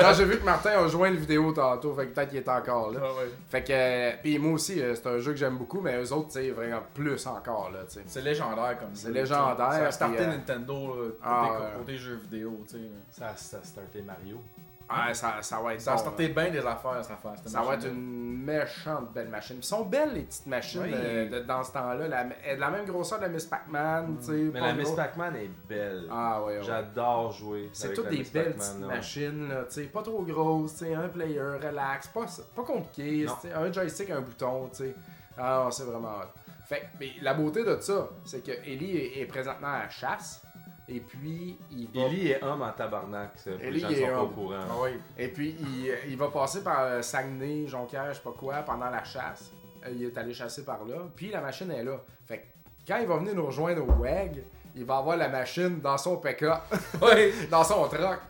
A: Quand j'ai vu que Martin a joint une vidéo tantôt, fait que peut-être qu'il est encore là.
B: Ah ouais.
A: Fait que, euh, puis moi aussi, euh, c'est un jeu que j'aime beaucoup, mais eux autres, tu sais, vraiment plus encore là, tu sais.
B: C'est légendaire comme
A: C'est
B: jeu,
A: légendaire,
B: tu sais. Ça a starté
A: puis, euh,
B: Nintendo là, côté,
A: ah, ouais.
B: côté jeux vidéo, tu sais. là.
C: Ça, ça a starté Mario.
A: Ah, ça, ça va être
B: Ça a
A: bon,
B: starté bien des affaires, cette affaire.
A: là.
B: cette
A: Ça va être
B: machine-là.
A: une méchante belle machine. Ils sont belles les petites machines
C: Oui.
A: euh, de- dans ce temps-là, la, elle est de la même grosseur de la Miss Pac-Man, tu sais.
C: Mm. Mais
A: pas
C: la
A: gros.
C: Miss Pac-Man est belle.
A: Ah ouais. ouais.
C: J'adore jouer.
A: C'est
C: avec
A: toutes
C: la
A: des
C: Miss
A: belles
C: Pac-Man,
A: petites
C: là.
A: machines, là, tu sais, pas trop grosses, tu sais, un player, relax, pas, pas compliqué,
C: Non.
A: tu sais, un joystick, un bouton, tu sais. Ah non, c'est vraiment hot. Fait que, mais la beauté de ça, c'est que Ellie est, est présentement à la chasse. Et puis, il va,
C: Ellie est homme en tabarnak, ça.
A: Ellie
C: les gens
A: est
C: sont pas au
A: homme.
C: courant.
B: Ah oui.
A: et puis il, il va passer par euh, Saguenay, Jonquière, je sais pas quoi, pendant la chasse. Euh, Il est allé chasser par là. Puis la machine est là. Fait que, quand il va venir nous rejoindre au WAG, il va avoir la machine dans son [LAUGHS] pick-up,
B: Oui.
A: dans son truck,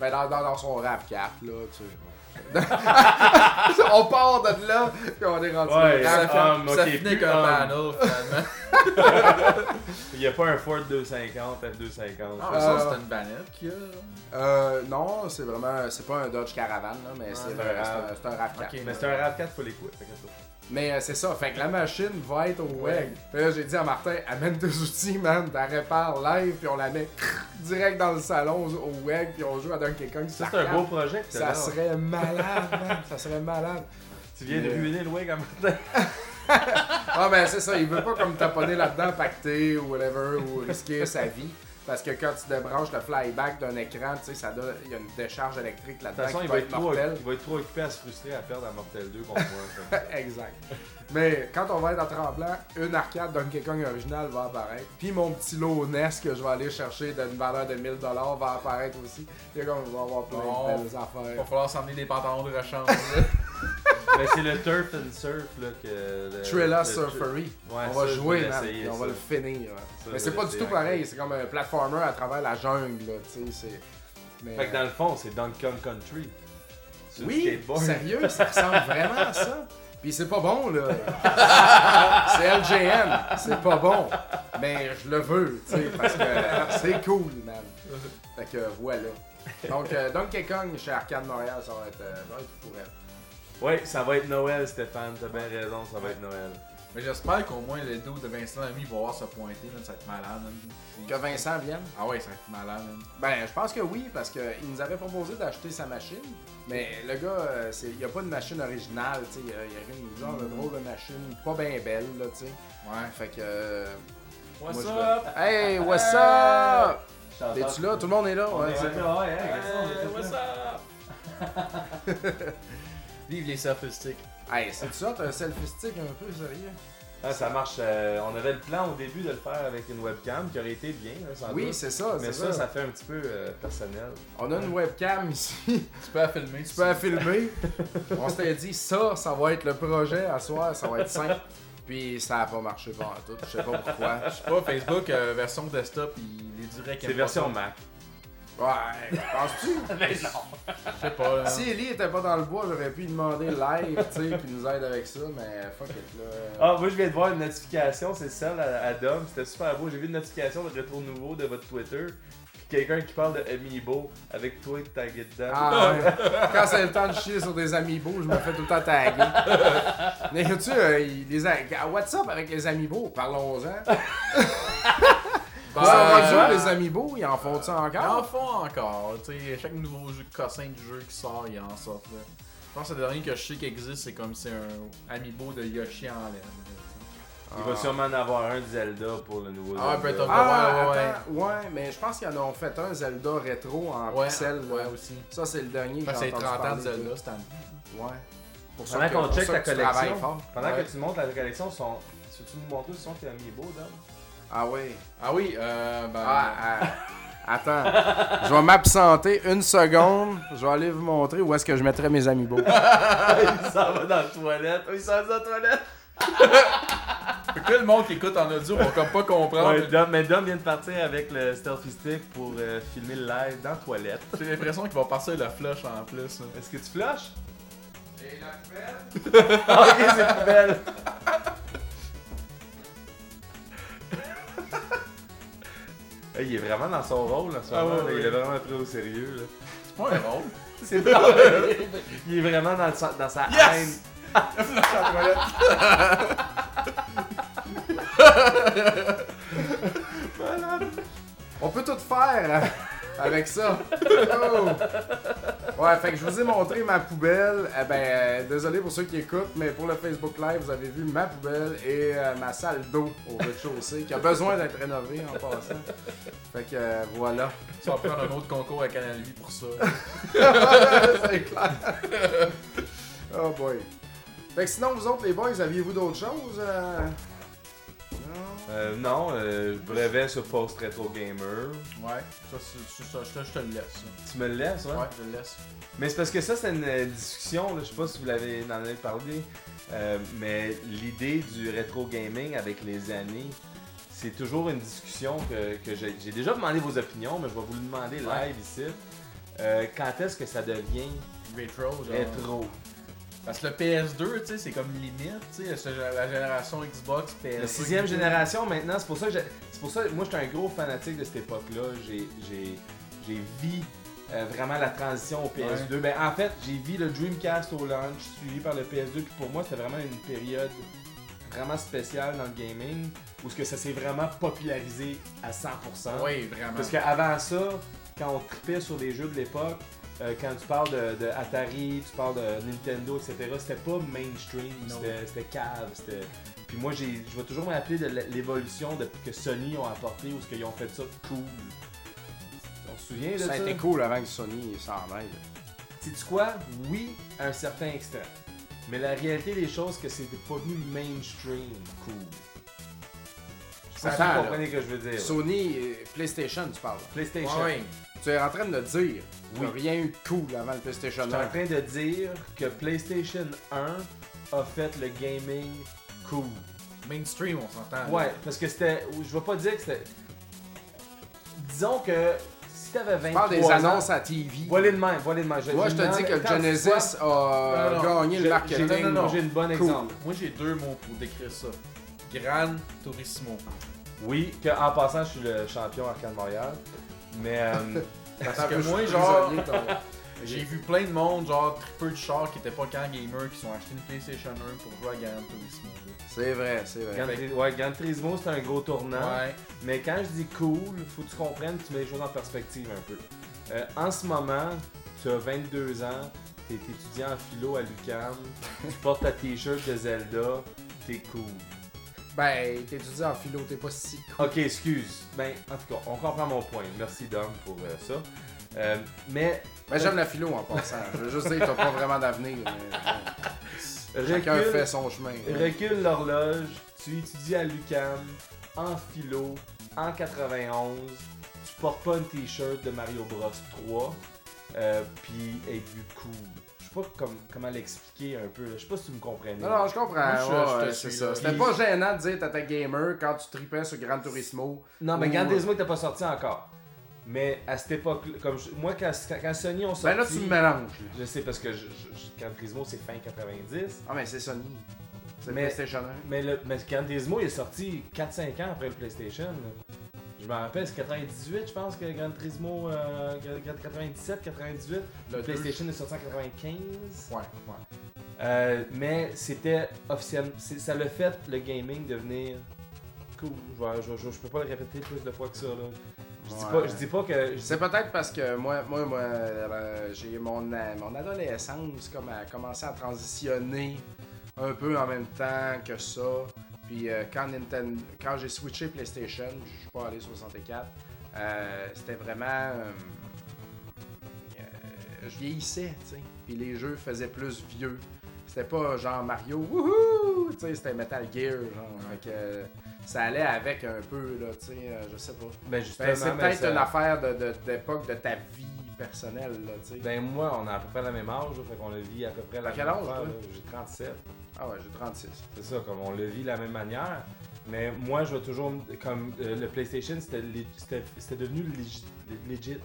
A: ben dans, dans, dans son RAV4, là, tu [LAUGHS] sais. on part de là, puis on est rendu
C: Ouais,
A: là.
B: Ça,
C: Ah,
B: fait-
C: homme,
B: ça
C: ok,
B: finit
C: plus
B: comme
C: homme.
B: panneau, finalement.
C: Il n'y a pas un Ford 250, F250.
A: Ah,
B: Ah, ça,
A: euh,
B: c'est une banette qu'il y a. là.
A: Euh, non, c'est vraiment. C'est pas un Dodge Caravan, là, mais c'est
C: c'est un
A: un,
C: Rav.
A: c'est un- c'est un RAV4.
B: Ok.
C: mais c'est un RAV4 pour les couilles. fait que ça.
A: Mais euh, c'est ça, fait que la machine va être au WEG.
B: Ouais.
A: Puis là, j'ai dit à Martin, amène deux outils, man, t'en répares live, puis on la met direct dans le salon au WEG, puis on joue à Donkey Kong.
C: Ça, c'est un beau projet que
A: Ça
C: t'as là.
A: serait malade, man, ça serait malade.
C: Tu viens de
A: Mais-
C: ruiner le Wig en matin.
A: Ah ben c'est ça, il veut pas comme taponner là-dedans, pacter ou whatever, ou risquer sa vie. Parce que quand tu débranches le flyback d'un écran, tu sais, ça donne. Il y a une décharge électrique
C: De
A: là-dedans.
C: toute façon,
A: qui
C: il
A: peut
C: va, être trop,
A: mortelle.
C: il va être trop occupé à se frustrer à perdre à Mortel 2 contre moi. comme
A: [LAUGHS]
C: ça.
A: Exact. Mais quand on va être à Tremblant, une arcade Donkey Kong originale va apparaître. Puis mon petit lot NES que je vais aller chercher d'une valeur de 1000$ va apparaître aussi. Et comme on va avoir plein
B: Bon.
C: Oh.
A: de belles
B: Il va
A: affaires.
B: falloir s'emmener des pantalons de rechange. là.
C: Mais c'est le Turf and Surf là, que. le-
A: Trilla
C: le-
A: Surfery.
C: Euh, Ouais,
A: on va
C: ça, je
A: jouer,
C: voulais
A: man,
C: essayer
A: puis on va
C: ça.
A: le finir. hein.
C: Ça,
A: Mais
C: je
A: c'est
C: voulais
A: pas du tout
C: essayer
A: pareil,
C: encore.
A: c'est comme un platformer à travers la jungle, là, tu sais, c'est... Mais,
C: Fait que dans le fond, c'est Donkey Kong Country. Sur le
A: Oui,
C: skateboard.
A: sérieux, ça ressemble vraiment à ça. Puis c'est pas bon, là. c'est LGN, c'est pas bon. Mais je le veux, tu sais, parce que c'est cool, man. Fait que voilà. Donc, euh, Donkey Kong chez Arcade Montréal, ça va être, euh, ça va être pour elle.
C: Ouais, ça va être Noël, Stéphane. T'as bien raison, ça va être Noël.
B: Mais j'espère qu'au moins le dos de Vincent Ami va voir se pointer. là, Ça va être malade. là.
A: Que Vincent vienne.
B: Ah ouais, ça va être malade. hein. là.
A: Ben, je pense que oui, parce qu'il nous avait proposé d'acheter sa machine, mais le gars, euh, c'est- il n'y a pas de machine originale, tu sais. Il y a il y a une genre de drôle de machine, pas bien belle, là, tu sais.
B: Ouais.
A: Fait que. euh,
C: What's
A: je
C: up?
A: vais- Hey, what's
C: Hey!
A: up? T'es-tu là? Tout le monde est là?
C: On
A: ouais.
C: est là, ouais, hein, Gaston, on est
B: what's
C: là.
B: up? Vive les surface sticks.
A: Hey, c'est ça, t'as un selfie stick un peu, sérieux?
C: Ah, ça marche. euh, on avait le plan au début de le faire avec une webcam qui aurait été bien, hein, sans
A: oui,
C: doute.
A: c'est ça,
C: Mais
A: c'est ça.
C: ça, ça fait un petit peu euh, personnel.
A: On a une webcam ici, [LAUGHS]
B: Tu peux la filmer.
A: tu peux la
C: [LAUGHS]
A: filmer. On s'était dit, ça, ça va être le projet à soir, ça va être simple. Puis ça a pas marché pas en tout, je sais pas pourquoi.
B: Je sais pas, Facebook, euh, version desktop, il est direct.
C: C'est version [LAUGHS] Mac.
A: Ouais, penses-tu?
B: Je sais pas. hein.
C: Ben,
B: là.
A: Ah, Si Ellie était pas dans le bois, j'aurais pu lui demander live, tu sais, qu'il nous aide avec ça, mais fuck it, là.
C: Ah, moi, je viens de voir une notification, c'est celle à, à Dom, c'était super beau. J'ai vu une notification de retour nouveau de votre Twitter. Puis quelqu'un qui parle de Amiibo avec toi et tagué dedans.
A: Ah, ouais. Quand c'est le temps de chier sur des amiibo, je me fais tout le temps taguer. Mais tu euh, il- les a- what's up avec les amiibo? Parlons-en.
B: [LAUGHS] Bah,
A: Ils sont rendus où,
B: euh,
A: les amiibo? Ils en font ça
B: ils en
A: encore?
B: font encore. tu sais, chaque nouveau jeu, cossin du jeu qui sort, il en sort. Là. Je pense que le dernier que je sais qui existe, c'est comme c'est un amiibo de Yoshi en laine.
C: Il va sûrement en avoir un de Zelda pour le nouveau
B: Ah,
C: Zelda.
B: peut-être.
A: Ah,
B: Ouais, ouais,
A: attends, ouais, mais je pense qu'ils en ont fait un Zelda rétro en
B: Ouais,
A: pixel.
B: ouais,
A: Ah, là.
B: aussi.
A: Ça, c'est le dernier que
B: Enfin, c'est
A: j'ai entendu
B: 30 ans de
A: parler,
B: Zelda cette année.
A: Ouais. Pour ça
C: Pendant
A: que-
C: qu'on
A: pour
C: check
A: ça
C: ta
A: que tu travailles
C: collection,
A: fort.
C: pendant
B: Ouais.
C: que tu montes la collection, sont... si tu nous montres où sont tes Amiibo, Dom [LAUGHS]
A: Ah oui.
B: Ah oui, euh, ben. [LAUGHS]
A: Ah, ah, attends, je vais m'absenter une seconde. Je vais aller vous montrer où est-ce que je mettrais mes amiibo.
C: Il s'en va dans la toilette. Oh, il s'en va dans la toilette.
B: Fait que là, le monde qui écoute en audio va comme pas comprendre.
C: Ouais, Dom- mais Dom vient de partir avec le selfie stick pour euh, filmer le live dans la toilette.
B: J'ai l'impression qu'il va passer la flush en plus. là.
C: Est-ce que tu flushes
A: Et la poubelle?
C: [LAUGHS] Ah, Ok, c'est poubelle. [LAUGHS] Hey, Il est vraiment dans son rôle en ce
B: Ah
C: moment,
B: ouais,
C: là.
B: ouais.
C: il est vraiment pris au sérieux. Là.
B: C'est pas un rôle.
C: C'est il est vraiment dans, sa- dans sa
B: Yes!
A: On peut tout faire euh, [LAUGHS] avec ça. Oh. Ouais, fait que je vous ai montré ma poubelle. Eh ben, euh, désolé pour ceux qui écoutent, mais pour le Facebook Live, vous avez vu ma poubelle et euh, ma salle d'eau au rez-de-chaussée qui a besoin d'être rénovée en passant. Fait que euh, voilà. [LAUGHS]
B: Tu vas prendre un autre concours à Canal Vie pour ça.
A: C'est clair. Oh boy. Fait que sinon, vous autres, les boys, aviez-vous d'autres choses euh? Non.
C: Euh, non, euh, brevet sur Post Retro Gamer.
B: Ouais, ça, c'est c'est ça, je, te- je te le laisse. ça.
C: Tu me le laisses, ouais?
B: Ouais, je le laisse.
C: Mais c'est parce que ça, c'est une euh, discussion, là, je sais pas si vous l'avez en avez parlé, euh, mais l'idée du rétro gaming avec les années, c'est toujours une discussion que, que j'ai j'ai déjà demandé vos opinions, mais je vais vous le demander live
B: Ouais.
C: ici. Euh, quand est-ce que ça devient
B: Retro, genre.
C: rétro?
B: Parce que le PS2, tu sais, c'est comme limite, tu sais, ce- la génération Xbox, PS2.
C: La sixième génération maintenant, c'est pour ça que j'ai- c'est pour ça que moi j'étais un gros fanatique de cette époque-là. J'ai j'ai j'ai vu euh, vraiment la transition au PS2. Ben, en fait, j'ai vu le Dreamcast au launch suivi par le PS2 puis pour moi c'était vraiment une période vraiment spéciale dans le gaming où ce que ça s'est vraiment popularisé à 100%.
B: Oui, vraiment.
C: Parce qu'avant ça, quand on tripait sur les jeux de l'époque, euh, quand tu parles de, de Atari, tu parles de Nintendo, etc., c'était pas mainstream,
B: Non.
C: c'était- c'était cave. c'était- Puis moi, j'ai- je vais toujours me rappeler de l'é- l'évolution de- que Sony ont apporté ou ce qu'ils ont fait ça cool. On se souvient de ça?
A: Ça a été cool avant que Sony s'en aille.
C: Sais-tu quoi? Oui, à un certain extent. Mais la réalité des choses, c'est que c'était pas venu mainstream cool. Je sais pas si
A: Attends,
C: vous
A: là.
C: comprenez ce que je veux dire.
A: Sony, euh, PlayStation, tu parles.
C: PlayStation.
B: Ouais,
A: Tu es en train de le dire. Il
C: Oui.
A: n'y a rien eu de cool avant le PlayStation
C: Je suis en
A: 1.
C: train de dire que PlayStation 1 a fait le gaming cool.
B: mainstream, on
A: Ah
B: s'entend. là.
C: Ouais, parce que c'était. Je vais pas dire que c'était. Disons que si t'avais 23
A: Je parle des
C: ans-
A: annonces à TV.
C: Voilà de même, voilà de même.
A: Moi, je te dis que le Genesis a Euh,
B: Non, non,
A: gagné le marketing.
C: Non, non, non, j'ai une bonne
A: Cool.
C: exemple.
B: Moi, j'ai deux mots pour décrire ça. Gran Turismo.
C: Ah, Oui, que en passant, je suis le champion Arcade Montréal.
A: [LAUGHS]
C: Mais. euh,
B: Parce que moi, genre, j'ai vu plein de monde, genre, triple de chars qui étaient pas camp gamer, qui sont achetés une PlayStation 1 pour jouer à Gran Turismo.
A: C'est vrai, c'est vrai.
C: Gran Tri- ouais, Gran Turismo, c'est un gros tournant.
B: Ouais.
C: Mais quand je dis cool, faut que tu comprennes, tu mets les choses en perspective un peu. Euh, en ce moment, tu as 22 ans, t'es étudiant en philo à l'UQAM, tu portes ta t-shirt de Zelda, t'es cool.
A: Ben, t'es dit en philo, t'es pas si cool.
C: Ok, excuse. Ben, en tout cas, on comprend mon point. Merci Dom pour euh, ça. Euh, mais
A: Ben, j'aime la philo en passant. Je veux juste dire, t'as pas vraiment d'avenir. mais, bon, Chacun
C: recule-
A: fait son chemin.
C: Recule l'horloge, tu étudies à l'UCAM, en philo, en 91, tu portes pas une t-shirt de Mario Bros 3, euh, puis être vu cool. Je sais pas comme- comment l'expliquer un peu, là. je sais pas si tu me comprenais.
A: Non, non, je comprends.
B: Moi, je-
A: Ouais,
B: je te
A: ouais,
B: suis,
A: c'est ça.
B: là.
A: C'était
C: Puis-
A: pas gênant de dire t'étais gamer quand tu tripais sur Gran Turismo.
C: Non, mais
A: Ou-
C: Grand Turismo était pas sorti encore. Mais à cette époque, comme je- moi quand, quand Sony ont sorti,
A: Ben là, tu me mélanges. là.
C: je sais parce que je, je- je- Gran Turismo c'est fin 90.
A: Ah, mais c'est Sony. C'est
C: Mais-
A: PlayStation 1.
C: Mais, le, mais Gran Turismo il est sorti 4-5 ans après le PlayStation. là. Je me rappelle, c'est 98, je pense que Gran Turismo. euh, Gran- Gran- 97, 98. Le
B: deux,
C: PlayStation est sorti en 95.
B: Ouais, ouais.
C: Euh, mais c'était officiel. c'est- Ça l'a fait le gaming devenir cool. Je, vais- je, je- je peux pas le répéter plus de fois que ça. Là. Je, dis pas,
A: Ouais.
C: je dis pas que. je dis-
A: C'est peut-être parce que moi, moi, moi euh, j'ai mon, euh, mon adolescence comme a commencé à transitionner un peu en même temps que ça. Puis euh, quand, Nintendo, quand j'ai switché PlayStation, je suis pas allé 64, euh, c'était vraiment. euh, euh, je vieillissais, tu sais. Puis les jeux faisaient plus vieux. C'était pas genre Mario, wouhou! Tu sais, c'était Metal Gear, genre. Fait que, euh, ça allait avec un peu, là, tu sais, euh, je sais pas.
C: Ben, justement,
A: Ben, c'est
C: mais
A: peut-être
C: ça-
A: une affaire de- de- d'époque de, ta vie personnelle, là, tu sais.
C: Ben, moi, on a à peu près la même âge. là, fait qu'on le vit à peu près la
A: T'as quel
C: même
A: âge,
C: affaire,
A: toi?
C: là. J'ai 37.
A: Ah ouais, j'ai 36.
C: C'est ça, comme on le vit de la même manière. Mais moi, je vais toujours. me- Comme euh, le PlayStation, c'était lég- c'était c'était devenu légi- legit.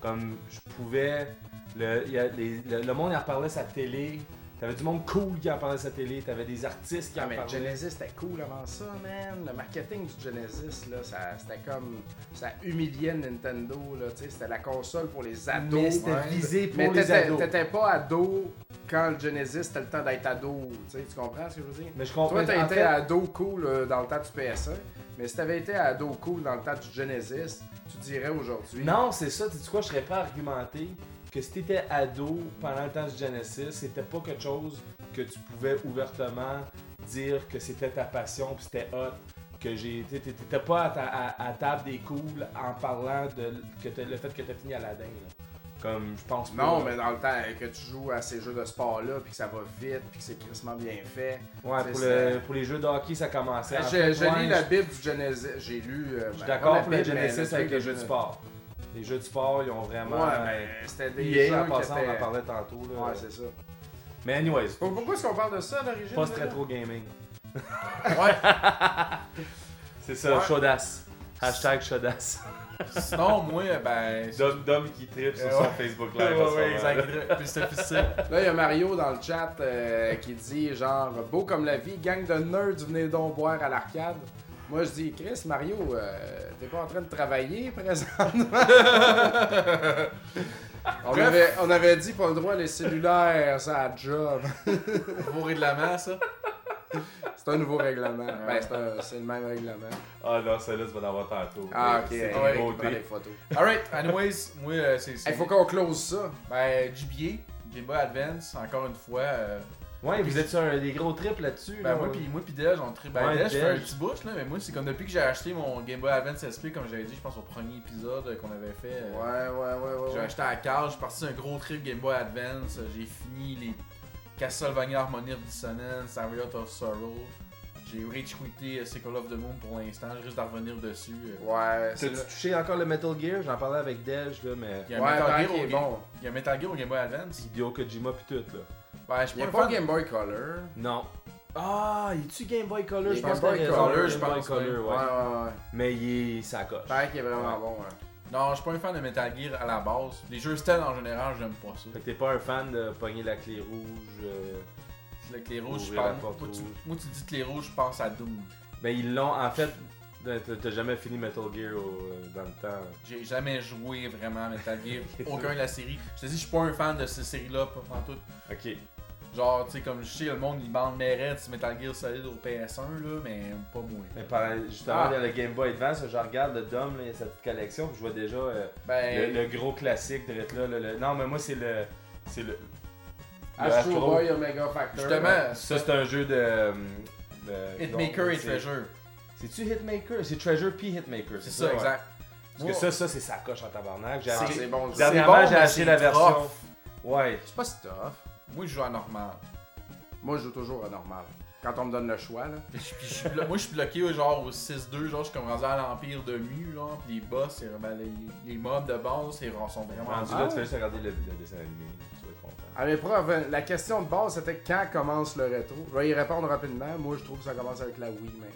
C: Comme je pouvais. Le, il y a les- le, le monde, il en parlait sa télé. T'avais du monde cool qui en parlait sa télé. T'avais des artistes qui
A: Ah,
C: en
A: mais le
C: parlaient.
A: Genesis, c'était cool avant ça, man. Le marketing du Genesis, là, ça- c'était comme... Ça humiliait Nintendo, là, tu sais. C'était la console pour les ados.
C: Mais c'était
B: ouais.
C: visé pour
A: Mais
C: les
A: t'étais-
C: ados.
A: t'étais pas ado quand le Genesis, c'était le temps d'être ado, tu sais. Tu comprends ce que je veux dire?
C: Mais je comprends.
A: Toi, t'as
C: en
A: été
C: fait,
A: ado cool euh, dans le temps du PS1, mais si t'avais été ado cool dans le temps du Genesis, tu dirais aujourd'hui...
C: Non, c'est ça. Tu quoi, je serais prêt à argumenter que si t'étais ado pendant le temps du Genesis, c'était pas quelque chose que tu pouvais ouvertement dire que c'était ta passion puis c'était hot. Que j'ai. t'sais, t'étais- T'étais pas à, ta- à- à table des cools en parlant de l- que t'as- le fait que t'as fini Aladdin. Là. Comme, je pense pas.
A: Non,
C: là.
A: mais dans le temps que tu joues à ces jeux de sport-là, puis que ça va vite, puis que c'est crissement bien fait.
C: Ouais,
A: c'est
C: pour,
A: ça. Ben,
C: le- pour les jeux de hockey, ça commençait. à-
A: Je, je
C: Ouais,
A: lis la Bible du Genesis. J'ai lu. euh,
C: Je suis
A: ben,
C: d'accord
A: pas
C: pour le
A: Bible, mais
C: Genesis
A: le
C: avec
A: truc
C: les
A: de
C: jeux de
A: Gen-
C: sport. Les jeux de sport, ils ont vraiment. euh,
A: Ouais, mais c'était des
C: Hier,
A: jeux
C: en
A: qui
C: passant, on en
A: étaient-
C: parlait tantôt. Là.
A: Ouais, c'est ça.
C: mais anyways,
A: Pour- Pourquoi est-ce qu'on parle de ça à l'origine
C: post
A: déjà?
C: rétro [LAUGHS] gaming.
A: Ouais.
C: C'est ça,
A: Ouais.
C: chaudasse. Hashtag chaudasse.
B: Sinon, [LAUGHS] moi, ben.
C: Dom, Dom qui tripe
B: sur son
C: Facebook
B: Ouais, ouais, ouais, exact. Puis c'était difficile.
A: Là, il y a Mario dans le chat euh, qui dit genre beau comme la vie, gang de nerds, venez donc boire à l'arcade. Moi, je dis Chris, Mario, euh, t'es pas en train de travailler [LAUGHS] présentement. on, avait, on avait dit pas le droit les cellulaires, ça a job.
B: Bourré de la main, ça.
A: C'est un nouveau règlement. Ben, c'est un- c'est le même règlement.
C: Ah non, celle-là, tu vas l'avoir tantôt.
A: Ah, ok.
C: C'est
A: hey,
C: une
B: ouais,
A: prends
C: beauté.
A: des photos.
B: Alright, anyways, moi, euh, c'est.
A: Il
B: c'est-
A: faut qu'on close ça.
B: Ben, GBA, Game Boy Advance, encore une fois. euh,
C: Ouais, vous êtes sur un- des gros trips là-dessus.
B: Ben
C: là.
B: moi
A: euh,
B: puis moi pis Dej, on tri... Ben
C: Ouais,
B: Dej, je fais un
C: Dej.
B: petit bouche là, mais moi c'est comme depuis que j'ai acheté mon Game Boy Advance SP, comme j'avais dit, je pense au premier épisode euh, qu'on avait fait.
A: Ouais,
B: euh,
A: ouais, ouais, ouais.
B: J'ai
A: ouais.
B: acheté à Carl, je suis parti d'un gros trip Game Boy Advance, euh, j'ai fini les Castlevania Harmony of Dissonance, Harriet of Sorrow. J'ai rage quitté Secret of the Moon pour l'instant, je risque d'en revenir dessus. euh.
A: Ouais, c'est
C: T'as-tu
A: là.
C: touché encore le Metal Gear J'en parlais avec Dej, là, mais.
B: Il y a
A: Ouais,
B: un Metal Gear
A: Frank
B: au
A: est
B: Game-
A: bon.
B: il y a un Metal Gear au Game Boy Advance.
C: Hideo Kojima pis tout, là.
B: Ben, je
A: Il
B: suis
A: n'y a
B: pas,
A: pas
B: un fan.
A: Game Boy Color.
C: Non. Ah, il tu Game Boy Color
A: Il est
C: Je pense
A: Game Boy
C: que t'as
A: Color,
C: raison,
A: je
C: Game Boy
A: pense,
C: Color,
A: Ouais, Ben.
C: ouais.
A: ouais, ouais.
C: Mais il est ça coche.
A: Pareil qu'il est vraiment bon. Hein.
B: Non, je suis pas un fan de Metal Gear à la base. Les jeux stealth en général, j'aime pas ça.
C: Fait que t'es pas un fan de pogner la clé rouge. euh,
B: Le clé rouge, je
C: Ouvrir la
B: parle. Moi,
C: porte
B: tu,
C: rouge.
B: moi, tu dis clé rouge, je pense à Doom.
C: Ben ils l'ont en fait. ben, t'as- T'as jamais fini Metal Gear au- euh, dans le temps.
B: J'ai jamais joué vraiment à Metal
C: [LAUGHS]
B: Gear, aucun de la série. Je te dis, je suis pas un fan de ces séries-là, pas en tout.
C: Ok.
B: Genre, tu sais, comme je sais, le monde, il bande mes raids sur Metal Gear Solid au PS1, là, mais pas moi.
C: Mais par- justement,
A: Ah.
C: dans le Game Boy Advance, je regarde le Dom, là, il y a sa petite collection, puis je vois déjà euh,
B: Ben,
C: le, le gros classique de là. le- le- Non, mais moi, c'est le. C'est le. le
A: Astro,
C: Astro.
A: Boy Omega Factor.
B: justement,
C: Ça, c'est un jeu de. euh, de-
B: Hitmaker
C: non,
B: et
C: c'est-
B: Treasure.
C: C'est-tu Hitmaker C'est Treasure puis Hitmaker.
B: C'est ça,
C: ouais.
B: exact.
C: Parce que ça, ça, c'est sa coche en tabarnak. J'ai
A: Ah,
C: acheté-
A: c'est bon.
B: C'est
A: C'est
C: Dernièrement,
B: bon,
C: j'ai
B: mais
C: acheté
B: c'est
C: la version.
B: rough.
C: Ouais.
A: c'est pas si tough.
B: Moi, je joue à normal.
A: Moi, je joue toujours à normal. Quand on me donne le choix, là.
B: Puis je- puis je suis blo- [LAUGHS] moi, je suis bloqué genre au 6-2, genre, je suis comme rendu à l'Empire de Mu, genre, pis les boss, c'est- ben, les, les mobs de base, ils sont vraiment
C: Rendu là, tu vas juste regarder le, le dessin animé. Tu vas être content.
A: À l'épreuve, euh, la question de base, c'était quand commence le rétro. Je vais y répondre rapidement. Moi, je trouve que ça commence avec la Wii maintenant.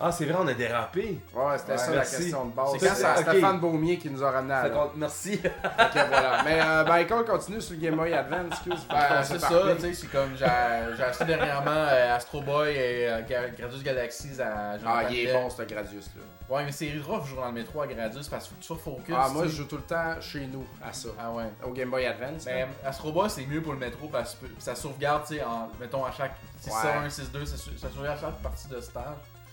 C: Ah, c'est vrai, on a dérapé.
A: Ouais, c'était
B: Ouais,
A: ça
C: merci.
A: la question de base.
C: C'est
A: C'est
C: quand ça- ok.
A: Stéphane Beaumier qui nous a ramené à
C: Ça
A: là.
C: compte- merci.
A: Ok, voilà. Mais euh, ben, Michael continue sur le Game Boy Advance, excuse.
B: [LAUGHS] Ben,
A: on
B: c'est
A: s'est
B: ça,
A: parlé.
B: tu sais, c'est comme j'ai j'ai acheté dernièrement euh, Astro Boy et euh, Ga- Gradius Galaxies à Jonathan
A: Ah, il est
B: Bell.
A: bon, ce Gradius-là.
B: Ouais, mais c'est rough je joue dans le métro à Gradius parce qu'il faut que tu sois focus.
A: Ah, moi,
B: tu
A: je
B: sais.
A: joue tout le temps chez nous à ça.
B: Ah ouais.
A: Au Game Boy Advance. là.
B: Mais euh, Astro Boy, c'est mieux pour le métro parce que ça sauvegarde, tu sais, en- mettons à chaque 6-1, 6-2, ça, sau- ça sauvegarde à chaque partie de stage.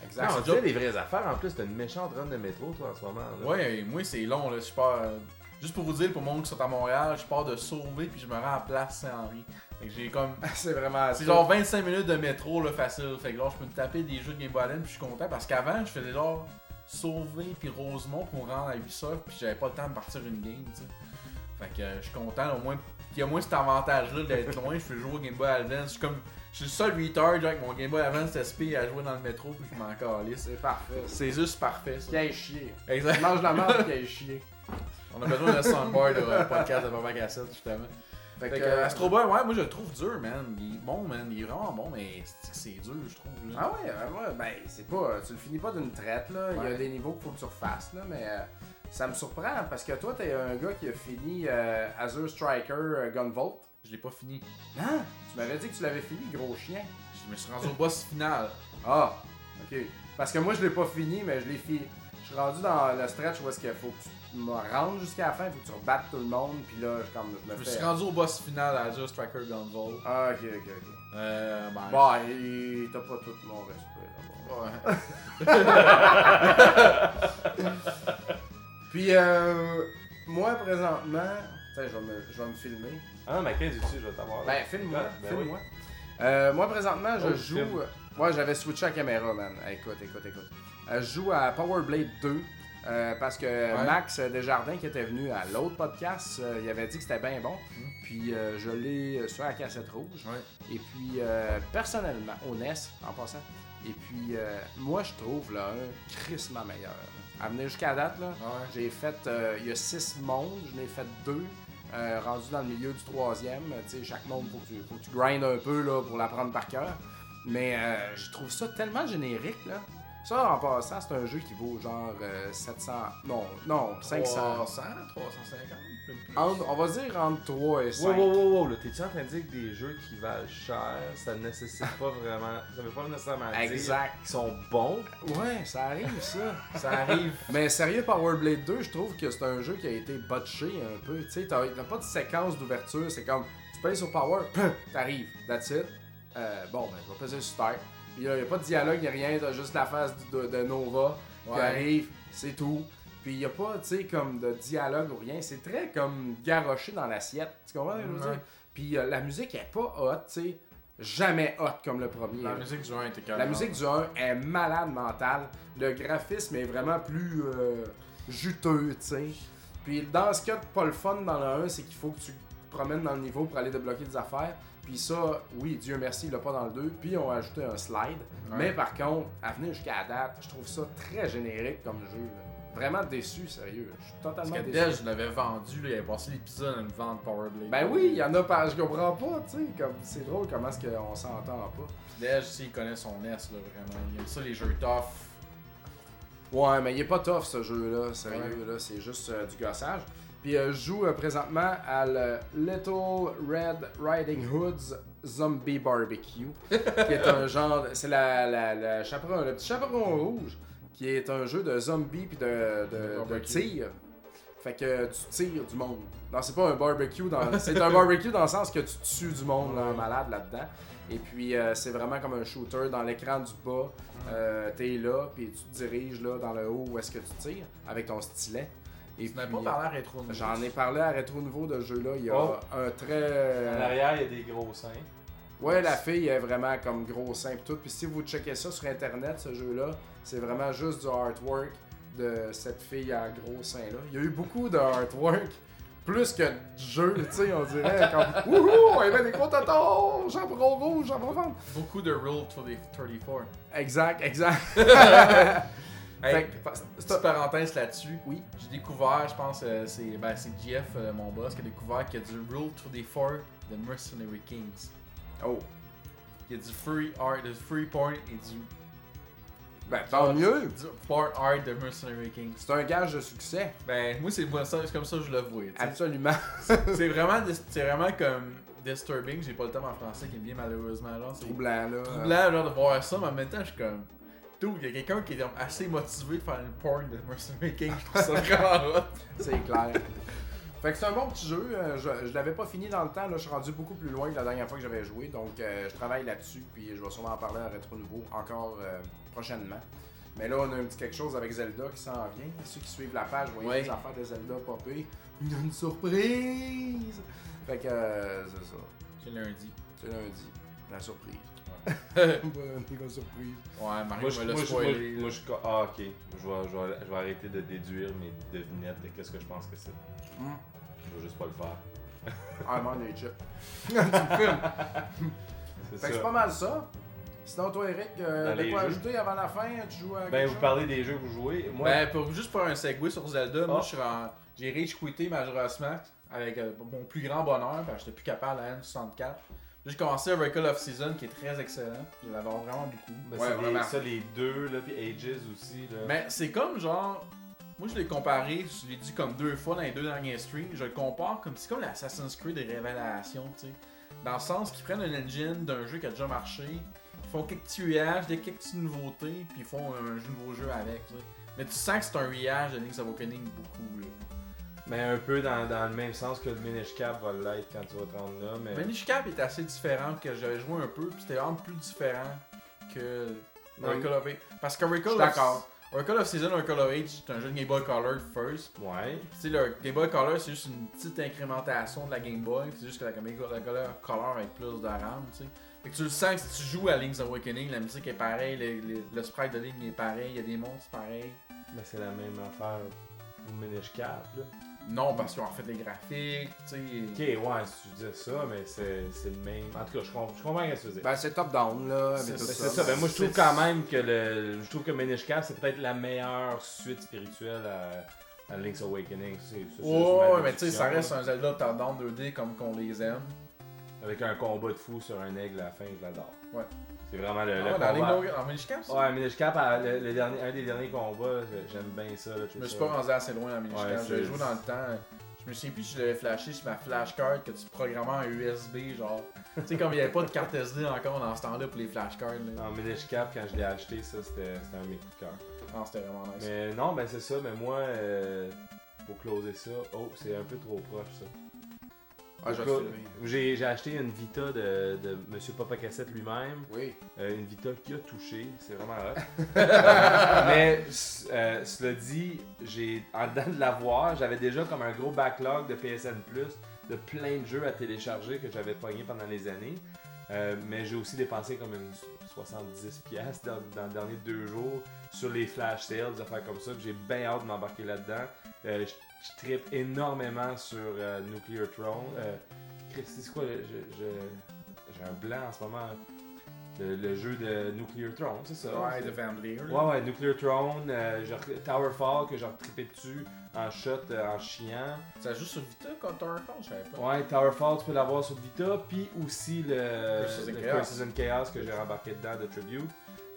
A: exact.
C: Non,
B: c'est
C: on
B: joke.
C: dirait des vraies affaires. En plus, t'as une méchante run de métro, toi, en ce moment. là.
B: Ouais, et moi, c'est long, là, je pars. euh, Juste pour vous dire, pour le monde qui sont à Montréal, je pars de Sauvé puis je me rends à Place Saint-Henri. Fait que j'ai comme
A: [LAUGHS] c'est vraiment.
B: C'est
A: ça.
B: genre 25 minutes de métro là, facile. Fait que là, je peux me taper des jeux de Game Boy Advance, puis je suis content parce qu'avant, je faisais genre Sauver puis Rosemont pour me rendre à Ubisoft, puis j'avais pas le temps de partir une game, tu sais. Fait que euh, je suis content, au moins, qu'il y a au moins cet avantage-là [LAUGHS] d'être loin, je peux jouer au Game Boy Advance. Je suis comme, je suis le seul retard genre, avec mon Game Boy Advance SP à jouer dans le métro, puis je m'en calisse.
A: C'est parfait.
B: C'est juste parfait, ça.
A: Qui aille chier.
B: Exact.
A: Mange la merde, qui aille chier.
B: On a besoin de soundbar de [LAUGHS] euh, podcast de Papa Cassette, justement.
A: Fait
B: Fait
A: que,
B: que euh, Astro Boy, ouais, moi je le trouve dur, man. Il est bon, man. Il est vraiment bon, mais c'est c'est dur, je trouve. là.
A: Ah ouais, euh, ouais, ben c'est pas. Tu le finis pas d'une traite là. Il y
B: Ouais.
A: a des niveaux qu'il faut que tu refasses là, mais euh, ça me surprend parce que toi t'es un gars qui a fini euh, Azure Striker euh, Gunvolt.
B: Je l'ai pas fini.
A: Hein? Tu m'avais dit que tu l'avais fini, gros chien.
B: Je me suis rendu au boss final.
A: Ah, ok. Parce que moi je l'ai pas fini, mais je l'ai fini. Je suis rendu dans le stretch où est-ce qu'il faut que tu me rendes jusqu'à la fin, faut que tu rebattes tout le monde, puis là je, comme, je me
B: Je me
A: fais.
B: suis rendu au boss final à Azure Striker Gunvolt.
A: Ah ok ok ok.
B: Euh, ben.
A: Bon, il- t'as pas tout mon respect là, bon.
B: ouais.
A: Puis, euh, moi, présentement, Tiens, je vais, me, je vais me filmer.
C: Ah non, mais qu'est-ce que tu je vais t'avoir. là.
A: Ben, filme-moi,
C: Ah, ben
A: filme-moi. Euh, moi, présentement, je
C: Oh,
A: joue...
C: filme.
A: Moi, j'avais switché la caméra, man. Écoute, écoute, écoute. Euh, je joue à Power Blade 2. euh, parce que
B: Ouais.
A: Max euh, Desjardins, qui était venu à l'autre podcast, euh, il avait dit que c'était bien bon.
B: Mm.
A: Puis euh, je l'ai sur la cassette rouge.
B: Ouais.
A: Et puis, euh, personnellement, au NES, en passant, et puis, euh, moi, je trouve là, un crissement meilleur. À venir jusqu'à date, là, [LAUGHS]
B: Ouais.
A: j'ai fait, euh, il y a six mondes, je n'ai fait deux, euh, rendu dans le milieu du troisième. Euh, Tu sais, chaque monde, faut que tu, faut que tu grindes un peu là, pour l'apprendre par cœur. Mais euh, je trouve ça tellement générique, là. Ça, en passant, c'est un jeu qui vaut genre euh, 700... Non, non, 500...
B: 300, 350,
A: Ah,
B: même plus.
A: Entre- on va dire entre 3 et 5.
C: Wow, wow, wow, wow, là, t'es-tu en train de dire que des jeux qui valent cher, ça ne nécessite [LAUGHS] pas vraiment. Ça veut pas nécessairement dire
A: Exact.
C: qu'ils sont bons.
A: Ouais, ça arrive, ça.
B: Ça arrive.
A: [LAUGHS] Mais sérieux, Power Blade 2, je trouve que c'est un jeu qui a été botché un peu. Tu sais, t'as t'as pas de séquence d'ouverture, c'est comme tu pèses sur Power, [LAUGHS] pum, t'arrives, that's it. Euh, bon, ben, je vais peser sur Terre. Puis là, y a pas de dialogue, y a rien, t'as juste la face de, de Nova qui
B: Ouais.
A: arrive, c'est tout. Puis y a pas, tu sais, comme de dialogue ou rien. C'est très comme garoché dans l'assiette. Tu comprends ce que je veux
B: Ouais.
A: dire? Puis euh, la musique est pas hot, tu sais. Jamais hot comme le premier.
B: La
A: là.
B: musique du 1 était carrément.
A: La musique du 1 est malade mentale. Le graphisme est vraiment plus euh, juteux, tu sais. Puis dans ce cas, pas le fun dans le 1, c'est qu'il faut que tu te promènes dans le niveau pour aller débloquer des affaires. Puis ça, oui, Dieu merci, il l'a pas dans le 2. Puis ils ont ajouté un slide.
B: Ouais.
A: Mais par contre, à venir jusqu'à la date, je trouve ça très générique comme jeu. là. Vraiment déçu, sérieux. Je suis
B: Parce
A: totalement
B: que
A: déçu.
B: Dej, je l'avais vendu, là, il avait passé l'épisode à me vendre Power Blade.
A: Ben oui, il y en a pas, je comprends pas, tu sais. comme- C'est drôle comment est-ce qu'on s'entend pas.
B: Dej, tu sais, il connaît son S, là, vraiment. Il aime ça, les jeux tough.
A: Ouais, mais il est pas tough ce jeu-là, sérieux, là, c'est juste euh, du gossage. Puis euh, je joue euh, présentement à le Little Red Riding Hood's Zombie Barbecue, qui est un genre, de- c'est la, la, la chaperon, le petit chaperon rouge, qui est un jeu de zombies puis de,
B: De
A: de, de,
B: barbecue.
A: tir. Fait que tu tires du monde. Non, c'est pas un barbecue, dans, c'est un barbecue dans le sens que tu tues du monde, là, malade là-dedans. Et puis euh, c'est vraiment comme un shooter dans l'écran du bas.
B: Mhm.
A: Euh, t'es là, puis tu te diriges là, dans le haut où est-ce que tu tires avec ton stylet. Et
B: Tu n'as
A: puis, euh,
B: pas parlé à rétro News.
A: J'en ai parlé à Rétro Nouveau de ce jeu-là. Il y a
C: Oh.
A: un très.
C: arrière, il y a des gros seins.
A: Ouais, la fille est vraiment comme gros simple tout. Puis si vous checkez ça sur internet, ce jeu-là, c'est vraiment juste du artwork de cette fille à gros seins là. Il y a eu beaucoup de artwork, plus que de jeu, tu sais, on dirait
B: [LAUGHS]
A: comme Wouhou, il y avait des gros tontons, jambon rouge, jambon vendre.
B: Beaucoup de Rule 34.
A: Exact, [LAUGHS] exact.
B: Hey,
A: Fait que-
B: petite parenthèse là-dessus.
A: Oui.
B: J'ai découvert, je pense, euh, c'est ben, c'est Jeff, euh, mon boss, qui a découvert qu'il y a du Rule 34 de Mercenary Kings.
A: Oh.
B: Il y a du free art, du free porn et du,
A: Ben, tant mieux.
B: du porn art de Mercenary Kings.
A: C'est un gage de succès.
B: Ben, moi, c'est moi, ça, c'est comme ça que je le vois. tu sais.
A: Absolument.
B: C'est vraiment, dis- c'est vraiment comme disturbing. J'ai pas le terme en français qui me vient malheureusement là. C'est
A: [LAUGHS] Troublant, là.
B: troublant genre, de voir ça, mais en même temps, je suis comme. Tout, il y a quelqu'un qui est comme, assez motivé de faire une porn de Mercenary Kings. Je trouve ça [LAUGHS] vraiment hot.
A: C'est clair. Fait que c'est un bon petit jeu. Euh, Je, je l'avais pas fini dans le temps. Là, je suis rendu beaucoup plus loin que la dernière fois que j'avais joué. Donc, euh, je travaille là-dessus. Puis, je vais sûrement en parler à Rétro Nouveau encore euh, prochainement. Mais là, on a un petit quelque chose avec Zelda qui s'en vient. Ceux qui suivent la page, vous voyez
B: Ouais.
A: les affaires de Zelda popper. Il y a une surprise! Fait que, euh, c'est ça.
B: C'est lundi.
A: C'est lundi. La surprise. [LAUGHS]
B: ouais,
A: la surprise.
B: Mario
C: Moi, je,
B: me l'a
C: moi, je-
B: spoilé.
C: moi, je- moi, je- ah, ok. Je vais, je vais- je vais arrêter de déduire mes devinettes de qu'est-ce que je pense que c'est.
A: Mm.
C: Je vais juste pas le faire.
A: I'm on a chip.
C: C'est
A: Fait que
C: ça.
A: c'est pas mal ça. Sinon, toi, Eric, euh,
C: Dans
A: de
C: les
A: quoi
C: jeux.
A: ajouter avant la fin Tu joues à
C: Ben,
A: quelque
C: vous
A: chose?
C: parlez des jeux que vous jouez. Moi,
B: Ben, pour, juste pour un segue sur Zelda, moi,
C: Ah.
B: je suis en- j'ai rage quitté Majora's Mask avec euh, mon plus grand bonheur, parce que j'étais plus capable à la N64. J'ai commencé Oracle of Season qui est très excellent. Je l'adore vraiment Ben- beaucoup.
C: Ben,
A: Ouais,
C: c'est des-
A: vraiment.
C: ça, les deux, là, puis Ages aussi. Là.
B: Mais c'est comme genre. Moi, je l'ai comparé, je l'ai dit comme deux fois dans les deux derniers streams. Je le compare comme c'est comme l'Assassin's Creed des révélations, tu sais. Dans le sens qu'ils prennent un engine d'un jeu qui a déjà marché, ils font quelques petits riages, des quelques petites nouveautés, puis ils font un, jeu- nouveau jeu avec, tu sais. Mais tu sens que c'est un riage de Link's Awakening beaucoup, là.
C: Mais un peu dans, dans le même sens que le Minish Cap va l'être quand tu vas te rendre là.
A: Euh,
C: Mais,
B: Manish Cap Ben, est assez différent que j'avais joué un peu, puis c'était vraiment plus différent que
A: Oui.
B: Oracle of Age. Parce que Oracle
A: Je suis
B: of,
A: d'accord.
B: Oracle of Season, Oracle of Age, c'est un jeu de Game Boy Color first.
C: ouais.
B: Tu sais, le Game Boy Color, c'est juste une petite incrémentation de la Game Boy. C'est juste que la Game Boy Color, Color avec plus de RAM, tu sais. Fait que tu le sens que si tu joues à Link's Awakening, la musique est pareille, le, le- le sprite de Link est pareil, il y a des monstres pareils.
C: Ben, c'est la même affaire pour Ménage 4. Là.
B: Non, parce qu'ils ont refait les graphiques, tu sais.
C: Ok, ouais, si tu dis ça, mais c'est c'est le même. En tout cas, je comprends, je comprends ce que tu veux dire.
A: Ben, c'est top-down, là.
B: C'est-
A: mais tout
C: Ben,
B: c'est
C: c'est ça, ben moi je trouve
B: c'est-
C: quand même que le, je trouve que Ménage 4 c'est peut-être la meilleure suite spirituelle à, à Link's Awakening. C'est- c'est- c'est
B: Ouais,
C: ma
B: mais tu sais, ça
C: déduction,
B: reste un Zelda tendance 2D comme qu'on les aime.
C: là. Avec un combat de fou sur un aigle à la fin, je l'adore.
B: Ouais.
C: C'est vraiment le, le
B: Ah, dans
C: combat.
B: les Dans Minish Cap, ça?
C: Ouais, Ménage 4, à- le, le dernier, un des derniers combats, je- j'aime bien ça. Là,
B: Je me suis pas rendu assez loin dans Minish
C: Ouais,
B: Cap.
C: c'est-
B: J'ai joué dans le temps. Je me souviens plus si je l'avais flashé sur ma flashcard que tu programmais en USB, genre. tu sais, comme il n'y avait pas de carte SD encore dans ce temps-là pour les flashcards, là.
C: En Ménage 4, quand je l'ai acheté, ça c'était c'était un de mes coups de cœur.
B: Ah, c'était vraiment nice.
C: Mais non, ben c'est ça, mais moi, euh, pour closer ça, oh, c'est un peu trop proche ça.
A: Ah, je vais
C: Écoute,
A: te filmer.
C: J'ai j'ai acheté une Vita de, de Monsieur Papa Cassette lui-même,
A: Oui.
C: euh, une Vita qui a touché, c'est vraiment hot. Euh, mais c- euh, cela dit, j'ai en dedans de l'avoir, j'avais déjà comme un gros backlog de PSN Plus, de plein de jeux à télécharger que j'avais pogné pendant les années. Euh, mais j'ai aussi dépensé comme une so- 70$ piastres dans, dans les derniers deux jours sur les flash sales, des affaires comme ça. puis J'ai bien hâte de m'embarquer là-dedans. Euh, je, je trippe énormément sur euh, Nuclear Throne. Euh, Christy, c'est quoi le- je- je- J'ai un blanc en ce moment. Le, le jeu de Nuclear Throne, c'est ça?
B: Ouais,
C: C'est-
B: de Van Leer, là.
C: Ouais, ouais, Nuclear Throne, euh, genre Towerfall que j'ai retrippé dessus en shot, euh, en chiant.
B: Ça joue sur Vita contre un compte, je savais pas.
C: Ouais, Towerfall, tu peux l'avoir sur Vita, puis aussi le
B: Curses and
C: le
B: Chaos.
C: Curses and Chaos que j'ai rembarqué dedans de Tribute.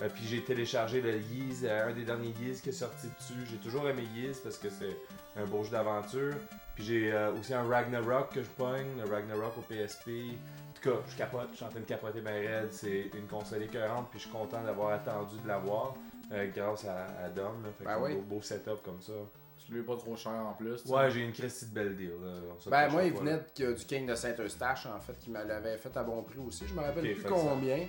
C: Euh, puis j'ai téléchargé le Yeez, euh, un des derniers Yeez qui est sorti dessus. J'ai toujours aimé Yeez parce que c'est un beau jeu d'aventure. Puis j'ai euh, aussi un Ragnarok que je pogne, le Ragnarok au PSP. En tout cas, je capote, je suis en train de capoter ben raide. C'est une console écœurante, puis je suis content d'avoir attendu de l'avoir euh, grâce à, à Dom. là. Fait que
A: Ben
C: c'est un
A: oui.
C: beau, beau setup comme ça.
B: Tu lui pas trop cher en plus. tu sais.
C: Ouais, j'ai une Christie de belle deal. là. On se le
A: Ben,
C: cachera
A: moi, il
C: pas, là.
A: venait de- du King de Saint-Eustache, en fait, qui me l'avait fait à bon prix aussi. Je me rappelle
C: Ok, fait
A: plus
C: que ça.
A: combien.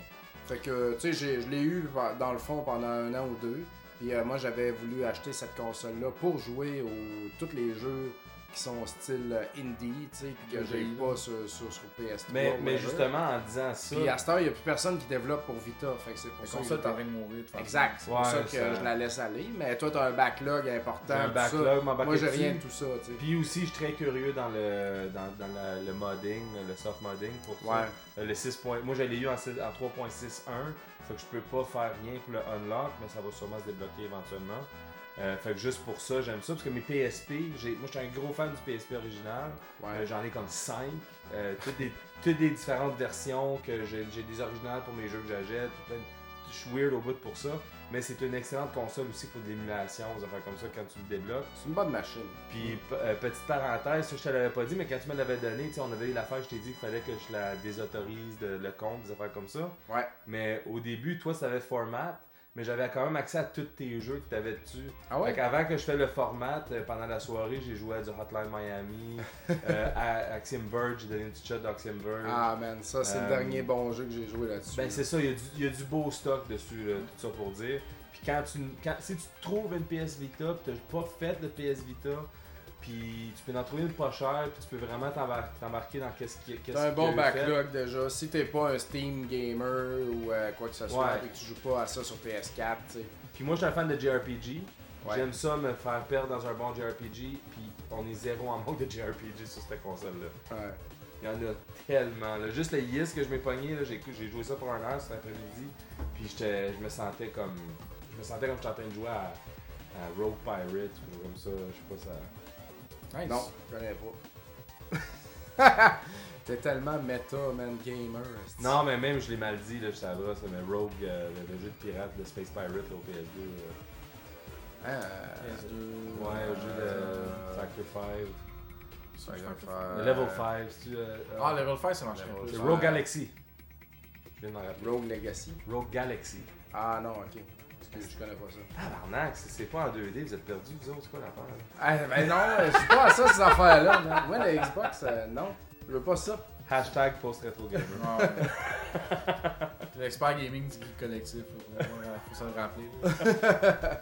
A: Fait que, tu sais, j'ai- je l'ai eu pe- dans le fond pendant un an ou deux. Puis euh, moi, j'avais voulu acheter cette console-là pour jouer aux tous les jeux qui sont style euh, indie, tu sais, puis que j'ai
B: Indie.
A: pas sur, sur, sur PS3.
C: Mais, mais
A: whatever.
C: justement, en disant ça,
A: ben, Puis à cette heure, il n'y a plus personne qui développe pour Vita. Fait que c'est pour
B: La
A: ça que
B: console,
A: j'ai-
B: t'es en train de mourir. de toute façon.
A: Exact. C'est pour
C: Ouais,
A: ça que
C: ça-
A: je la laisse aller. Mais toi, t'as un backlog important.
C: j'ai un
A: tout
C: backlog,
A: ça.
C: m'embarquer
A: Moi, j'ai
C: dessus.
A: rien de tout ça, tu sais.
C: Puis aussi, je suis très curieux dans le, dans, dans la- le modding, le soft modding pour ça.
A: Ouais.
C: Euh, Le 6. point- Moi, j'allais eu en, six- en 3.61. Fait que je peux pas faire rien pour le unlock, mais ça va sûrement se débloquer éventuellement. Euh, fait que juste pour ça, j'aime ça. Parce que mes PSP, j'ai- moi, je suis un gros fan du PSP original.
A: Ouais.
C: Euh, J'en ai comme 5. toutes, des, toutes des différentes versions que j'ai j'ai des originales pour mes jeux que j'achète. puis plein de- Je suis weird au bout pour ça. Mais c'est une excellente console aussi pour de l'émulation, des affaires comme ça quand tu le débloques.
A: C'est une bonne machine.
C: Puis, p- euh, petite parenthèse, ça, je te l'avais pas dit, mais quand tu me l'avais donné, tu sais, on avait eu l'affaire, je t'ai dit qu'il fallait que je la désautorise, de, le compte, des affaires comme ça.
A: Ouais.
C: Mais au début, toi, ça avait format, mais j'avais quand même accès à tous tes jeux que tu avais dessus.
A: Ah
C: Fait qu'avant que je fais le format, euh, pendant la soirée, j'ai joué à du Hotline Miami,
A: [LAUGHS]
C: euh, à Axiom Verge, j'ai donné une petite shot d'Axiom Verge.
A: Ah man, ça c'est
C: Euh,
A: le dernier bon jeu que j'ai joué là-dessus.
C: Ben c'est ça, il y, a du- il y a du beau stock dessus, là, tout ça pour dire. Puis quand tu, quand, si tu trouves une PS Vita, puis t'as pas fait de PS Vita, puis tu peux en trouver une pas chère, puis tu peux vraiment t'embar- t'embarquer dans qu'est-ce qui qu'est-ce
A: T'as un
C: qui
A: bon
C: a eu fait.
A: backlog déjà. Si t'es pas un Steam gamer ou euh, quoi que ce soit
C: Ouais.
A: et que tu joues pas à ça sur PS4, tu sais.
C: Puis moi, je suis un fan de JRPG.
A: Ouais.
C: J'aime ça me faire perdre dans un bon JRPG, puis on est zéro en manque de JRPG sur cette console-là.
A: Ouais.
C: Il y en a tellement. Là. Juste le Yes que je m'ai pogné, là, j'ai, j'ai joué ça pour un heure cet après-midi. Puis j'étais- je me sentais comme. Je me sentais comme j'étais en train de jouer à, à Rogue Pirate ou quelque chose comme ça. Je sais pas ça.
B: Nice.
A: Non, je connais
C: [LAUGHS]
A: pas. t'es tellement méta, man, gamer. esti.
C: Non mais même je l'ai mal dit, là, je savais ça, mais Rogue, euh, le, le jeu de pirate, le Space Pirate là, au PS2. là.
A: Ah,
B: PS2.
C: Ouais, le jeu de
A: Euh,
C: Factor 5.
A: ça va faire-
C: Le level 5, c'est euh,
B: Ah, Level 5, ça marche
A: Level
B: plus.
C: c'est
A: five.
C: Rogue Galaxy. Je viens de m'en rappeler.
A: euh, Rogue Legacy.
C: Rogue Galaxy.
A: Ah non, ok. Excuse, je connais pas ça.
C: Tabarnak, c'est, c'est pas en 2D, vous êtes perdus, vous autres, c'est quoi l'affaire?
A: Ah, ben non, euh, [LAUGHS] je suis pas à ça ces affaires-là, man. Moi, la Xbox, euh, non. Je veux pas ça.
C: Hashtag post-retro gamer.
B: Ah, ouais. T'es [LAUGHS] l'expert gaming du geek collectif. là. Ouais, ouais, Faut se le rappeler. là.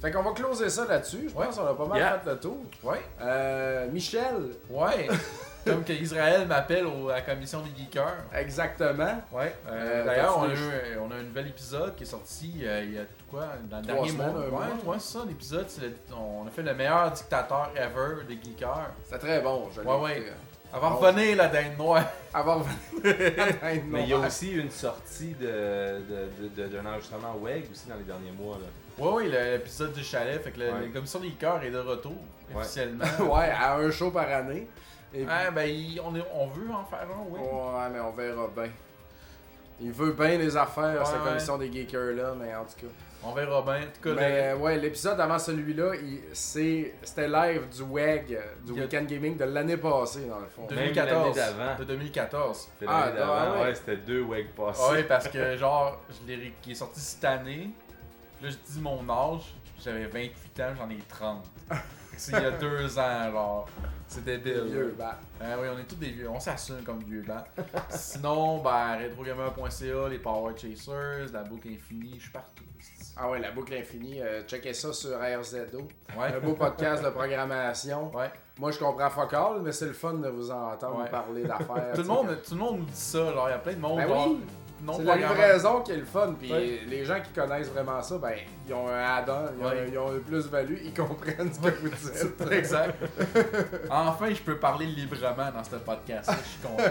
A: Fait qu'on va closer ça là-dessus. Je pense qu'on a pas mal
C: Yeah.
A: fait le tour.
B: Ouais.
A: [LAUGHS] Euh, Michel,
B: Ouais. Comme que Israël m'appelle au- à la commission des geekers.
A: Exactement.
B: Ouais.
A: Euh,
B: D'ailleurs, on, a
A: t'as-tu
B: eu- on a un nouvel épisode qui est sorti euh, il y a tout quoi Dans le
A: Trois
B: dernier
A: semaines,
B: mois.
A: un
B: Ouais,
A: mois.
B: ouais, c'est ça, l'épisode. c'est le- On a fait le meilleur dictateur ever des geekers.
A: C'est très bon, je l'ai
B: Ouais, ouais.
A: écouté.
B: Avant
A: Oh.
B: de revenir la dinde noire. [LAUGHS]
A: [LAUGHS] Avant de
C: Mais il y a aussi une sortie de- de- de- de- d'un enregistrement WEG aussi dans les derniers mois. Là.
B: Ouais, ouais, le- l'épisode du chalet. Fait que le-
C: Ouais.
B: la commission des geekers est de retour,
C: Ouais.
B: officiellement.
A: [LAUGHS] Ouais, à un show par année. Et puis-
B: Ah, ben, il- on, est- on veut en faire un, oui.
A: Ouais, mais on verra bien. Il veut bien les affaires,
B: Ouais,
A: cette
B: ouais.
A: commission des geekers là, mais en tout cas.
B: On verra bien. En tout cas,
A: Mais ouais, l'épisode avant celui-là, il- c'est- c'était live du WEG, euh, du
B: Il y a-
A: Weekend Gaming de l'année passée dans le fond.
B: le-
C: Même
B: 2014.
C: l'année d'avant.
B: De 2014.
C: C'était
A: Ah,
C: l'année d'avant,
A: ah ouais.
C: ouais, c'était deux WEG passés.
B: Ah ouais, parce que genre, je l'ai ré- qui est sorti cette année. Puis Là, je dis mon âge, j'avais 28 ans, j'en ai 30. C'est
A: [LAUGHS]
B: il y a deux ans, genre. C'est débile.
A: Vieux, bah.
B: Ah oui, on est tous des vieux, on s'assume comme vieux bats. Sinon, ben, retrogamer.ca, les Power Chasers, la boucle infinie, je suis partout.
A: Ah ouais, la boucle infinie, euh, checkez ça sur RZO.
B: Ouais,
A: Un beau podcast de programmation.
B: ouais.
A: Moi, je comprends focal, mais c'est le fun de vous entendre
B: Ouais.
A: parler d'affaires.
B: [LAUGHS] Tout le, monde, tout le monde nous dit ça, alors il y a plein de monde.
A: Ah, Ben
B: genre,
A: oui.
B: non
A: C'est la
B: programmeur.
A: livraison qui est le fun, puis
B: Ouais.
A: les gens qui connaissent vraiment ça, ben, ils ont un add-on, ils, ont-
B: Ouais.
A: ils ont un plus-value, ils comprennent ce que vous dites.
B: [LAUGHS] [LAUGHS]
A: [LAUGHS]
B: Exact. Enfin, je peux parler librement dans ce podcast. Je suis content.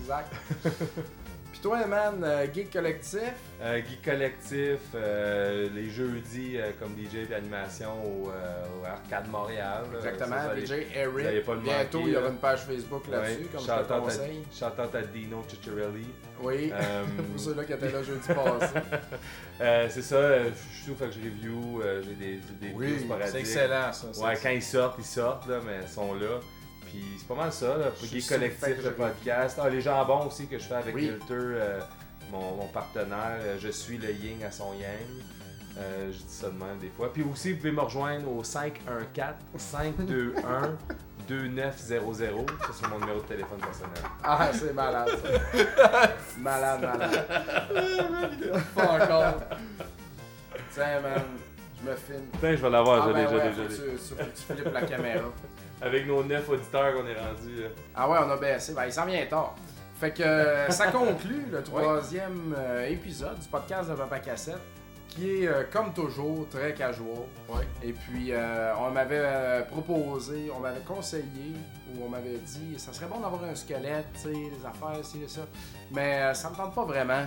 A: exact. Puis toi, man, euh, geek collectif,
C: Euh, Geek Collectif, euh, les jeudis euh, comme DJ d'animation au, euh, au Arcade Montréal. là.
A: exactement,
C: Ça, vous allez-
A: DJ
C: vous allez
A: Eric.
C: pas le
A: Bientôt,
C: manquer,
A: il y aura
C: là.
A: une page Facebook là-dessus,
C: Ouais.
A: comme je
C: Shout-out
A: te
C: à-
A: conseille.
C: Shout-out à Dino
A: [LAUGHS]
C: Cicciarelli.
A: Oui,
C: Euh,
A: pour ceux-là qui étaient là jeudi passé.
C: euh, c'est ça, euh, je suis chaud, fait que je review, euh, j'ai des, des
A: Oui,
C: vidéos
B: C'est
C: sporadiques.
B: excellent, ça. ça.
C: Ouais, quand ils sortent, ils sortent, là, mais ils sont là. Puis c'est pas mal ça, là, pour
A: Je
C: les
A: sais, fait
C: collectifs
A: que
C: de
A: je-
C: podcast. Ah, les jambons aussi que je fais avec
A: Oui.
C: Wilter, euh, mon, mon partenaire. euh, Je suis le yin à son yang. Euh, je dis ça de même des fois. Puis aussi, vous pouvez me rejoindre au 514-521-2900. Ça, c'est mon numéro de téléphone personnel.
A: Ah, c'est malade, ça.
C: [LAUGHS]
A: malade, malade.
B: Pas encore.
A: Tiens, man, je me filme.
C: Putain, je vais l'avoir,
A: ah,
C: je l'ai,
A: ben
C: je l'ai,
A: ouais,
C: je
A: faut que
C: l'ai.
A: tu, faut que tu flippes la caméra.
C: Avec nos 9 auditeurs qu'on est rendus. là.
A: Ah ouais, on a baissé. Ben, il s'en vient tard. Fait que euh, ça conclut le troisième euh, épisode du podcast de Papa Cassette, qui est, euh, comme toujours, très casual.
B: Ouais.
A: Et puis, euh, on m'avait euh, proposé, on m'avait conseillé, ou on m'avait dit, ça serait bon d'avoir un squelette, tu sais, des affaires, ci et ça. Mais euh, ça me tente pas vraiment.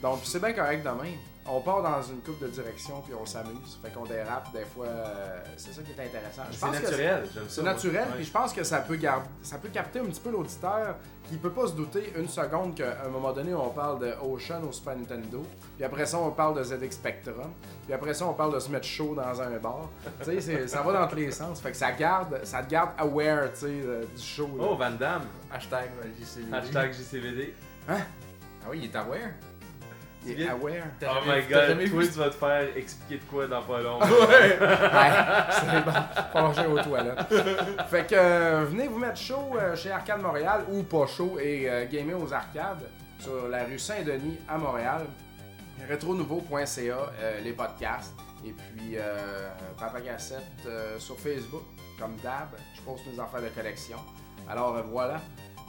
A: Donc, c'est bien correct de même. On part dans une coupe de direction, puis on s'amuse. Fait qu'on dérape, des fois, euh, c'est ça qui est intéressant. Ah, Je
C: C'est
A: pense que
C: naturel, j'aime ça.
A: c'est
C: moi.
A: naturel,
C: Ouais.
A: puis je pense que ça peut, gar- ça peut capter un petit peu l'auditeur qui peut pas se douter une seconde qu'à un moment donné, on parle de Ocean au Super Nintendo, puis après ça, on parle de ZX Spectrum, puis après ça, on parle de se mettre chaud dans un bar. tu sais, c'est- ça va dans tous les sens. Fait que ça, garde, ça te garde aware, tu sais, euh, du show. là.
C: Oh, Van Damme.
B: Hashtag euh, JCVD.
C: Hashtag JCVD.
B: Ah oui, il est aware.
A: Il est aware.
C: Oh
B: T'as
C: my god,
B: jamais
C: toi
B: vu- Ah
C: tu vas te faire expliquer de quoi dans pas long.
A: Ouais, c'est bon. Faut manger aux toilettes. Fait que euh, venez vous mettre chaud euh, chez Arcade Montréal ou pas chaud et euh, gamer aux arcades sur la rue Saint-Denis à Montréal. Retronouveau.ca, euh, les podcasts. Et puis euh, Papa Cassette euh, sur Facebook, comme d'hab. Je poste mes affaires de collection. Alors euh, voilà.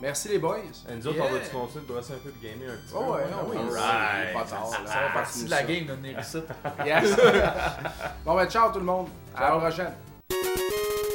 A: Merci les boys.
C: Et Nous autres,
B: Yeah.
C: on va-tu continuer de brasser un peu de gamer un petit
A: Oh ouais,
C: peu?
A: oui,
C: All
A: c'est pas
C: right.
A: tard.
C: Ça
A: va
B: Partie
C: Ah,
B: de la game de venir ici.
A: Yes. bon ben ciao tout le monde. À la prochaine.